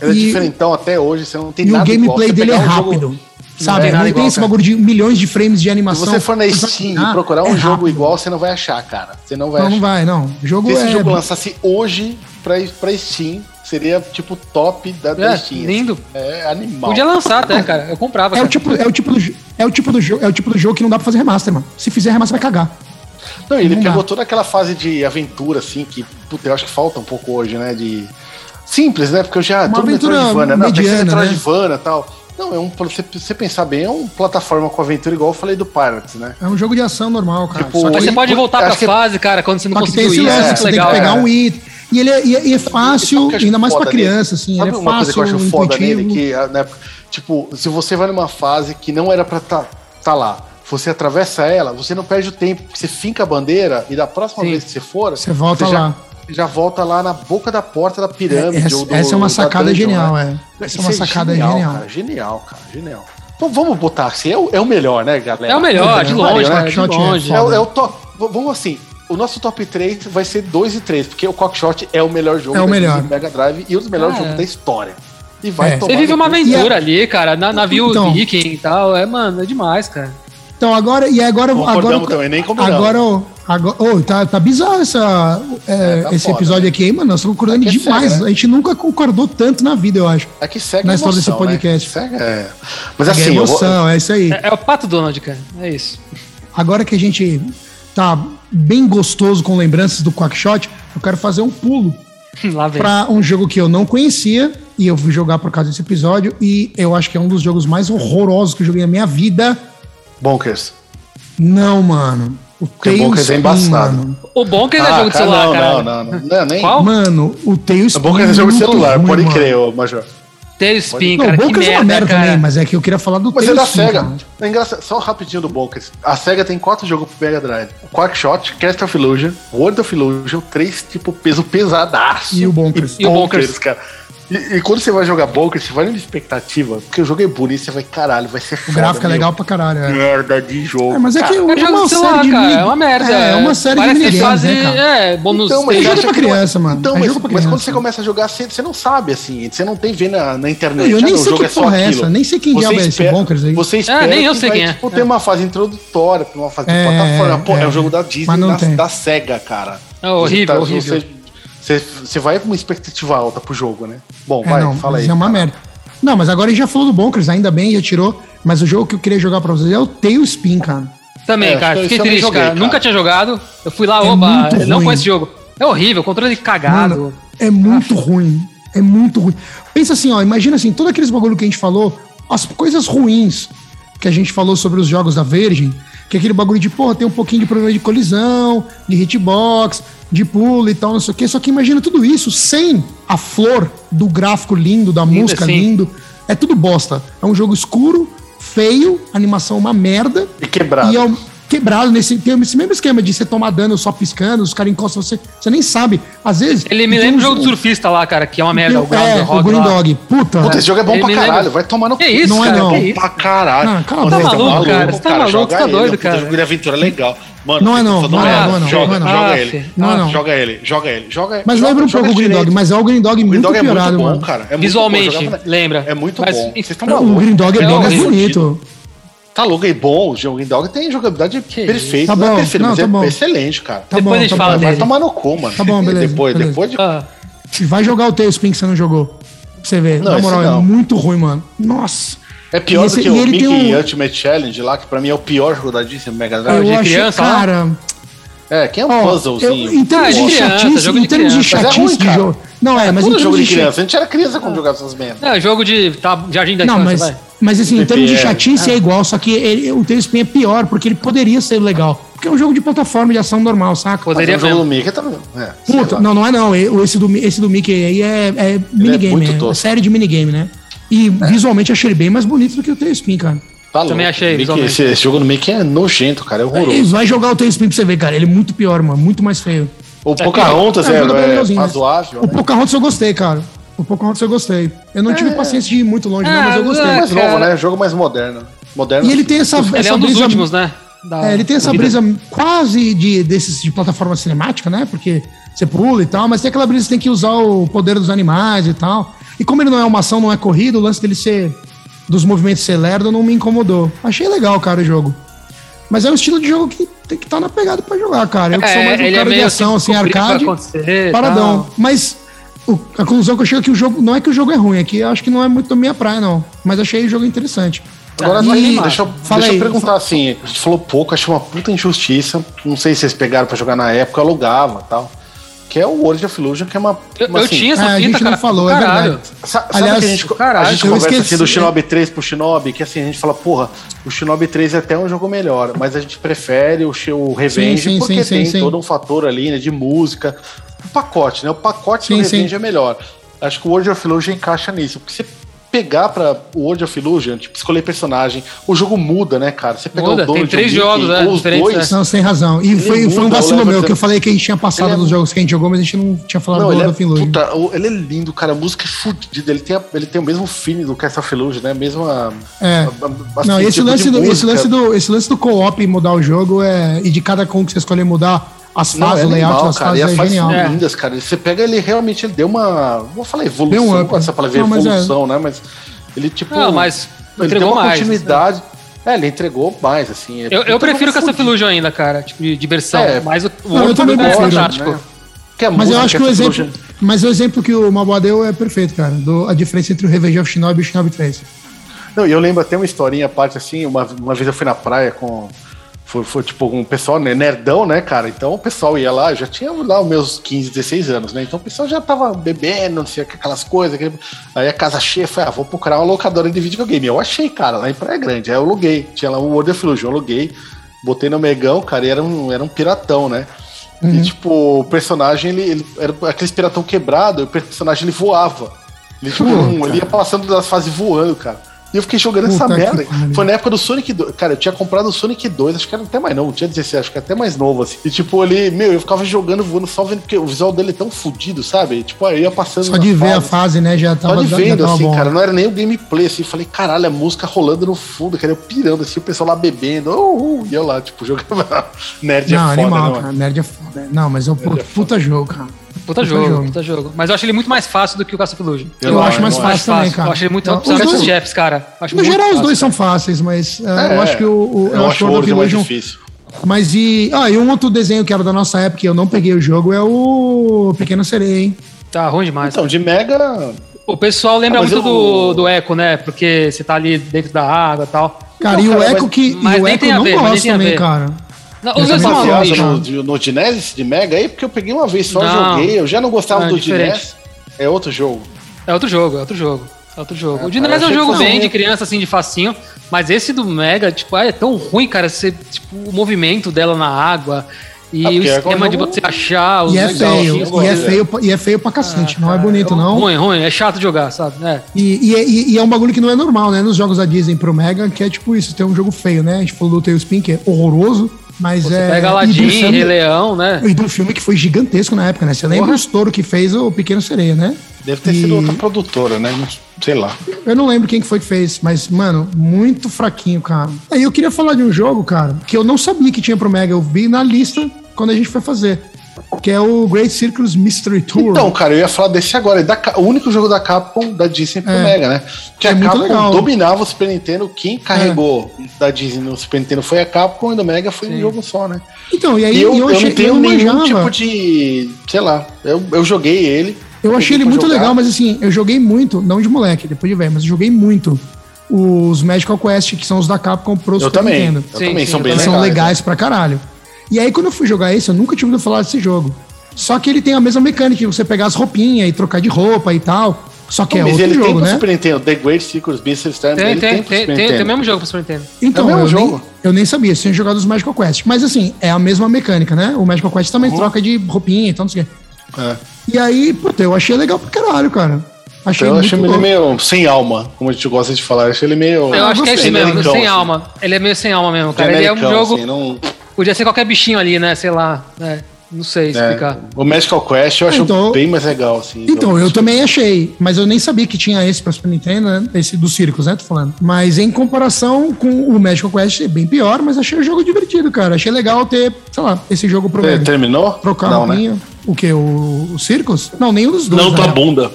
Speaker 2: Ele é
Speaker 1: e-
Speaker 2: diferentão até hoje, você não tem
Speaker 1: E o
Speaker 2: nada igual.
Speaker 1: gameplay
Speaker 2: Você
Speaker 1: dele é
Speaker 2: pegar um jogo-
Speaker 1: rápido. Sabe?
Speaker 3: tem
Speaker 1: Não
Speaker 3: nada
Speaker 1: tem,
Speaker 3: igual,
Speaker 1: esse
Speaker 3: cara.
Speaker 1: bagulho de milhões de frames de
Speaker 2: Se
Speaker 1: animação.
Speaker 2: você for na Steam e procurar um
Speaker 1: É
Speaker 2: jogo
Speaker 1: rápido.
Speaker 2: igual, você não vai achar, cara. Você não vai
Speaker 1: Não,
Speaker 2: achar.
Speaker 1: não vai, não. O jogo
Speaker 2: Se esse
Speaker 1: é.
Speaker 2: jogo lançasse hoje pra, pra Steam, seria tipo top da, da
Speaker 3: É,
Speaker 2: Steam. assim.
Speaker 3: lindo.
Speaker 2: É animal.
Speaker 3: Podia lançar até, cara. Eu comprava.
Speaker 1: É o,
Speaker 3: cara.
Speaker 1: tipo, é, o tipo do, jo- é, o tipo do jogo, é o tipo do jogo que não dá pra fazer remaster, mano. Se fizer remaster, vai cagar.
Speaker 2: Não, ele
Speaker 1: Não dá.
Speaker 2: pegou toda aquela fase de aventura, assim, que, puta, eu acho que falta um pouco hoje, né? De. Simples, né? Porque eu já.
Speaker 1: Uma
Speaker 2: todo
Speaker 1: aventura
Speaker 2: Metroidvania, não, tem que ser
Speaker 1: mediana, né?
Speaker 2: Metroidvania e tal. Não, é um. pra Você, pra você pensar bem, é um plataforma com aventura igual eu falei do Pirates, né?
Speaker 1: É um jogo de ação normal, cara.
Speaker 2: Tipo,
Speaker 1: Só que
Speaker 3: Mas você
Speaker 2: e-
Speaker 3: pode voltar
Speaker 2: acho
Speaker 3: pra
Speaker 2: que-
Speaker 3: fase, cara, quando você não
Speaker 1: Só que tem
Speaker 3: conseguiu
Speaker 1: esse
Speaker 3: ir.
Speaker 1: lance,
Speaker 3: é
Speaker 1: que você
Speaker 3: legal,
Speaker 1: tem que pegar
Speaker 3: cara.
Speaker 1: um item. E ele é, e é- e é
Speaker 2: Sabe o
Speaker 1: fácil,
Speaker 2: que eu acho
Speaker 1: ainda mais pra
Speaker 2: foda
Speaker 1: criança, assim.
Speaker 2: Sabe
Speaker 1: ele é
Speaker 2: uma coisa que
Speaker 1: fácil,
Speaker 2: eu acho foda
Speaker 1: intuitivo.
Speaker 2: nele? Que, ah, né, tipo, se você vai numa fase que não era pra tá, tá lá, você atravessa ela, você não perde o tempo, porque você finca a bandeira e da próxima
Speaker 3: Sim.
Speaker 2: vez que você for,
Speaker 1: Você volta
Speaker 2: já-
Speaker 1: lá.
Speaker 2: Já, volta lá na boca da porta da pirâmide.
Speaker 1: Essa,
Speaker 2: ou do-
Speaker 1: essa é uma
Speaker 2: da
Speaker 1: sacada
Speaker 2: dungeon,
Speaker 1: genial,
Speaker 2: né?
Speaker 1: é. Essa
Speaker 2: Isso
Speaker 1: é uma sacada
Speaker 2: genial,
Speaker 1: genial.
Speaker 2: Cara, genial, cara, genial. Então vamos botar assim, é o, é o melhor, né, galera?
Speaker 3: É o melhor, de
Speaker 1: Pariu,
Speaker 3: longe,
Speaker 1: né?
Speaker 3: cara, de
Speaker 1: Shot é
Speaker 3: longe.
Speaker 1: foda.
Speaker 2: É, o- é o top. v- Vamos assim. O nosso top 3 vai ser 2 e 3, porque o Cockshot é o melhor jogo
Speaker 1: É o
Speaker 2: da
Speaker 1: melhor.
Speaker 2: Disney Mega Drive e um dos melhores
Speaker 3: Ah,
Speaker 2: jogos
Speaker 3: é.
Speaker 2: da história. E vai
Speaker 1: É.
Speaker 2: tomar.
Speaker 3: Você vive uma
Speaker 2: no cu.
Speaker 3: aventura ali, cara. Na, navio
Speaker 1: Então.
Speaker 3: viking e tal. É, mano, é demais, cara.
Speaker 1: Então agora. E agora.
Speaker 2: Concordamos
Speaker 1: agora
Speaker 2: também, nem combinamos.
Speaker 1: Agora. agora oh, tá, tá bizarro essa, é,
Speaker 2: É, tá
Speaker 1: esse
Speaker 2: foda,
Speaker 1: episódio
Speaker 2: né?
Speaker 1: aqui, hein, mano? Nós estamos concordando
Speaker 2: É que é
Speaker 1: demais.
Speaker 2: sério, né?
Speaker 1: A gente nunca concordou tanto na vida, eu acho.
Speaker 2: É que segue
Speaker 1: na
Speaker 2: a
Speaker 1: história
Speaker 2: emoção,
Speaker 1: desse podcast.
Speaker 2: Né? Segue, é. Mas
Speaker 1: é
Speaker 2: assim, eu vou-
Speaker 1: emoção, é isso aí.
Speaker 3: É, é o Pato Donald, cara. É isso.
Speaker 1: Agora que a gente tá bem gostoso com lembranças do Quackshot, eu quero fazer um pulo
Speaker 3: Lá vem.
Speaker 1: para um jogo que eu não conhecia e eu fui jogar por causa desse episódio e eu acho que é um dos jogos mais horrorosos que eu joguei na minha vida.
Speaker 2: Bonkers.
Speaker 1: Não, mano. O
Speaker 2: Porque Bonkers é
Speaker 1: Spin,
Speaker 2: embaçado.
Speaker 1: Mano.
Speaker 3: O bom que ele é
Speaker 2: Ah,
Speaker 3: jogo de
Speaker 2: cara,
Speaker 3: celular,
Speaker 2: não,
Speaker 3: cara.
Speaker 2: não, não, não, não, nem.
Speaker 3: Qual?
Speaker 1: Mano, o Tails.
Speaker 2: O Bonkers é jogo de celular, pode crer, ô Major.
Speaker 3: Teu spin,
Speaker 1: Não,
Speaker 3: cara.
Speaker 1: o
Speaker 3: Que
Speaker 1: Bonkers é uma
Speaker 3: merda,
Speaker 1: merda
Speaker 3: cara.
Speaker 1: também, mas é que eu queria falar do
Speaker 2: Mas é da
Speaker 1: Spin,
Speaker 2: SEGA.
Speaker 1: cara.
Speaker 2: É engraçado, só rapidinho do Bonkers. A SEGA tem quatro jogos pro Mega Drive: Quackshot, Cast of Illusion, World of Illusion, três, tipo, peso pesadaço.
Speaker 1: E o Bonkers.
Speaker 2: E o Bonkers, cara. E, e quando você vai jogar Bonkers, você vai numa expectativa, porque o jogo é bonito, você vai, caralho, vai ser
Speaker 1: O
Speaker 2: foda,
Speaker 1: gráfico é
Speaker 2: meu.
Speaker 1: legal pra caralho. É.
Speaker 2: Merda de jogo.
Speaker 1: É, mas é que
Speaker 2: cara.
Speaker 1: o-
Speaker 3: É jogo de celular,
Speaker 1: de
Speaker 3: cara.
Speaker 1: mini-
Speaker 3: É uma merda.
Speaker 1: É, é uma série de
Speaker 3: Parece
Speaker 1: minigames,
Speaker 3: fase,
Speaker 1: né, cara?
Speaker 3: É, bônus
Speaker 2: Então, mas
Speaker 1: é
Speaker 3: stage.
Speaker 1: jogo
Speaker 2: acha
Speaker 1: pra
Speaker 2: que não
Speaker 1: criança, mano.
Speaker 2: Então,
Speaker 1: É
Speaker 2: mas,
Speaker 1: jogo pra
Speaker 2: mas quando
Speaker 1: criança.
Speaker 2: você começa a jogar, você, você não sabe, assim. Você não tem ver na, na internet.
Speaker 1: Eu
Speaker 2: ah,
Speaker 1: nem
Speaker 2: não,
Speaker 1: sei que porra é essa, nem sei quem
Speaker 2: Você
Speaker 1: diabo é esse
Speaker 2: espera-
Speaker 1: Bonkers aí.
Speaker 2: Você espera
Speaker 3: nem eu
Speaker 2: que
Speaker 3: sei
Speaker 2: vai,
Speaker 3: quem é.
Speaker 2: tipo,
Speaker 3: É.
Speaker 2: ter uma fase introdutória, uma fase de
Speaker 1: É,
Speaker 2: plataforma. Pô, é,
Speaker 1: é.
Speaker 2: o jogo da Disney,
Speaker 1: Mas não
Speaker 2: da,
Speaker 1: tem.
Speaker 2: da SEGA, cara.
Speaker 3: É
Speaker 2: Você
Speaker 3: horrível,
Speaker 2: tá-
Speaker 3: horrível.
Speaker 2: Você, você, você vai com uma expectativa alta pro jogo, né? Bom,
Speaker 1: É,
Speaker 2: vai,
Speaker 1: não,
Speaker 2: fala
Speaker 1: mas
Speaker 2: aí.
Speaker 1: é uma
Speaker 2: cara.
Speaker 1: merda. Não, mas agora a gente já falou do Bonkers, ainda bem, já tirou. Mas o jogo que eu queria jogar pra vocês é o Tailspin, cara.
Speaker 3: Também,
Speaker 2: É,
Speaker 3: cara.
Speaker 2: eu
Speaker 3: Fiquei
Speaker 2: também
Speaker 3: triste,
Speaker 2: joguei,
Speaker 3: cara.
Speaker 2: cara.
Speaker 3: Nunca tinha jogado. Eu fui lá,
Speaker 1: É
Speaker 3: oba,
Speaker 1: muito
Speaker 3: não
Speaker 1: ruim.
Speaker 3: conheço esse jogo. É horrível, controle cagado.
Speaker 1: Mano, é muito ruim. É muito ruim. Pensa assim, ó. Imagina assim, todos aqueles bagulho que a gente falou, as coisas ruins que a gente falou sobre os jogos da Virgem, que é aquele bagulho de, porra, tem um pouquinho de problema de colisão, de hitbox, de pulo e tal, não sei o quê. Só que imagina tudo isso sem a flor do gráfico lindo, da música
Speaker 3: sim.
Speaker 1: lindo, é tudo bosta. É um jogo escuro, feio, animação uma merda.
Speaker 2: E quebrado.
Speaker 1: E é um- quebrado nesse, tem esse mesmo esquema de você tomar dano só piscando, os caras encostam você, você nem sabe. Às vezes.
Speaker 3: Ele me
Speaker 1: tem
Speaker 3: lembra o
Speaker 1: um
Speaker 3: jogo do surfista lá, cara, que é uma merda.
Speaker 1: tem-
Speaker 3: O Ground
Speaker 1: é, o
Speaker 3: Rock
Speaker 1: Green
Speaker 3: lá.
Speaker 1: Dog. Puta.
Speaker 2: Puta, esse jogo é bom
Speaker 3: Ele
Speaker 2: pra
Speaker 3: me
Speaker 2: caralho,
Speaker 3: lembra-
Speaker 2: vai tomar no
Speaker 3: Que isso,
Speaker 1: Não é
Speaker 3: cara?
Speaker 1: não.
Speaker 3: Que
Speaker 2: Bom
Speaker 3: isso?
Speaker 2: pra caralho.
Speaker 1: Não, cala a
Speaker 2: Mano,
Speaker 1: boca.
Speaker 2: você
Speaker 1: Tá maluco,
Speaker 3: cara, você tá maluco,
Speaker 2: joga
Speaker 3: tá
Speaker 2: ele,
Speaker 3: doido,
Speaker 2: é um puta
Speaker 3: cara.
Speaker 2: Jogo de aventura legal. Mano,
Speaker 1: Não é
Speaker 2: eu tô
Speaker 1: não,
Speaker 2: falando
Speaker 1: não é
Speaker 2: merda.
Speaker 3: não, não é
Speaker 2: Joga,
Speaker 3: não.
Speaker 2: joga
Speaker 3: Ah,
Speaker 2: ele.
Speaker 3: fi.
Speaker 1: Não é não.
Speaker 2: Joga ele, joga ele, joga ele.
Speaker 1: Mas
Speaker 2: Joga-
Speaker 1: lembra um
Speaker 2: joga
Speaker 1: pouco o Green
Speaker 2: direito.
Speaker 1: Dog, mas é o Green Dog
Speaker 2: O Green
Speaker 1: muito
Speaker 2: Dog é muito
Speaker 1: piorado,
Speaker 2: bom,
Speaker 1: mano.
Speaker 2: cara. É muito
Speaker 3: Visualmente,
Speaker 2: bom, joga pra-
Speaker 3: lembra.
Speaker 2: É muito
Speaker 3: Mas-
Speaker 2: bom. Vocês estão
Speaker 1: O Green
Speaker 2: malucos.
Speaker 1: Dog é
Speaker 3: É
Speaker 1: bem
Speaker 3: um
Speaker 1: mais
Speaker 3: jogo
Speaker 1: bonito.
Speaker 2: Tá louco, é bom. O Green Dog tem jogabilidade perfeita.
Speaker 1: isso. Tá
Speaker 2: não
Speaker 1: bom,
Speaker 2: é perfeito,
Speaker 1: não,
Speaker 2: mas
Speaker 1: tá
Speaker 2: é
Speaker 1: bom.
Speaker 2: excelente, cara.
Speaker 1: Tá
Speaker 3: Depois
Speaker 1: bom,
Speaker 3: a gente
Speaker 1: tá
Speaker 3: fala
Speaker 1: bom.
Speaker 2: Vai
Speaker 3: dele.
Speaker 2: tomar no cu, mano.
Speaker 1: Tá bom, beleza,
Speaker 2: Depois,
Speaker 1: beleza.
Speaker 2: depois de
Speaker 3: Ah,
Speaker 1: Vai jogar o Tailspin que você não jogou. Pra você ver.
Speaker 2: Não,
Speaker 1: Na moral,
Speaker 2: esse
Speaker 1: é
Speaker 2: não.
Speaker 1: muito ruim, mano. Nossa.
Speaker 2: É pior
Speaker 1: E esse-
Speaker 2: do que
Speaker 1: e
Speaker 2: o
Speaker 1: ele tem
Speaker 2: Mickey
Speaker 1: um-
Speaker 2: Ultimate Challenge lá, que pra mim é o pior jogo da Disney Mega
Speaker 1: eu
Speaker 2: Drive.
Speaker 1: acho,
Speaker 3: Ah, criança, lá?
Speaker 1: cara.
Speaker 2: É, que é um
Speaker 1: Ó,
Speaker 2: puzzlezinho.
Speaker 1: eu- em termos
Speaker 3: Ah, de
Speaker 1: de
Speaker 3: criança,
Speaker 1: chatice,
Speaker 3: jogo
Speaker 1: em
Speaker 3: de
Speaker 1: termos de
Speaker 2: criança. Mas é
Speaker 1: chatice
Speaker 2: ruim,
Speaker 1: de
Speaker 2: cara.
Speaker 1: jogo. Não, é, mas em
Speaker 2: Todo jogo
Speaker 1: termos
Speaker 2: de
Speaker 1: de chatice.
Speaker 2: criança. A gente era criança quando jogava essas merdas.
Speaker 3: é jogo de tá, jardim da
Speaker 1: Não,
Speaker 3: infância,
Speaker 1: mas,
Speaker 3: vai.
Speaker 1: mas assim, em termos de
Speaker 2: BPR.
Speaker 1: chatice é igual, só que ele- o Tailspin é pior, porque ele poderia ser legal. Porque é um jogo de plataforma de ação normal, saca?
Speaker 2: Mas
Speaker 3: Poderia
Speaker 2: o jogo
Speaker 3: mesmo.
Speaker 2: do Mickey também. É, sei
Speaker 1: Puta,
Speaker 2: lá.
Speaker 1: não, não é não. E- Esse do, Mi- esse do Mickey aí é, é minigame,
Speaker 2: muito
Speaker 1: é,
Speaker 2: tosco.
Speaker 1: série de minigame, né? E visualmente achei ele bem mais bonito do que o Tailspin, cara.
Speaker 2: Tá louco.
Speaker 3: Também achei,
Speaker 2: Mickey-
Speaker 3: visualmente.
Speaker 2: esse, esse jogo do Mickey é nojento, cara. É
Speaker 1: E
Speaker 2: horroroso.
Speaker 1: vai jogar o Tailspin pra você ver, cara. Ele é muito pior, mano. Muito mais feio.
Speaker 2: O Pocahontas é,
Speaker 1: É, jogo
Speaker 2: é,
Speaker 1: legalzinho, né?
Speaker 2: razoável.
Speaker 1: O
Speaker 2: né?
Speaker 1: Pocahontas eu gostei, cara. O Pocahontas eu gostei. Eu não tive paciência de ir muito longe, não,
Speaker 3: Ah,
Speaker 1: mas eu gostei.
Speaker 3: é.
Speaker 2: Mais
Speaker 3: cara.
Speaker 2: novo, né? Jogo mais moderno. Moderno.
Speaker 1: E ele tem essa,
Speaker 3: Ele
Speaker 1: essa
Speaker 3: é um dos
Speaker 1: brisa.
Speaker 3: últimos, né? Da-
Speaker 1: é, ele tem essa
Speaker 3: vida.
Speaker 1: brisa quase de, desses de plataforma cinemática, né? Porque você pula e tal, mas tem aquela brisa que você tem que usar o poder dos animais e tal. E como ele não é uma ação, não é corrida, o lance dele ser dos movimentos ser lerdo não me incomodou. Achei legal, cara, o jogo. Mas é um estilo de jogo que tem que estar na pegada pra jogar, cara. Eu que sou
Speaker 3: É,
Speaker 1: mais um
Speaker 3: ele é
Speaker 1: cara de
Speaker 3: meio
Speaker 1: ação,
Speaker 3: assim,
Speaker 1: assim,
Speaker 3: descobrir o que vai
Speaker 1: arcade.
Speaker 3: acontecer e
Speaker 1: Paradão.
Speaker 3: tal.
Speaker 1: Mas o- a conclusão que eu chego é que o jogo. Não é que o jogo é ruim, é que eu acho que não é muito da minha praia, não. Mas achei o jogo interessante.
Speaker 2: Agora,
Speaker 1: E-
Speaker 2: mas deixa, eu-
Speaker 1: fala
Speaker 2: deixa eu
Speaker 1: aí.
Speaker 2: perguntar assim. A gente falou pouco, achei uma puta injustiça. Não sei se vocês pegaram pra jogar na época, eu alugava e tal. Que é o World of Illusion, que é uma.
Speaker 3: Eu,
Speaker 2: uma,
Speaker 3: eu
Speaker 2: assim,
Speaker 3: tinha essa
Speaker 1: é, a
Speaker 3: fita,
Speaker 1: gente não
Speaker 3: cara,
Speaker 1: falou, é
Speaker 3: caralho.
Speaker 1: verdade.
Speaker 2: Sa- Sabe
Speaker 1: Aliás,
Speaker 2: que a gente,
Speaker 3: caralho,
Speaker 2: a gente
Speaker 1: eu
Speaker 2: conversa
Speaker 1: esqueci.
Speaker 2: assim do Shinobi 3 pro Shinobi, que assim, a gente fala, porra, o Shinobi 3 é até um jogo melhor, mas a gente prefere o, Shi- o Revenge
Speaker 1: Sim, sim,
Speaker 2: porque
Speaker 1: sim,
Speaker 2: tem
Speaker 1: sim, sim.
Speaker 2: todo um fator ali, né, de música, o pacote, né? O pacote
Speaker 1: Sim,
Speaker 2: do Revenge é melhor. Acho que o World of Illusion encaixa nisso, porque você pegar pra o World of Illusion, tipo, escolher personagem, o jogo muda, né, cara? Você pegar
Speaker 3: Muda,
Speaker 2: o dono
Speaker 3: tem
Speaker 2: de
Speaker 3: três
Speaker 2: Mickey
Speaker 3: jogos, né,
Speaker 2: ou os
Speaker 3: diferentes,
Speaker 2: dois,
Speaker 1: Não, você tem razão. E foi, foi um
Speaker 2: muda,
Speaker 1: vacilo
Speaker 2: leva-
Speaker 1: meu, que eu falei que a gente tinha passado
Speaker 2: né, Ele é-
Speaker 1: dos jogos que a gente jogou, mas a gente não tinha falado
Speaker 2: Não,
Speaker 1: do
Speaker 2: ele é,
Speaker 1: Love Illusion.
Speaker 2: puta, o- ele é lindo, cara. A música é fodida. Ele tem, a- ele tem o mesmo feeling do Castle of Illusion, né? A mesma.
Speaker 1: É.
Speaker 2: a- a-
Speaker 1: Não,
Speaker 2: assim,
Speaker 1: esse,
Speaker 2: tipo
Speaker 1: lance
Speaker 2: de
Speaker 1: do, esse,
Speaker 2: música.
Speaker 1: lance do, esse lance do co-op mudar o jogo é, e de cada com que você escolher mudar as fases,
Speaker 2: Não, é
Speaker 1: o layout
Speaker 2: animal,
Speaker 1: das
Speaker 2: cara. E
Speaker 1: fases
Speaker 2: as
Speaker 1: é
Speaker 2: fases
Speaker 1: genial.
Speaker 2: são
Speaker 3: É.
Speaker 2: lindas, cara. Você pega ele realmente, ele deu uma. Vou falar evolução,
Speaker 1: Deu um up,
Speaker 2: com essa palavra
Speaker 1: né? Não, mas é.
Speaker 2: evolução, né? Mas ele, tipo.
Speaker 3: Não,
Speaker 2: ele
Speaker 3: mas
Speaker 2: deu
Speaker 3: entregou
Speaker 2: uma
Speaker 3: mais,
Speaker 2: continuidade. É, ele entregou mais, assim.
Speaker 3: Eu, eu prefiro Castle Illusion ainda, cara, tipo, de diversão.
Speaker 2: É.
Speaker 3: Mas o, o
Speaker 1: eu
Speaker 3: outro
Speaker 1: também
Speaker 3: é
Speaker 2: né?
Speaker 1: prefiro,
Speaker 3: fantástico.
Speaker 2: Tipo,
Speaker 1: Mas eu
Speaker 2: é
Speaker 1: acho que o exemplo. Mas o exemplo que o Malboa deu é perfeito, cara. do- a diferença entre o Revenge of Shinobi e o Shinobi 3.
Speaker 2: Não, e eu lembro até uma historinha à parte, assim, uma, uma vez eu fui na praia com. Foi, foi, tipo um pessoal né, nerdão, né, cara? Então o pessoal ia lá, eu já tinha lá os meus 15, 16 anos, né? Então o pessoal já tava bebendo, não sei o que, aquelas coisas. aquele- Aí a casa cheia, foi, ah, vou procurar uma locadora de videogame. Eu achei, cara, lá em Praia Grande. Aí eu aluguei, tinha lá o World of Illusion, eu aluguei, botei no Megão, cara, e era um, era um piratão, né? E tipo, o personagem, ele, ele era aquele piratão quebrado, e o personagem ele voava. Ele, tipo,
Speaker 1: Puta.
Speaker 2: ele ia passando das fases voando, cara. E eu fiquei jogando essa
Speaker 1: Puta que
Speaker 2: merda.
Speaker 1: pariu.
Speaker 2: Foi na época do Sonic 2. Cara, eu tinha comprado o Sonic 2, acho que era até mais novo, tinha 16, acho que era até mais novo, assim. E tipo, ele, meu, eu ficava jogando, voando, só vendo, porque o visual dele é tão fudido, sabe? E, tipo, aí eu ia passando.
Speaker 1: Só
Speaker 2: nas
Speaker 1: de ver a
Speaker 2: fases.
Speaker 1: fase, né? Já
Speaker 2: Só
Speaker 1: tava,
Speaker 2: de
Speaker 1: já tá
Speaker 2: vendo,
Speaker 1: tava
Speaker 2: assim,
Speaker 1: bom. né?
Speaker 2: cara, não era nem o gameplay, assim, falei, caralho, a música rolando no fundo, cara, eu pirando, assim, o pessoal lá bebendo, uh, uh, e eu lá, tipo, [laughs] jogava nerd
Speaker 1: não,
Speaker 2: é foda,
Speaker 1: animal,
Speaker 2: né, mano?
Speaker 1: cara. Nerd é foda. Não, mas é um puta, puta jogo, cara.
Speaker 3: Puta jogo, puta jogo. Mas eu acho ele muito mais fácil do que o Castle Illusion.
Speaker 1: Eu,
Speaker 2: não,
Speaker 1: acho mais
Speaker 2: eu
Speaker 1: fácil, também, cara.
Speaker 3: Eu acho ele muito
Speaker 1: Não,
Speaker 3: não,
Speaker 1: os dois-
Speaker 3: dos chefs, cara. Acho
Speaker 1: No
Speaker 3: muito
Speaker 1: geral, os
Speaker 3: fácil. né?
Speaker 1: dois são fáceis, mas é, eu
Speaker 2: É,
Speaker 1: acho que o, o-
Speaker 2: eu acho o
Speaker 1: World of
Speaker 2: World mais
Speaker 1: Illusion-
Speaker 2: difícil.
Speaker 1: um Mas e. Ah, e um outro desenho que era da nossa época e eu não peguei o jogo é o Pequeno Sereia, hein?
Speaker 3: Tá ruim demais.
Speaker 2: Então, de Mega,
Speaker 3: o pessoal lembra
Speaker 2: Ah, mas
Speaker 3: muito
Speaker 2: eu-
Speaker 3: do, do Echo, né? Porque você tá ali dentro da água e tal.
Speaker 1: Cara, e
Speaker 2: Não,
Speaker 1: o
Speaker 2: cara,
Speaker 1: Echo
Speaker 2: mas-
Speaker 1: que.
Speaker 3: mas
Speaker 1: e o
Speaker 3: nem
Speaker 1: Echo
Speaker 3: tem a
Speaker 1: eu não
Speaker 3: ver, mas nem
Speaker 1: gosto
Speaker 3: tem a
Speaker 1: também,
Speaker 3: ver.
Speaker 1: cara.
Speaker 3: Não, os
Speaker 1: Eu
Speaker 3: dois são
Speaker 1: também
Speaker 2: Você
Speaker 1: maluco,
Speaker 2: viaja
Speaker 3: malucos.
Speaker 2: no, de- no Genesis de Mega aí? Porque eu peguei uma vez só,
Speaker 3: Não.
Speaker 2: joguei, eu já não gostava
Speaker 1: Ah,
Speaker 3: Não, é
Speaker 2: do
Speaker 3: diferente.
Speaker 2: Genesis. É outro jogo.
Speaker 3: É outro jogo, é outro jogo. É outro jogo. o
Speaker 2: cara,
Speaker 3: Dinés é
Speaker 2: eu
Speaker 3: um
Speaker 2: achei
Speaker 3: jogo
Speaker 2: que
Speaker 3: bem
Speaker 2: não.
Speaker 3: de criança, assim, de facinho. Mas esse do Mega, tipo, ah, é tão ruim, cara. Você, tipo, o movimento dela na água. E
Speaker 2: Ah,
Speaker 3: o
Speaker 2: porque é
Speaker 3: esquema
Speaker 2: um
Speaker 3: de
Speaker 2: jogo-
Speaker 3: você achar os
Speaker 1: E é
Speaker 3: legal,
Speaker 2: assim,
Speaker 1: feio,
Speaker 2: eu
Speaker 1: e é
Speaker 2: gosto.
Speaker 1: feio, pra- e é feio
Speaker 3: Ah,
Speaker 1: pra cacete, não é bonito,
Speaker 3: é
Speaker 1: não.
Speaker 3: Ruim, ruim, é chato de jogar, sabe? É.
Speaker 1: E, e é- e é um bagulho que não é normal, né? Nos jogos da Disney pro Mega, que é tipo isso, tem um jogo feio, né? A gente falou do Tailspin, que é horroroso, mas é.
Speaker 3: Pega
Speaker 1: e do
Speaker 3: Aladdin,
Speaker 1: filme-
Speaker 3: Rei Leão, né?
Speaker 1: E de um filme que foi gigantesco na época, né? Você lembra o estouro que fez o Pequeno Sereia, né?
Speaker 2: Deve ter
Speaker 1: E-
Speaker 2: sido outra produtora, né? Não Sei lá.
Speaker 1: Eu não lembro quem que foi que fez, mas, mano, muito fraquinho, cara. Aí eu queria falar de um jogo, cara, que eu não sabia que tinha pro Mega. Eu vi na lista quando a gente foi fazer. Que é o Great Circus Mystery Tour.
Speaker 2: Então, cara, eu ia falar desse agora. É da Ca- o único jogo da Capcom da Disney pro
Speaker 1: É.
Speaker 2: Mega, né? Que
Speaker 1: É
Speaker 2: a
Speaker 1: muito
Speaker 2: Capcom
Speaker 1: legal. É.
Speaker 2: dominava o Super Nintendo. Quem carregou da Disney no Super Nintendo foi a Capcom e do Mega foi um jogo só, né?
Speaker 1: Então, e aí
Speaker 2: E eu, eu,
Speaker 1: achei,
Speaker 2: não tenho
Speaker 1: eu não
Speaker 2: nenhum
Speaker 1: manjava.
Speaker 2: tipo de. Sei lá. Eu, eu joguei ele.
Speaker 1: Eu achei ele
Speaker 2: pra
Speaker 1: muito
Speaker 2: jogar.
Speaker 1: legal, mas assim, eu joguei muito, não de moleque, depois de velho, mas eu joguei muito os Magical Quest, que são os da Capcom pro
Speaker 2: Eu também. Eu
Speaker 3: Sim,
Speaker 2: também.
Speaker 3: sim,
Speaker 2: são
Speaker 3: eu
Speaker 2: bem
Speaker 1: Eles
Speaker 2: legais.
Speaker 1: são legais pra caralho. E aí, quando eu fui jogar esse, eu nunca tinha ouvido falar desse jogo. Só que ele tem a mesma mecânica de você pegar as roupinhas e trocar de roupa e tal. Só que
Speaker 2: Não,
Speaker 1: é
Speaker 2: mas
Speaker 1: outro
Speaker 2: ele tem
Speaker 1: jogo,
Speaker 2: pro
Speaker 1: né?
Speaker 2: Super Nintendo. The Great Secret Mystery Stand.
Speaker 3: Tem,
Speaker 2: ele
Speaker 3: tem,
Speaker 2: pro
Speaker 3: tem,
Speaker 2: Super
Speaker 3: tem, tem o
Speaker 2: Nintendo.
Speaker 3: mesmo jogo pro Super Nintendo.
Speaker 1: Então,
Speaker 2: É o
Speaker 1: eu,
Speaker 2: mesmo
Speaker 1: nem,
Speaker 2: jogo.
Speaker 1: eu nem sabia, sem jogar dos Magical Quest. Mas assim, é a mesma mecânica, né? O Magical Quest
Speaker 2: Uhum.
Speaker 1: também troca de roupinha e tal, não sei o quê.
Speaker 2: É.
Speaker 1: E aí, puta, eu achei legal pra caralho, cara. Achei
Speaker 2: Então eu
Speaker 1: muito
Speaker 2: achei ele
Speaker 1: louco.
Speaker 2: meio sem alma, como a gente gosta de falar. Eu achei ele meio.
Speaker 3: Eu acho que é isso
Speaker 1: Ah, gostei, então,
Speaker 3: mesmo,
Speaker 2: genericão,
Speaker 3: sem
Speaker 2: assim.
Speaker 3: alma. Ele é meio sem alma mesmo, cara. Ele é um
Speaker 2: Genericão,
Speaker 3: jogo.
Speaker 2: assim, não-
Speaker 3: Podia ser qualquer bichinho ali, né? Sei lá. né? Não sei
Speaker 2: É,
Speaker 3: explicar.
Speaker 2: O Magical Quest eu acho
Speaker 1: Então-
Speaker 2: bem mais legal, assim.
Speaker 1: Então, eu também achei, mas eu nem sabia que tinha esse pra Super Nintendo, né? Esse dos circos, né? Tô falando. Mas em comparação com o Magical Quest, é bem pior, mas achei o jogo divertido, cara. Achei legal ter, sei lá, esse jogo pro
Speaker 2: Você
Speaker 1: Mega.
Speaker 2: terminou?
Speaker 1: Trocar a
Speaker 2: não, né?
Speaker 1: roupinha. O quê? O, o Circus? Não, nenhum dos dois.
Speaker 2: Não, tá
Speaker 1: na
Speaker 2: tua
Speaker 1: real.
Speaker 2: bunda.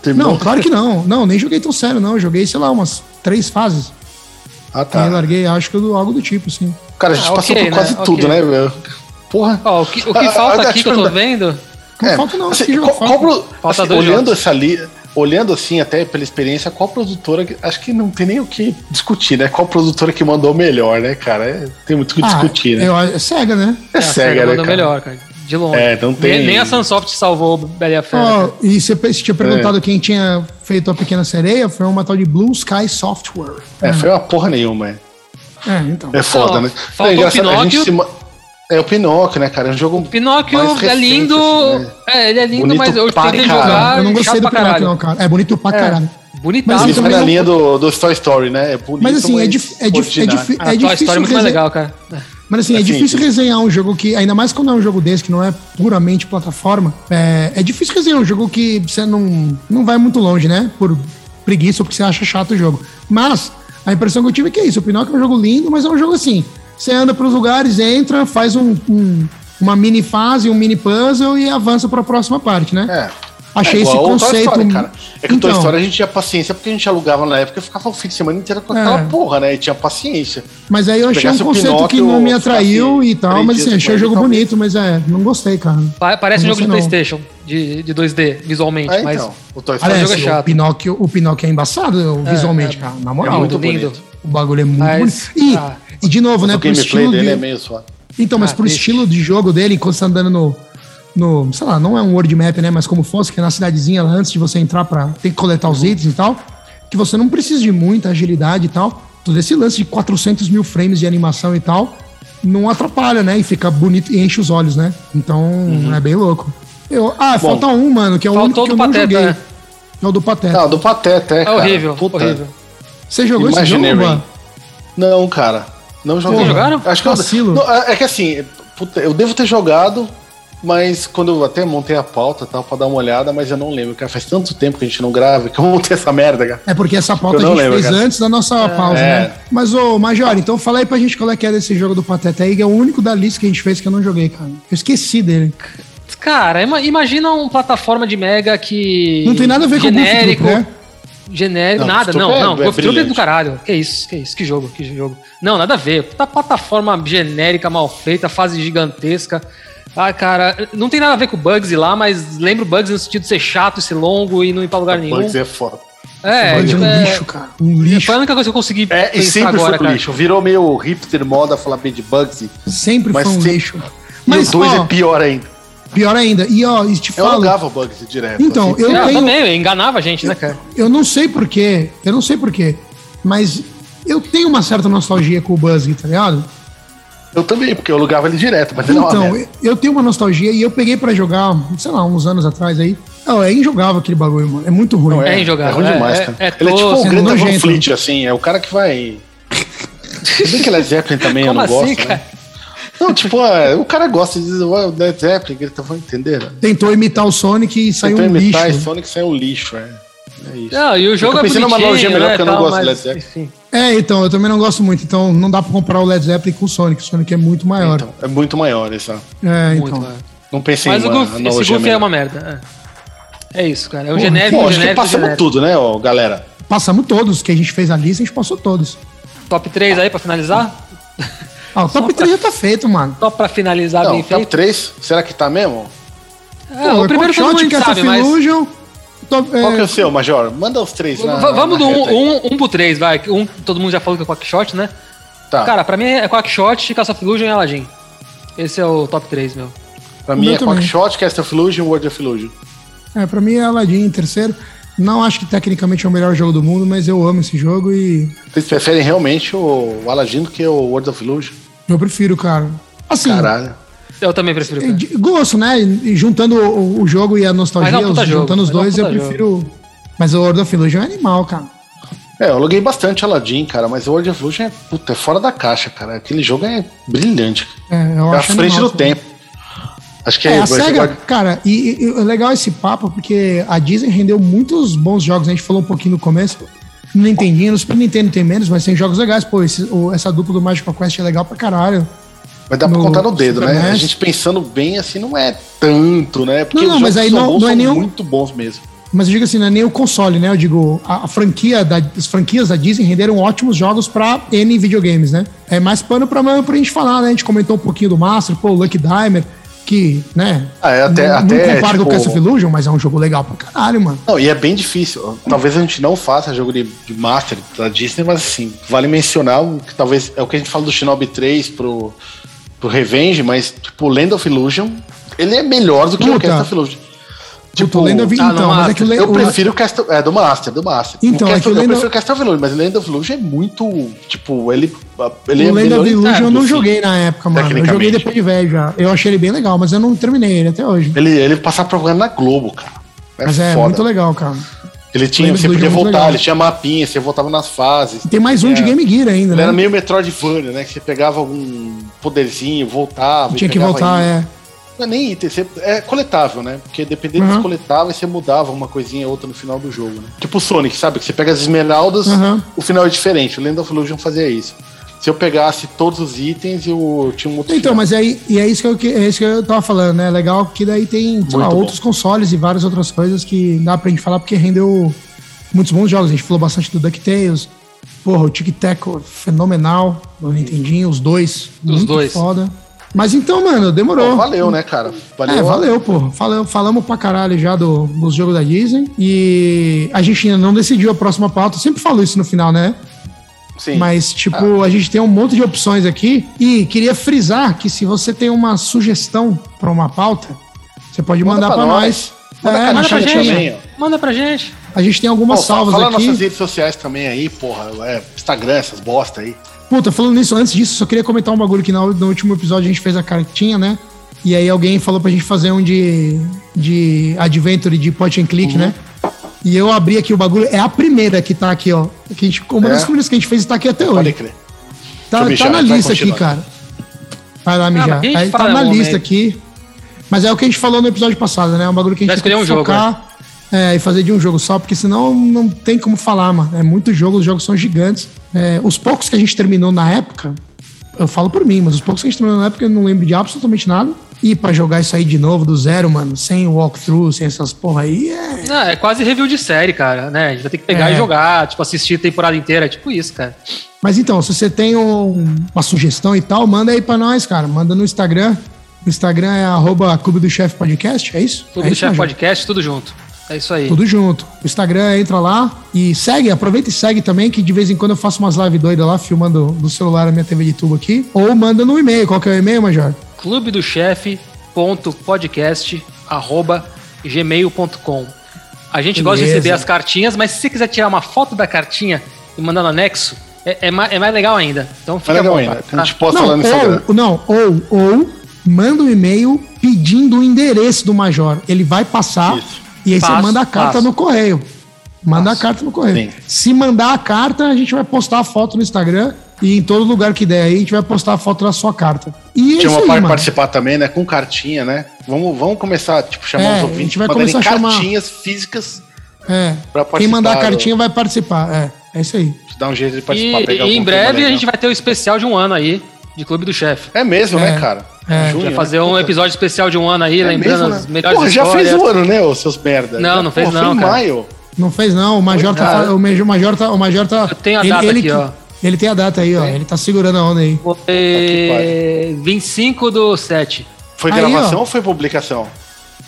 Speaker 2: Terminou?
Speaker 1: Não, claro que não. Não, nem joguei tão sério, não. Eu joguei, sei lá, umas três fases.
Speaker 2: Ah,
Speaker 1: Aí
Speaker 2: tá.
Speaker 1: larguei, acho que do- algo do tipo, assim.
Speaker 2: Cara, a gente
Speaker 3: Ah,
Speaker 2: passou
Speaker 3: ok,
Speaker 2: por quase
Speaker 3: né?
Speaker 2: tudo,
Speaker 3: Ok.
Speaker 2: né, velho? Porra.
Speaker 3: Ó, o que, o
Speaker 2: Ah,
Speaker 3: que
Speaker 2: ah,
Speaker 3: falta
Speaker 2: ah,
Speaker 3: aqui que eu
Speaker 2: deixa
Speaker 3: tô
Speaker 2: eu
Speaker 3: vendo.
Speaker 1: Não falta não,
Speaker 2: assim,
Speaker 1: que jogo
Speaker 2: qual-
Speaker 1: falta?
Speaker 2: qual pro-
Speaker 3: Falta
Speaker 2: assim,
Speaker 3: dois
Speaker 2: olhando
Speaker 3: jogos.
Speaker 2: essa ali, olhando assim até pela experiência, qual produtora que- acho que não tem nem o que discutir, né? Qual produtora que mandou melhor, né, cara? É, tem muito o que discutir, né?
Speaker 1: eu- é cega, né?
Speaker 2: É,
Speaker 3: a SEGA
Speaker 2: cega, né,
Speaker 3: Ah, mandou
Speaker 2: cara?
Speaker 3: melhor, cara. De longe.
Speaker 2: É, não tem-
Speaker 3: Nem, nem a Sunsoft salvou o Bela e a Fera.
Speaker 1: Ó, e você pe- você tinha perguntado quem tinha feito a Pequena Sereia, foi uma tal de Blue Sky Software.
Speaker 2: É, foi uma porra nenhuma, é.
Speaker 1: É, então.
Speaker 2: É foda,
Speaker 3: Então,
Speaker 2: né?
Speaker 3: faltou
Speaker 2: é, engraçado,
Speaker 3: o
Speaker 2: a gente
Speaker 3: Pinóquio.
Speaker 2: se ma- É o Pinóquio, né, cara? É um jogo
Speaker 3: Pinóquio
Speaker 2: mais recente,
Speaker 3: é lindo.
Speaker 2: assim, né?
Speaker 3: É, ele é lindo,
Speaker 2: Bonito
Speaker 3: mas eu
Speaker 2: pra
Speaker 3: tentei
Speaker 2: caralho.
Speaker 3: jogar.
Speaker 1: eu não
Speaker 3: chato
Speaker 1: gostei do
Speaker 3: pra
Speaker 1: Pinóquio,
Speaker 3: caralho.
Speaker 1: não, cara. É bonito pra caralho. Mas
Speaker 3: Bonitaço.
Speaker 2: Ele
Speaker 1: isso é
Speaker 2: vai
Speaker 1: também
Speaker 2: na
Speaker 1: não-
Speaker 2: linha do, do Toy Story, né? É bonito,
Speaker 1: Mas assim, é, dif- é, dif- é,
Speaker 2: ordinário.
Speaker 1: dif- é
Speaker 3: a tua
Speaker 1: difícil.
Speaker 3: história é muito
Speaker 1: resen-
Speaker 3: mais legal, cara.
Speaker 1: Mas assim, é
Speaker 2: Assim,
Speaker 1: difícil resenhar um jogo que, ainda mais quando é um jogo desse, que não é puramente plataforma, é, é difícil resenhar um jogo que você não, não vai muito longe, né? Por preguiça ou porque você acha chato o jogo. Mas a impressão que eu tive é que é isso. O Pinóquio é um jogo lindo, mas é um jogo assim. Você anda pros lugares, entra, faz um- um- uma mini fase, um mini puzzle e avança pra próxima parte, né?
Speaker 2: É.
Speaker 1: Achei
Speaker 2: É
Speaker 1: esse
Speaker 2: igual o Toy
Speaker 1: conceito.
Speaker 2: Story, cara. É que o Toy
Speaker 1: Então.
Speaker 2: Story a gente tinha paciência porque a gente alugava na época e ficava o fim de semana inteiro com aquela
Speaker 1: É.
Speaker 2: porra, né? E tinha paciência.
Speaker 1: Mas aí eu achei um
Speaker 2: Pegasse o
Speaker 1: conceito que
Speaker 2: Pinóquio,
Speaker 1: não me
Speaker 2: ficasse
Speaker 1: atraiu e tal,
Speaker 2: três
Speaker 1: mas
Speaker 2: dias
Speaker 1: assim,
Speaker 2: com
Speaker 1: achei o
Speaker 2: ele,
Speaker 1: jogo
Speaker 2: talvez.
Speaker 1: bonito, mas é, não gostei, cara.
Speaker 3: Pa- Parece um
Speaker 1: Não
Speaker 3: jogo de
Speaker 1: sei não.
Speaker 3: PlayStation, de, de 2D, visualmente.
Speaker 2: É,
Speaker 3: mas
Speaker 2: então. O Toy Story
Speaker 1: Parece,
Speaker 3: o jogo é
Speaker 1: O,
Speaker 3: chato.
Speaker 1: Pinóquio, o Pinóquio é embaçado visualmente, cara. Na
Speaker 2: é
Speaker 1: moral,
Speaker 2: muito
Speaker 3: lindo.
Speaker 2: bonito.
Speaker 1: o bagulho é muito
Speaker 3: Mas-
Speaker 1: bonito. E,
Speaker 3: ah.
Speaker 1: e de novo, né?
Speaker 2: o
Speaker 1: Pro
Speaker 2: gameplay
Speaker 1: estilo
Speaker 2: dele é
Speaker 1: de,
Speaker 2: meio só.
Speaker 1: então, mas
Speaker 3: Ah,
Speaker 1: pro
Speaker 3: deixa.
Speaker 1: estilo de jogo dele, quando você tá andando no, no. Sei lá, não é um world map, né? Mas como fosse, que é na cidadezinha lá antes de você entrar pra. Tem que coletar os itens e tal. Que você não precisa de muita agilidade e tal. Todo esse lance de 400 mil frames de animação e tal. Não atrapalha, né? E fica bonito e enche os olhos, né? Então
Speaker 3: Uhum.
Speaker 1: é bem louco. Eu, ah,
Speaker 2: Bom,
Speaker 1: falta um, mano, que é o único
Speaker 3: faltou
Speaker 1: que
Speaker 3: do
Speaker 1: eu não
Speaker 3: Pateta,
Speaker 1: joguei.
Speaker 3: né?
Speaker 1: É o do Pateta.
Speaker 2: Não, do Pateta, é,
Speaker 3: É
Speaker 2: cara.
Speaker 3: horrível,
Speaker 2: Puta.
Speaker 3: horrível.
Speaker 1: Você jogou esse jogo,
Speaker 2: Imaginary.
Speaker 1: Ban?
Speaker 2: Não, cara. Não joguei.
Speaker 3: não jogaram?
Speaker 2: Acho que eu,
Speaker 1: Vacilo.
Speaker 2: não, É é que assim, puta, eu devo ter jogado, mas quando eu até montei a pauta e tal, pra dar uma olhada, mas eu não lembro, cara. Faz tanto tempo que a gente não grava que eu montei essa merda, cara.
Speaker 1: É porque essa pauta a
Speaker 2: Eu não
Speaker 1: gente
Speaker 2: lembro,
Speaker 1: fez
Speaker 2: cara.
Speaker 1: antes da nossa pausa,
Speaker 2: É.
Speaker 1: né? Mas, ô, Major, então fala aí pra gente qual é que é desse jogo do Pateta aí, que é o único da lista que a gente fez que eu não joguei, cara. Eu esqueci dele.
Speaker 3: Cara, ima- imagina uma plataforma de Mega que.
Speaker 1: Não tem nada a ver com o Goof
Speaker 3: genérico,
Speaker 1: Troop, né?
Speaker 3: Genérico,
Speaker 2: Não,
Speaker 3: nada,
Speaker 2: Goof
Speaker 3: não,
Speaker 2: Troop é-
Speaker 3: não.
Speaker 2: é
Speaker 3: Goof Troop é do
Speaker 2: brilhante.
Speaker 3: caralho. Que isso, que isso, que jogo, que jogo. Não, nada a ver. Puta plataforma genérica, mal feita, fase gigantesca. Ah, cara, não tem nada a ver com o Bugsy lá, mas lembro o Bugsy no sentido de ser chato e ser longo e não ir pra lugar nenhum.
Speaker 2: Bugs é foda.
Speaker 3: É,
Speaker 1: Mas é
Speaker 3: tipo,
Speaker 1: um
Speaker 3: é,
Speaker 1: lixo, cara. Um
Speaker 3: foi a
Speaker 1: lixo.
Speaker 3: única coisa que eu consegui
Speaker 2: É, e sempre foi pro
Speaker 3: cara.
Speaker 2: lixo. Virou meio hipster moda falar bem de Bugsy.
Speaker 1: Sempre
Speaker 2: Mas
Speaker 1: foi um
Speaker 2: sempre-
Speaker 1: lixo.
Speaker 2: Mas,
Speaker 1: Mas,
Speaker 2: e o 2
Speaker 1: ó,
Speaker 2: é pior ainda.
Speaker 1: pior ainda. E, ó, e te
Speaker 2: Eu
Speaker 1: falo,
Speaker 2: alugava Bugsy direto.
Speaker 1: Então,
Speaker 2: assim.
Speaker 1: eu-
Speaker 3: É,
Speaker 1: tenho-
Speaker 3: também, enganava a gente, né, cara?
Speaker 1: eu não sei porquê, eu não sei porquê, mas eu tenho uma certa nostalgia com o Buzz, tá ligado?
Speaker 2: Eu também, porque eu alugava ele direto, mas ele é não
Speaker 1: Então, eu tenho uma nostalgia e eu peguei pra jogar, sei lá, uns anos atrás aí. Não, é injogável aquele bagulho, mano. É muito ruim.
Speaker 3: é injogável,
Speaker 2: É ruim
Speaker 3: é-
Speaker 2: demais,
Speaker 3: é-
Speaker 2: cara.
Speaker 3: é
Speaker 2: ele é tipo um
Speaker 3: tosco, né?
Speaker 1: é
Speaker 2: grande
Speaker 1: nojento.
Speaker 2: Van Fleet, assim. É o cara que vai... Se bem que Led Zeppelin também eu
Speaker 3: Como
Speaker 2: não
Speaker 3: assim,
Speaker 2: gosto,
Speaker 3: cara?
Speaker 2: né? Não, tipo, ah, o cara gosta de dizer, "Ué, o Led Zeppelin, que ele tá falando, entenderam?
Speaker 1: Tentou imitar o Sonic e saiu
Speaker 2: Tentou
Speaker 1: um lixo.
Speaker 2: imitar e Sonic saiu um lixo, é. É isso.
Speaker 3: Não, e o jogo
Speaker 2: eu
Speaker 3: é
Speaker 2: pensei numa analogia
Speaker 3: bonitinho,
Speaker 2: melhor
Speaker 3: né,
Speaker 2: porque eu não
Speaker 3: tal,
Speaker 2: gosto de
Speaker 3: mas,
Speaker 2: Led Zeppelin.
Speaker 3: enfim.
Speaker 1: É, então, eu também não gosto muito. Então, não dá pra comparar o Led Zeppelin com o Sonic. O Sonic é muito maior.
Speaker 2: Então, é muito maior, exato.
Speaker 1: é,
Speaker 3: Muito,
Speaker 1: então.
Speaker 3: é.
Speaker 2: Não pensei
Speaker 3: Mas
Speaker 2: em
Speaker 3: o
Speaker 2: uma
Speaker 3: Goofy, esse
Speaker 2: analogia
Speaker 3: Goofy é
Speaker 2: melhor.
Speaker 3: uma merda. É É isso, cara. É o
Speaker 1: Porra,
Speaker 3: genérico,
Speaker 2: Bom,
Speaker 3: o
Speaker 2: acho que
Speaker 3: genérico, o
Speaker 2: passamos
Speaker 3: genérico.
Speaker 2: tudo, né, ó, galera?
Speaker 1: Passamos todos, que a gente fez a lista, a gente passou todos.
Speaker 3: Top 3 aí pra finalizar?
Speaker 1: Ah, o top 3 já tá feito, mano.
Speaker 3: Só pra finalizar
Speaker 2: Não,
Speaker 3: Tá bem
Speaker 2: top
Speaker 3: feito.
Speaker 2: 3, será que tá mesmo?
Speaker 3: É, o primeiro todo
Speaker 1: shot
Speaker 3: mundo
Speaker 1: que essa
Speaker 3: sabe, mas...
Speaker 1: Fusion. top-
Speaker 2: Qual
Speaker 1: é,
Speaker 2: que é o seu, Major? Manda os três
Speaker 3: V-
Speaker 2: na,
Speaker 3: v- Vamos
Speaker 2: na
Speaker 3: do
Speaker 2: reta aí.
Speaker 3: 1 um, um pro 3, vai. que Um, todo mundo já falou que é Quackshot, né?
Speaker 2: Tá,
Speaker 3: Cara, pra mim é Quackshot, Caça Fusion e Aladdin. Esse é o top 3, meu.
Speaker 2: pra
Speaker 1: o
Speaker 2: mim
Speaker 1: meu
Speaker 2: é
Speaker 1: também.
Speaker 2: Quackshot, Cast of Illusion, World of Illusion.
Speaker 1: É, pra mim é Aladdin em terceiro. Não acho que tecnicamente é o melhor jogo do mundo, mas eu amo esse jogo e
Speaker 2: Vocês preferem realmente o Aladdin do que o World of Illusion?
Speaker 1: eu prefiro, cara. Assim,
Speaker 2: Caralho.
Speaker 3: Eu também prefiro.
Speaker 1: é
Speaker 3: cara.
Speaker 1: de gosto, né? E juntando o, o jogo e a nostalgia,
Speaker 3: Mas é um puta
Speaker 1: os-
Speaker 3: jogo,
Speaker 1: juntando os
Speaker 3: mas é um
Speaker 1: dois, eu
Speaker 3: puta
Speaker 1: prefiro. Mas o World of Illusion é animal, cara.
Speaker 2: É, eu aluguei bastante Aladdin, cara, mas o World of Illusion é, puta, é fora da caixa, cara. Aquele jogo é brilhante.
Speaker 1: É, eu
Speaker 2: É à
Speaker 1: acho
Speaker 2: frente
Speaker 1: animal,
Speaker 2: do
Speaker 1: cara.
Speaker 2: tempo. Acho que
Speaker 1: É, a
Speaker 2: esse
Speaker 1: SEGA,
Speaker 2: guarda-
Speaker 1: cara, e, e- e é legal esse papo, porque a Disney rendeu muitos bons jogos, a gente falou um pouquinho no começo, no Nintendinho, no Super Nintendo tem menos, mas tem jogos legais, pô, esse- o- essa dupla do Magical Quest é legal pra caralho.
Speaker 2: Mas dá pra
Speaker 1: no
Speaker 2: contar no dedo,
Speaker 1: Super
Speaker 2: né? A
Speaker 1: NES.
Speaker 2: gente pensando bem, assim, não é tanto, né? Porque
Speaker 1: Não, não,
Speaker 2: os
Speaker 1: mas
Speaker 2: jogos
Speaker 1: aí
Speaker 2: são
Speaker 1: não-
Speaker 2: bons,
Speaker 1: não é
Speaker 2: são
Speaker 1: nenhum-
Speaker 2: muito bons mesmo.
Speaker 1: Mas eu digo assim, não é nem o console, né? Eu digo, a, a franquia da, as franquias da Disney renderam ótimos jogos pra N videogames, né? É mais pano pra mão pra gente falar, né? A gente comentou um pouquinho do Master, pô, o Lucky Dimer, que, né?
Speaker 2: Ah, é até-
Speaker 1: não, não
Speaker 2: até,
Speaker 1: compara com o
Speaker 2: tipo-
Speaker 1: Cast of Illusion, mas é um jogo legal pra caralho, mano.
Speaker 2: Não, e é bem difícil. Talvez a gente não faça jogo de, de Master da Disney, mas assim, vale mencionar o que talvez é o que a gente fala do Shinobi 3 pro, pro Revenge, mas tipo, Land of Illusion, ele é melhor do que o
Speaker 1: Puta.
Speaker 2: Cast of Illusion.
Speaker 1: Tipo, o Land of,
Speaker 3: ah,
Speaker 1: então,
Speaker 3: no
Speaker 1: mas é que o,
Speaker 2: tá Eu
Speaker 1: Land- o-
Speaker 2: prefiro o Cast of, é, do Master, do Master.
Speaker 1: Então,
Speaker 2: O Cast
Speaker 1: é que o
Speaker 2: of- eu
Speaker 1: Land of-
Speaker 2: prefiro o Cast of Illusion, mas o Land of Illusion é muito, tipo, ele, ele é
Speaker 1: o Land
Speaker 2: melhor
Speaker 1: of
Speaker 2: em
Speaker 1: Illusion eu
Speaker 2: tudo,
Speaker 1: não
Speaker 2: assim.
Speaker 1: joguei na época, mano. Eu joguei
Speaker 2: Tecnicamente.
Speaker 1: depois de velho já. Eu achei ele bem legal, mas eu não terminei ele até hoje.
Speaker 2: Ele, ele passava propaganda na Globo, cara. É
Speaker 1: mas é
Speaker 2: foda.
Speaker 1: muito legal, cara.
Speaker 2: Ele tinha,
Speaker 1: Land of
Speaker 2: você podia
Speaker 1: Illusion é muito
Speaker 2: voltar,
Speaker 1: legal.
Speaker 2: ele tinha mapinha, você voltava nas fases.
Speaker 1: E tem mais um de Game Gear ainda,
Speaker 2: É. Ele
Speaker 1: né?
Speaker 2: era meio Metroidvania, né? Que você pegava algum poderzinho, voltava. e
Speaker 1: Tinha que
Speaker 2: pegava
Speaker 1: voltar,
Speaker 2: item.
Speaker 1: é.
Speaker 2: Não é nem item, você- é coletável, né? Porque dependendo
Speaker 1: Uhum.
Speaker 2: dos coletáveis, você mudava uma coisinha ou outra no final do jogo, né? Tipo o Sonic, sabe? Que você pega as esmeraldas,
Speaker 1: Uhum.
Speaker 2: o final é diferente. O Land of Illusion fazia isso. Se eu pegasse todos os itens, eu tinha um outro
Speaker 1: Então,
Speaker 2: final.
Speaker 1: mas aí, e é isso que eu, que- é isso que eu tava falando, né? Legal que daí tem sei lá,
Speaker 2: Muito bom.
Speaker 1: outros consoles e várias outras coisas que dá pra gente falar, porque rendeu muitos bons jogos. A gente falou bastante do DuckTales. Porra, o Tic Tac ó, fenomenal. O Nintendinho, os dois. muito
Speaker 3: dois.
Speaker 1: Foda. Mas então, mano, demorou.
Speaker 2: Pô, valeu, né, cara? Valeu.
Speaker 1: É, valeu, pô. Falamos, falamos pra caralho já do, dos jogos da Disney. E a gente ainda não decidiu a próxima pauta. Eu sempre falo isso no final, né?
Speaker 2: Sim. Ah.
Speaker 1: Mas, tipo, a gente tem um monte de opções aqui. E queria frisar que se você tem uma sugestão pra uma pauta, você pode
Speaker 2: Manda
Speaker 1: mandar
Speaker 2: pra
Speaker 1: pra nós.
Speaker 2: Manda
Speaker 1: É,
Speaker 2: pra
Speaker 1: manda
Speaker 3: Manda
Speaker 1: pra
Speaker 3: pra
Speaker 2: gente.
Speaker 1: gente.
Speaker 2: também,
Speaker 3: Manda pra gente.
Speaker 1: A gente tem algumas
Speaker 2: Pô,
Speaker 1: salvas
Speaker 2: fala
Speaker 1: aqui.
Speaker 2: nossas redes sociais também aí, porra. É, Instagram, essas bosta aí.
Speaker 1: Puta, falando nisso, antes disso, só queria comentar um bagulho que no, no último episódio a gente fez a cartinha, né? E aí alguém falou pra gente fazer um de, de adventure, de point and click, né? E eu abri aqui o bagulho, é a primeira que tá aqui, ó. Que a gente, uma
Speaker 2: É?
Speaker 1: das primeiras que a gente fez e tá aqui até
Speaker 2: Pode
Speaker 1: hoje.
Speaker 2: crer.
Speaker 1: Tá,
Speaker 2: eu mijar,
Speaker 1: tá na
Speaker 2: vai
Speaker 1: lista aqui,
Speaker 2: continuar.
Speaker 1: cara. Vai lá, mijar.
Speaker 3: mas a gente
Speaker 1: Aí tá
Speaker 3: fala
Speaker 1: na
Speaker 3: um
Speaker 1: lista
Speaker 3: momento.
Speaker 1: aqui. Mas é o que a gente falou no episódio passado, né? É um bagulho que a
Speaker 3: Já
Speaker 1: gente tem que
Speaker 3: escolheu um jogo,
Speaker 1: focar é, e fazer de um jogo só, porque senão não tem como falar, mano. É muito jogo, os jogos são gigantes. É, os poucos que a gente terminou na época, eu falo por mim, mas os poucos que a gente terminou na época eu não lembro de absolutamente nada. E pra jogar isso aí de novo, do zero, mano, sem walkthrough, sem essas porra aí, é.
Speaker 3: Não, é quase review de série, cara, né? A gente vai ter que pegar
Speaker 1: É.
Speaker 3: e jogar, tipo, assistir a temporada inteira, é tipo isso, cara.
Speaker 1: Mas então, se você tem um- uma sugestão e tal, manda aí pra nós, cara. Manda no Instagram. O Instagram é arroba Clube do Chefe Podcast, é isso?
Speaker 3: Tudo
Speaker 1: é
Speaker 3: do
Speaker 1: isso,
Speaker 3: Chef
Speaker 1: Major?
Speaker 3: Podcast, tudo junto. É isso aí.
Speaker 1: Tudo junto. O Instagram entra lá e segue, aproveita e segue também, que de vez em quando eu faço umas live doidas lá, filmando do celular a minha TV de tubo aqui. Ou manda no e-mail. Qual que é o e-mail, Major?
Speaker 3: clube do gmail.com A gente gosta de
Speaker 1: Beleza.
Speaker 3: receber as cartinhas, mas se você quiser tirar uma foto da cartinha e mandar no anexo, É, é ma- é mais legal ainda. Então fica
Speaker 2: Mas legal
Speaker 3: bom,
Speaker 2: ainda.
Speaker 3: tá?
Speaker 2: A gente posta
Speaker 1: não, é,
Speaker 2: lá no Instagram.
Speaker 1: ou, não, ou, ou manda um e-mail pedindo o endereço do Major. Ele vai passar
Speaker 2: Isso.
Speaker 1: e aí você
Speaker 3: Passo,
Speaker 1: manda a carta
Speaker 3: passo.
Speaker 1: no correio. Manda a carta no correio.
Speaker 2: Sim.
Speaker 1: Se mandar a carta, a gente vai postar a foto no Instagram e em todo lugar que der aí, a gente vai postar a foto da sua carta. E é isso
Speaker 2: Tinha uma
Speaker 1: aí,
Speaker 2: parte
Speaker 1: mano.
Speaker 2: participar também, né? Com cartinha, né? Vamos, vamos começar, tipo, chamar
Speaker 1: É,
Speaker 2: os
Speaker 1: a
Speaker 2: ouvintes.
Speaker 1: gente vai
Speaker 2: mandarem
Speaker 1: começar a chamar-
Speaker 2: cartinhas físicas
Speaker 1: É.
Speaker 2: pra
Speaker 1: Quem
Speaker 2: participar
Speaker 1: mandar a
Speaker 2: do-
Speaker 1: cartinha vai participar. É, é isso aí.
Speaker 2: Dá um jeito de
Speaker 3: E,
Speaker 2: participar. pegar
Speaker 3: e
Speaker 2: algum
Speaker 3: em
Speaker 2: tema
Speaker 3: breve
Speaker 2: legal.
Speaker 3: a gente vai ter o especial de um ano aí, de Clube do Chefe.
Speaker 2: É mesmo,
Speaker 1: É.
Speaker 2: né, cara?
Speaker 1: É.
Speaker 2: Junho,
Speaker 3: Vai
Speaker 2: né?
Speaker 3: fazer um episódio especial de um ano aí,
Speaker 2: É
Speaker 3: lembrando
Speaker 2: mesmo,
Speaker 3: as
Speaker 2: né?
Speaker 3: melhores
Speaker 2: Porra, já
Speaker 3: histórias.
Speaker 2: fez um ano, né, ô seus merda?
Speaker 3: Não,
Speaker 2: Já-
Speaker 3: não fez
Speaker 2: Porra,
Speaker 3: não,
Speaker 2: foi em
Speaker 3: cara.
Speaker 2: maio.
Speaker 1: Não fez, não. O Major
Speaker 2: Pois
Speaker 1: tá.
Speaker 2: é.
Speaker 1: fal- O Major, o Major tá. O Major tá.
Speaker 3: Eu tenho a data aqui,
Speaker 1: que-
Speaker 3: ó.
Speaker 1: Ele tem a data aí, ó. Ele tá segurando a onda aí.
Speaker 2: um
Speaker 3: É, Foi 25 do 7.
Speaker 2: Foi
Speaker 1: Aí,
Speaker 2: gravação
Speaker 1: ó.
Speaker 2: ou foi publicação?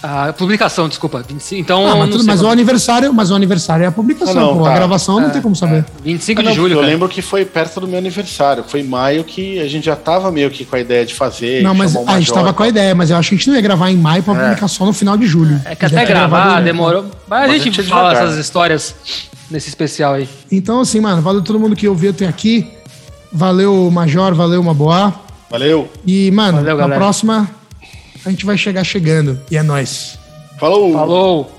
Speaker 3: A publicação, desculpa. 25, então,
Speaker 1: Ah, mas,
Speaker 3: não
Speaker 1: tudo,
Speaker 3: sei
Speaker 1: mas o
Speaker 3: quando.
Speaker 1: aniversário, mas o aniversário é a publicação,
Speaker 2: Ah, não,
Speaker 1: pô. A
Speaker 2: tá.
Speaker 1: gravação não tem como saber.
Speaker 3: 25
Speaker 2: Ah,
Speaker 3: de
Speaker 2: não,
Speaker 3: julho,
Speaker 2: eu
Speaker 3: cara.
Speaker 2: lembro que foi perto do meu aniversário. Foi em maio que a gente já tava meio que com a ideia de fazer.
Speaker 1: Não, mas
Speaker 2: chamar o
Speaker 1: ah, a gente
Speaker 2: Major.
Speaker 1: tava com a ideia, mas eu acho que a gente não ia gravar em maio pra
Speaker 2: É.
Speaker 1: publicar só no final de julho.
Speaker 3: É que
Speaker 1: Já
Speaker 3: até
Speaker 1: tá
Speaker 3: gravar
Speaker 1: gravado, né?
Speaker 3: demorou. Mas
Speaker 2: Mas
Speaker 3: a
Speaker 2: a
Speaker 3: gente
Speaker 2: gente é
Speaker 3: fala
Speaker 2: devagar.
Speaker 3: essas histórias nesse especial aí.
Speaker 1: Então, assim, mano, valeu todo mundo que ouviu até aqui. Valeu, Major, valeu, Maboá.
Speaker 2: Valeu.
Speaker 1: E, mano,
Speaker 3: Valeu,
Speaker 1: na
Speaker 3: galera.
Speaker 1: próxima a gente vai chegar chegando. E é nóis.
Speaker 2: Falou.
Speaker 3: Falou!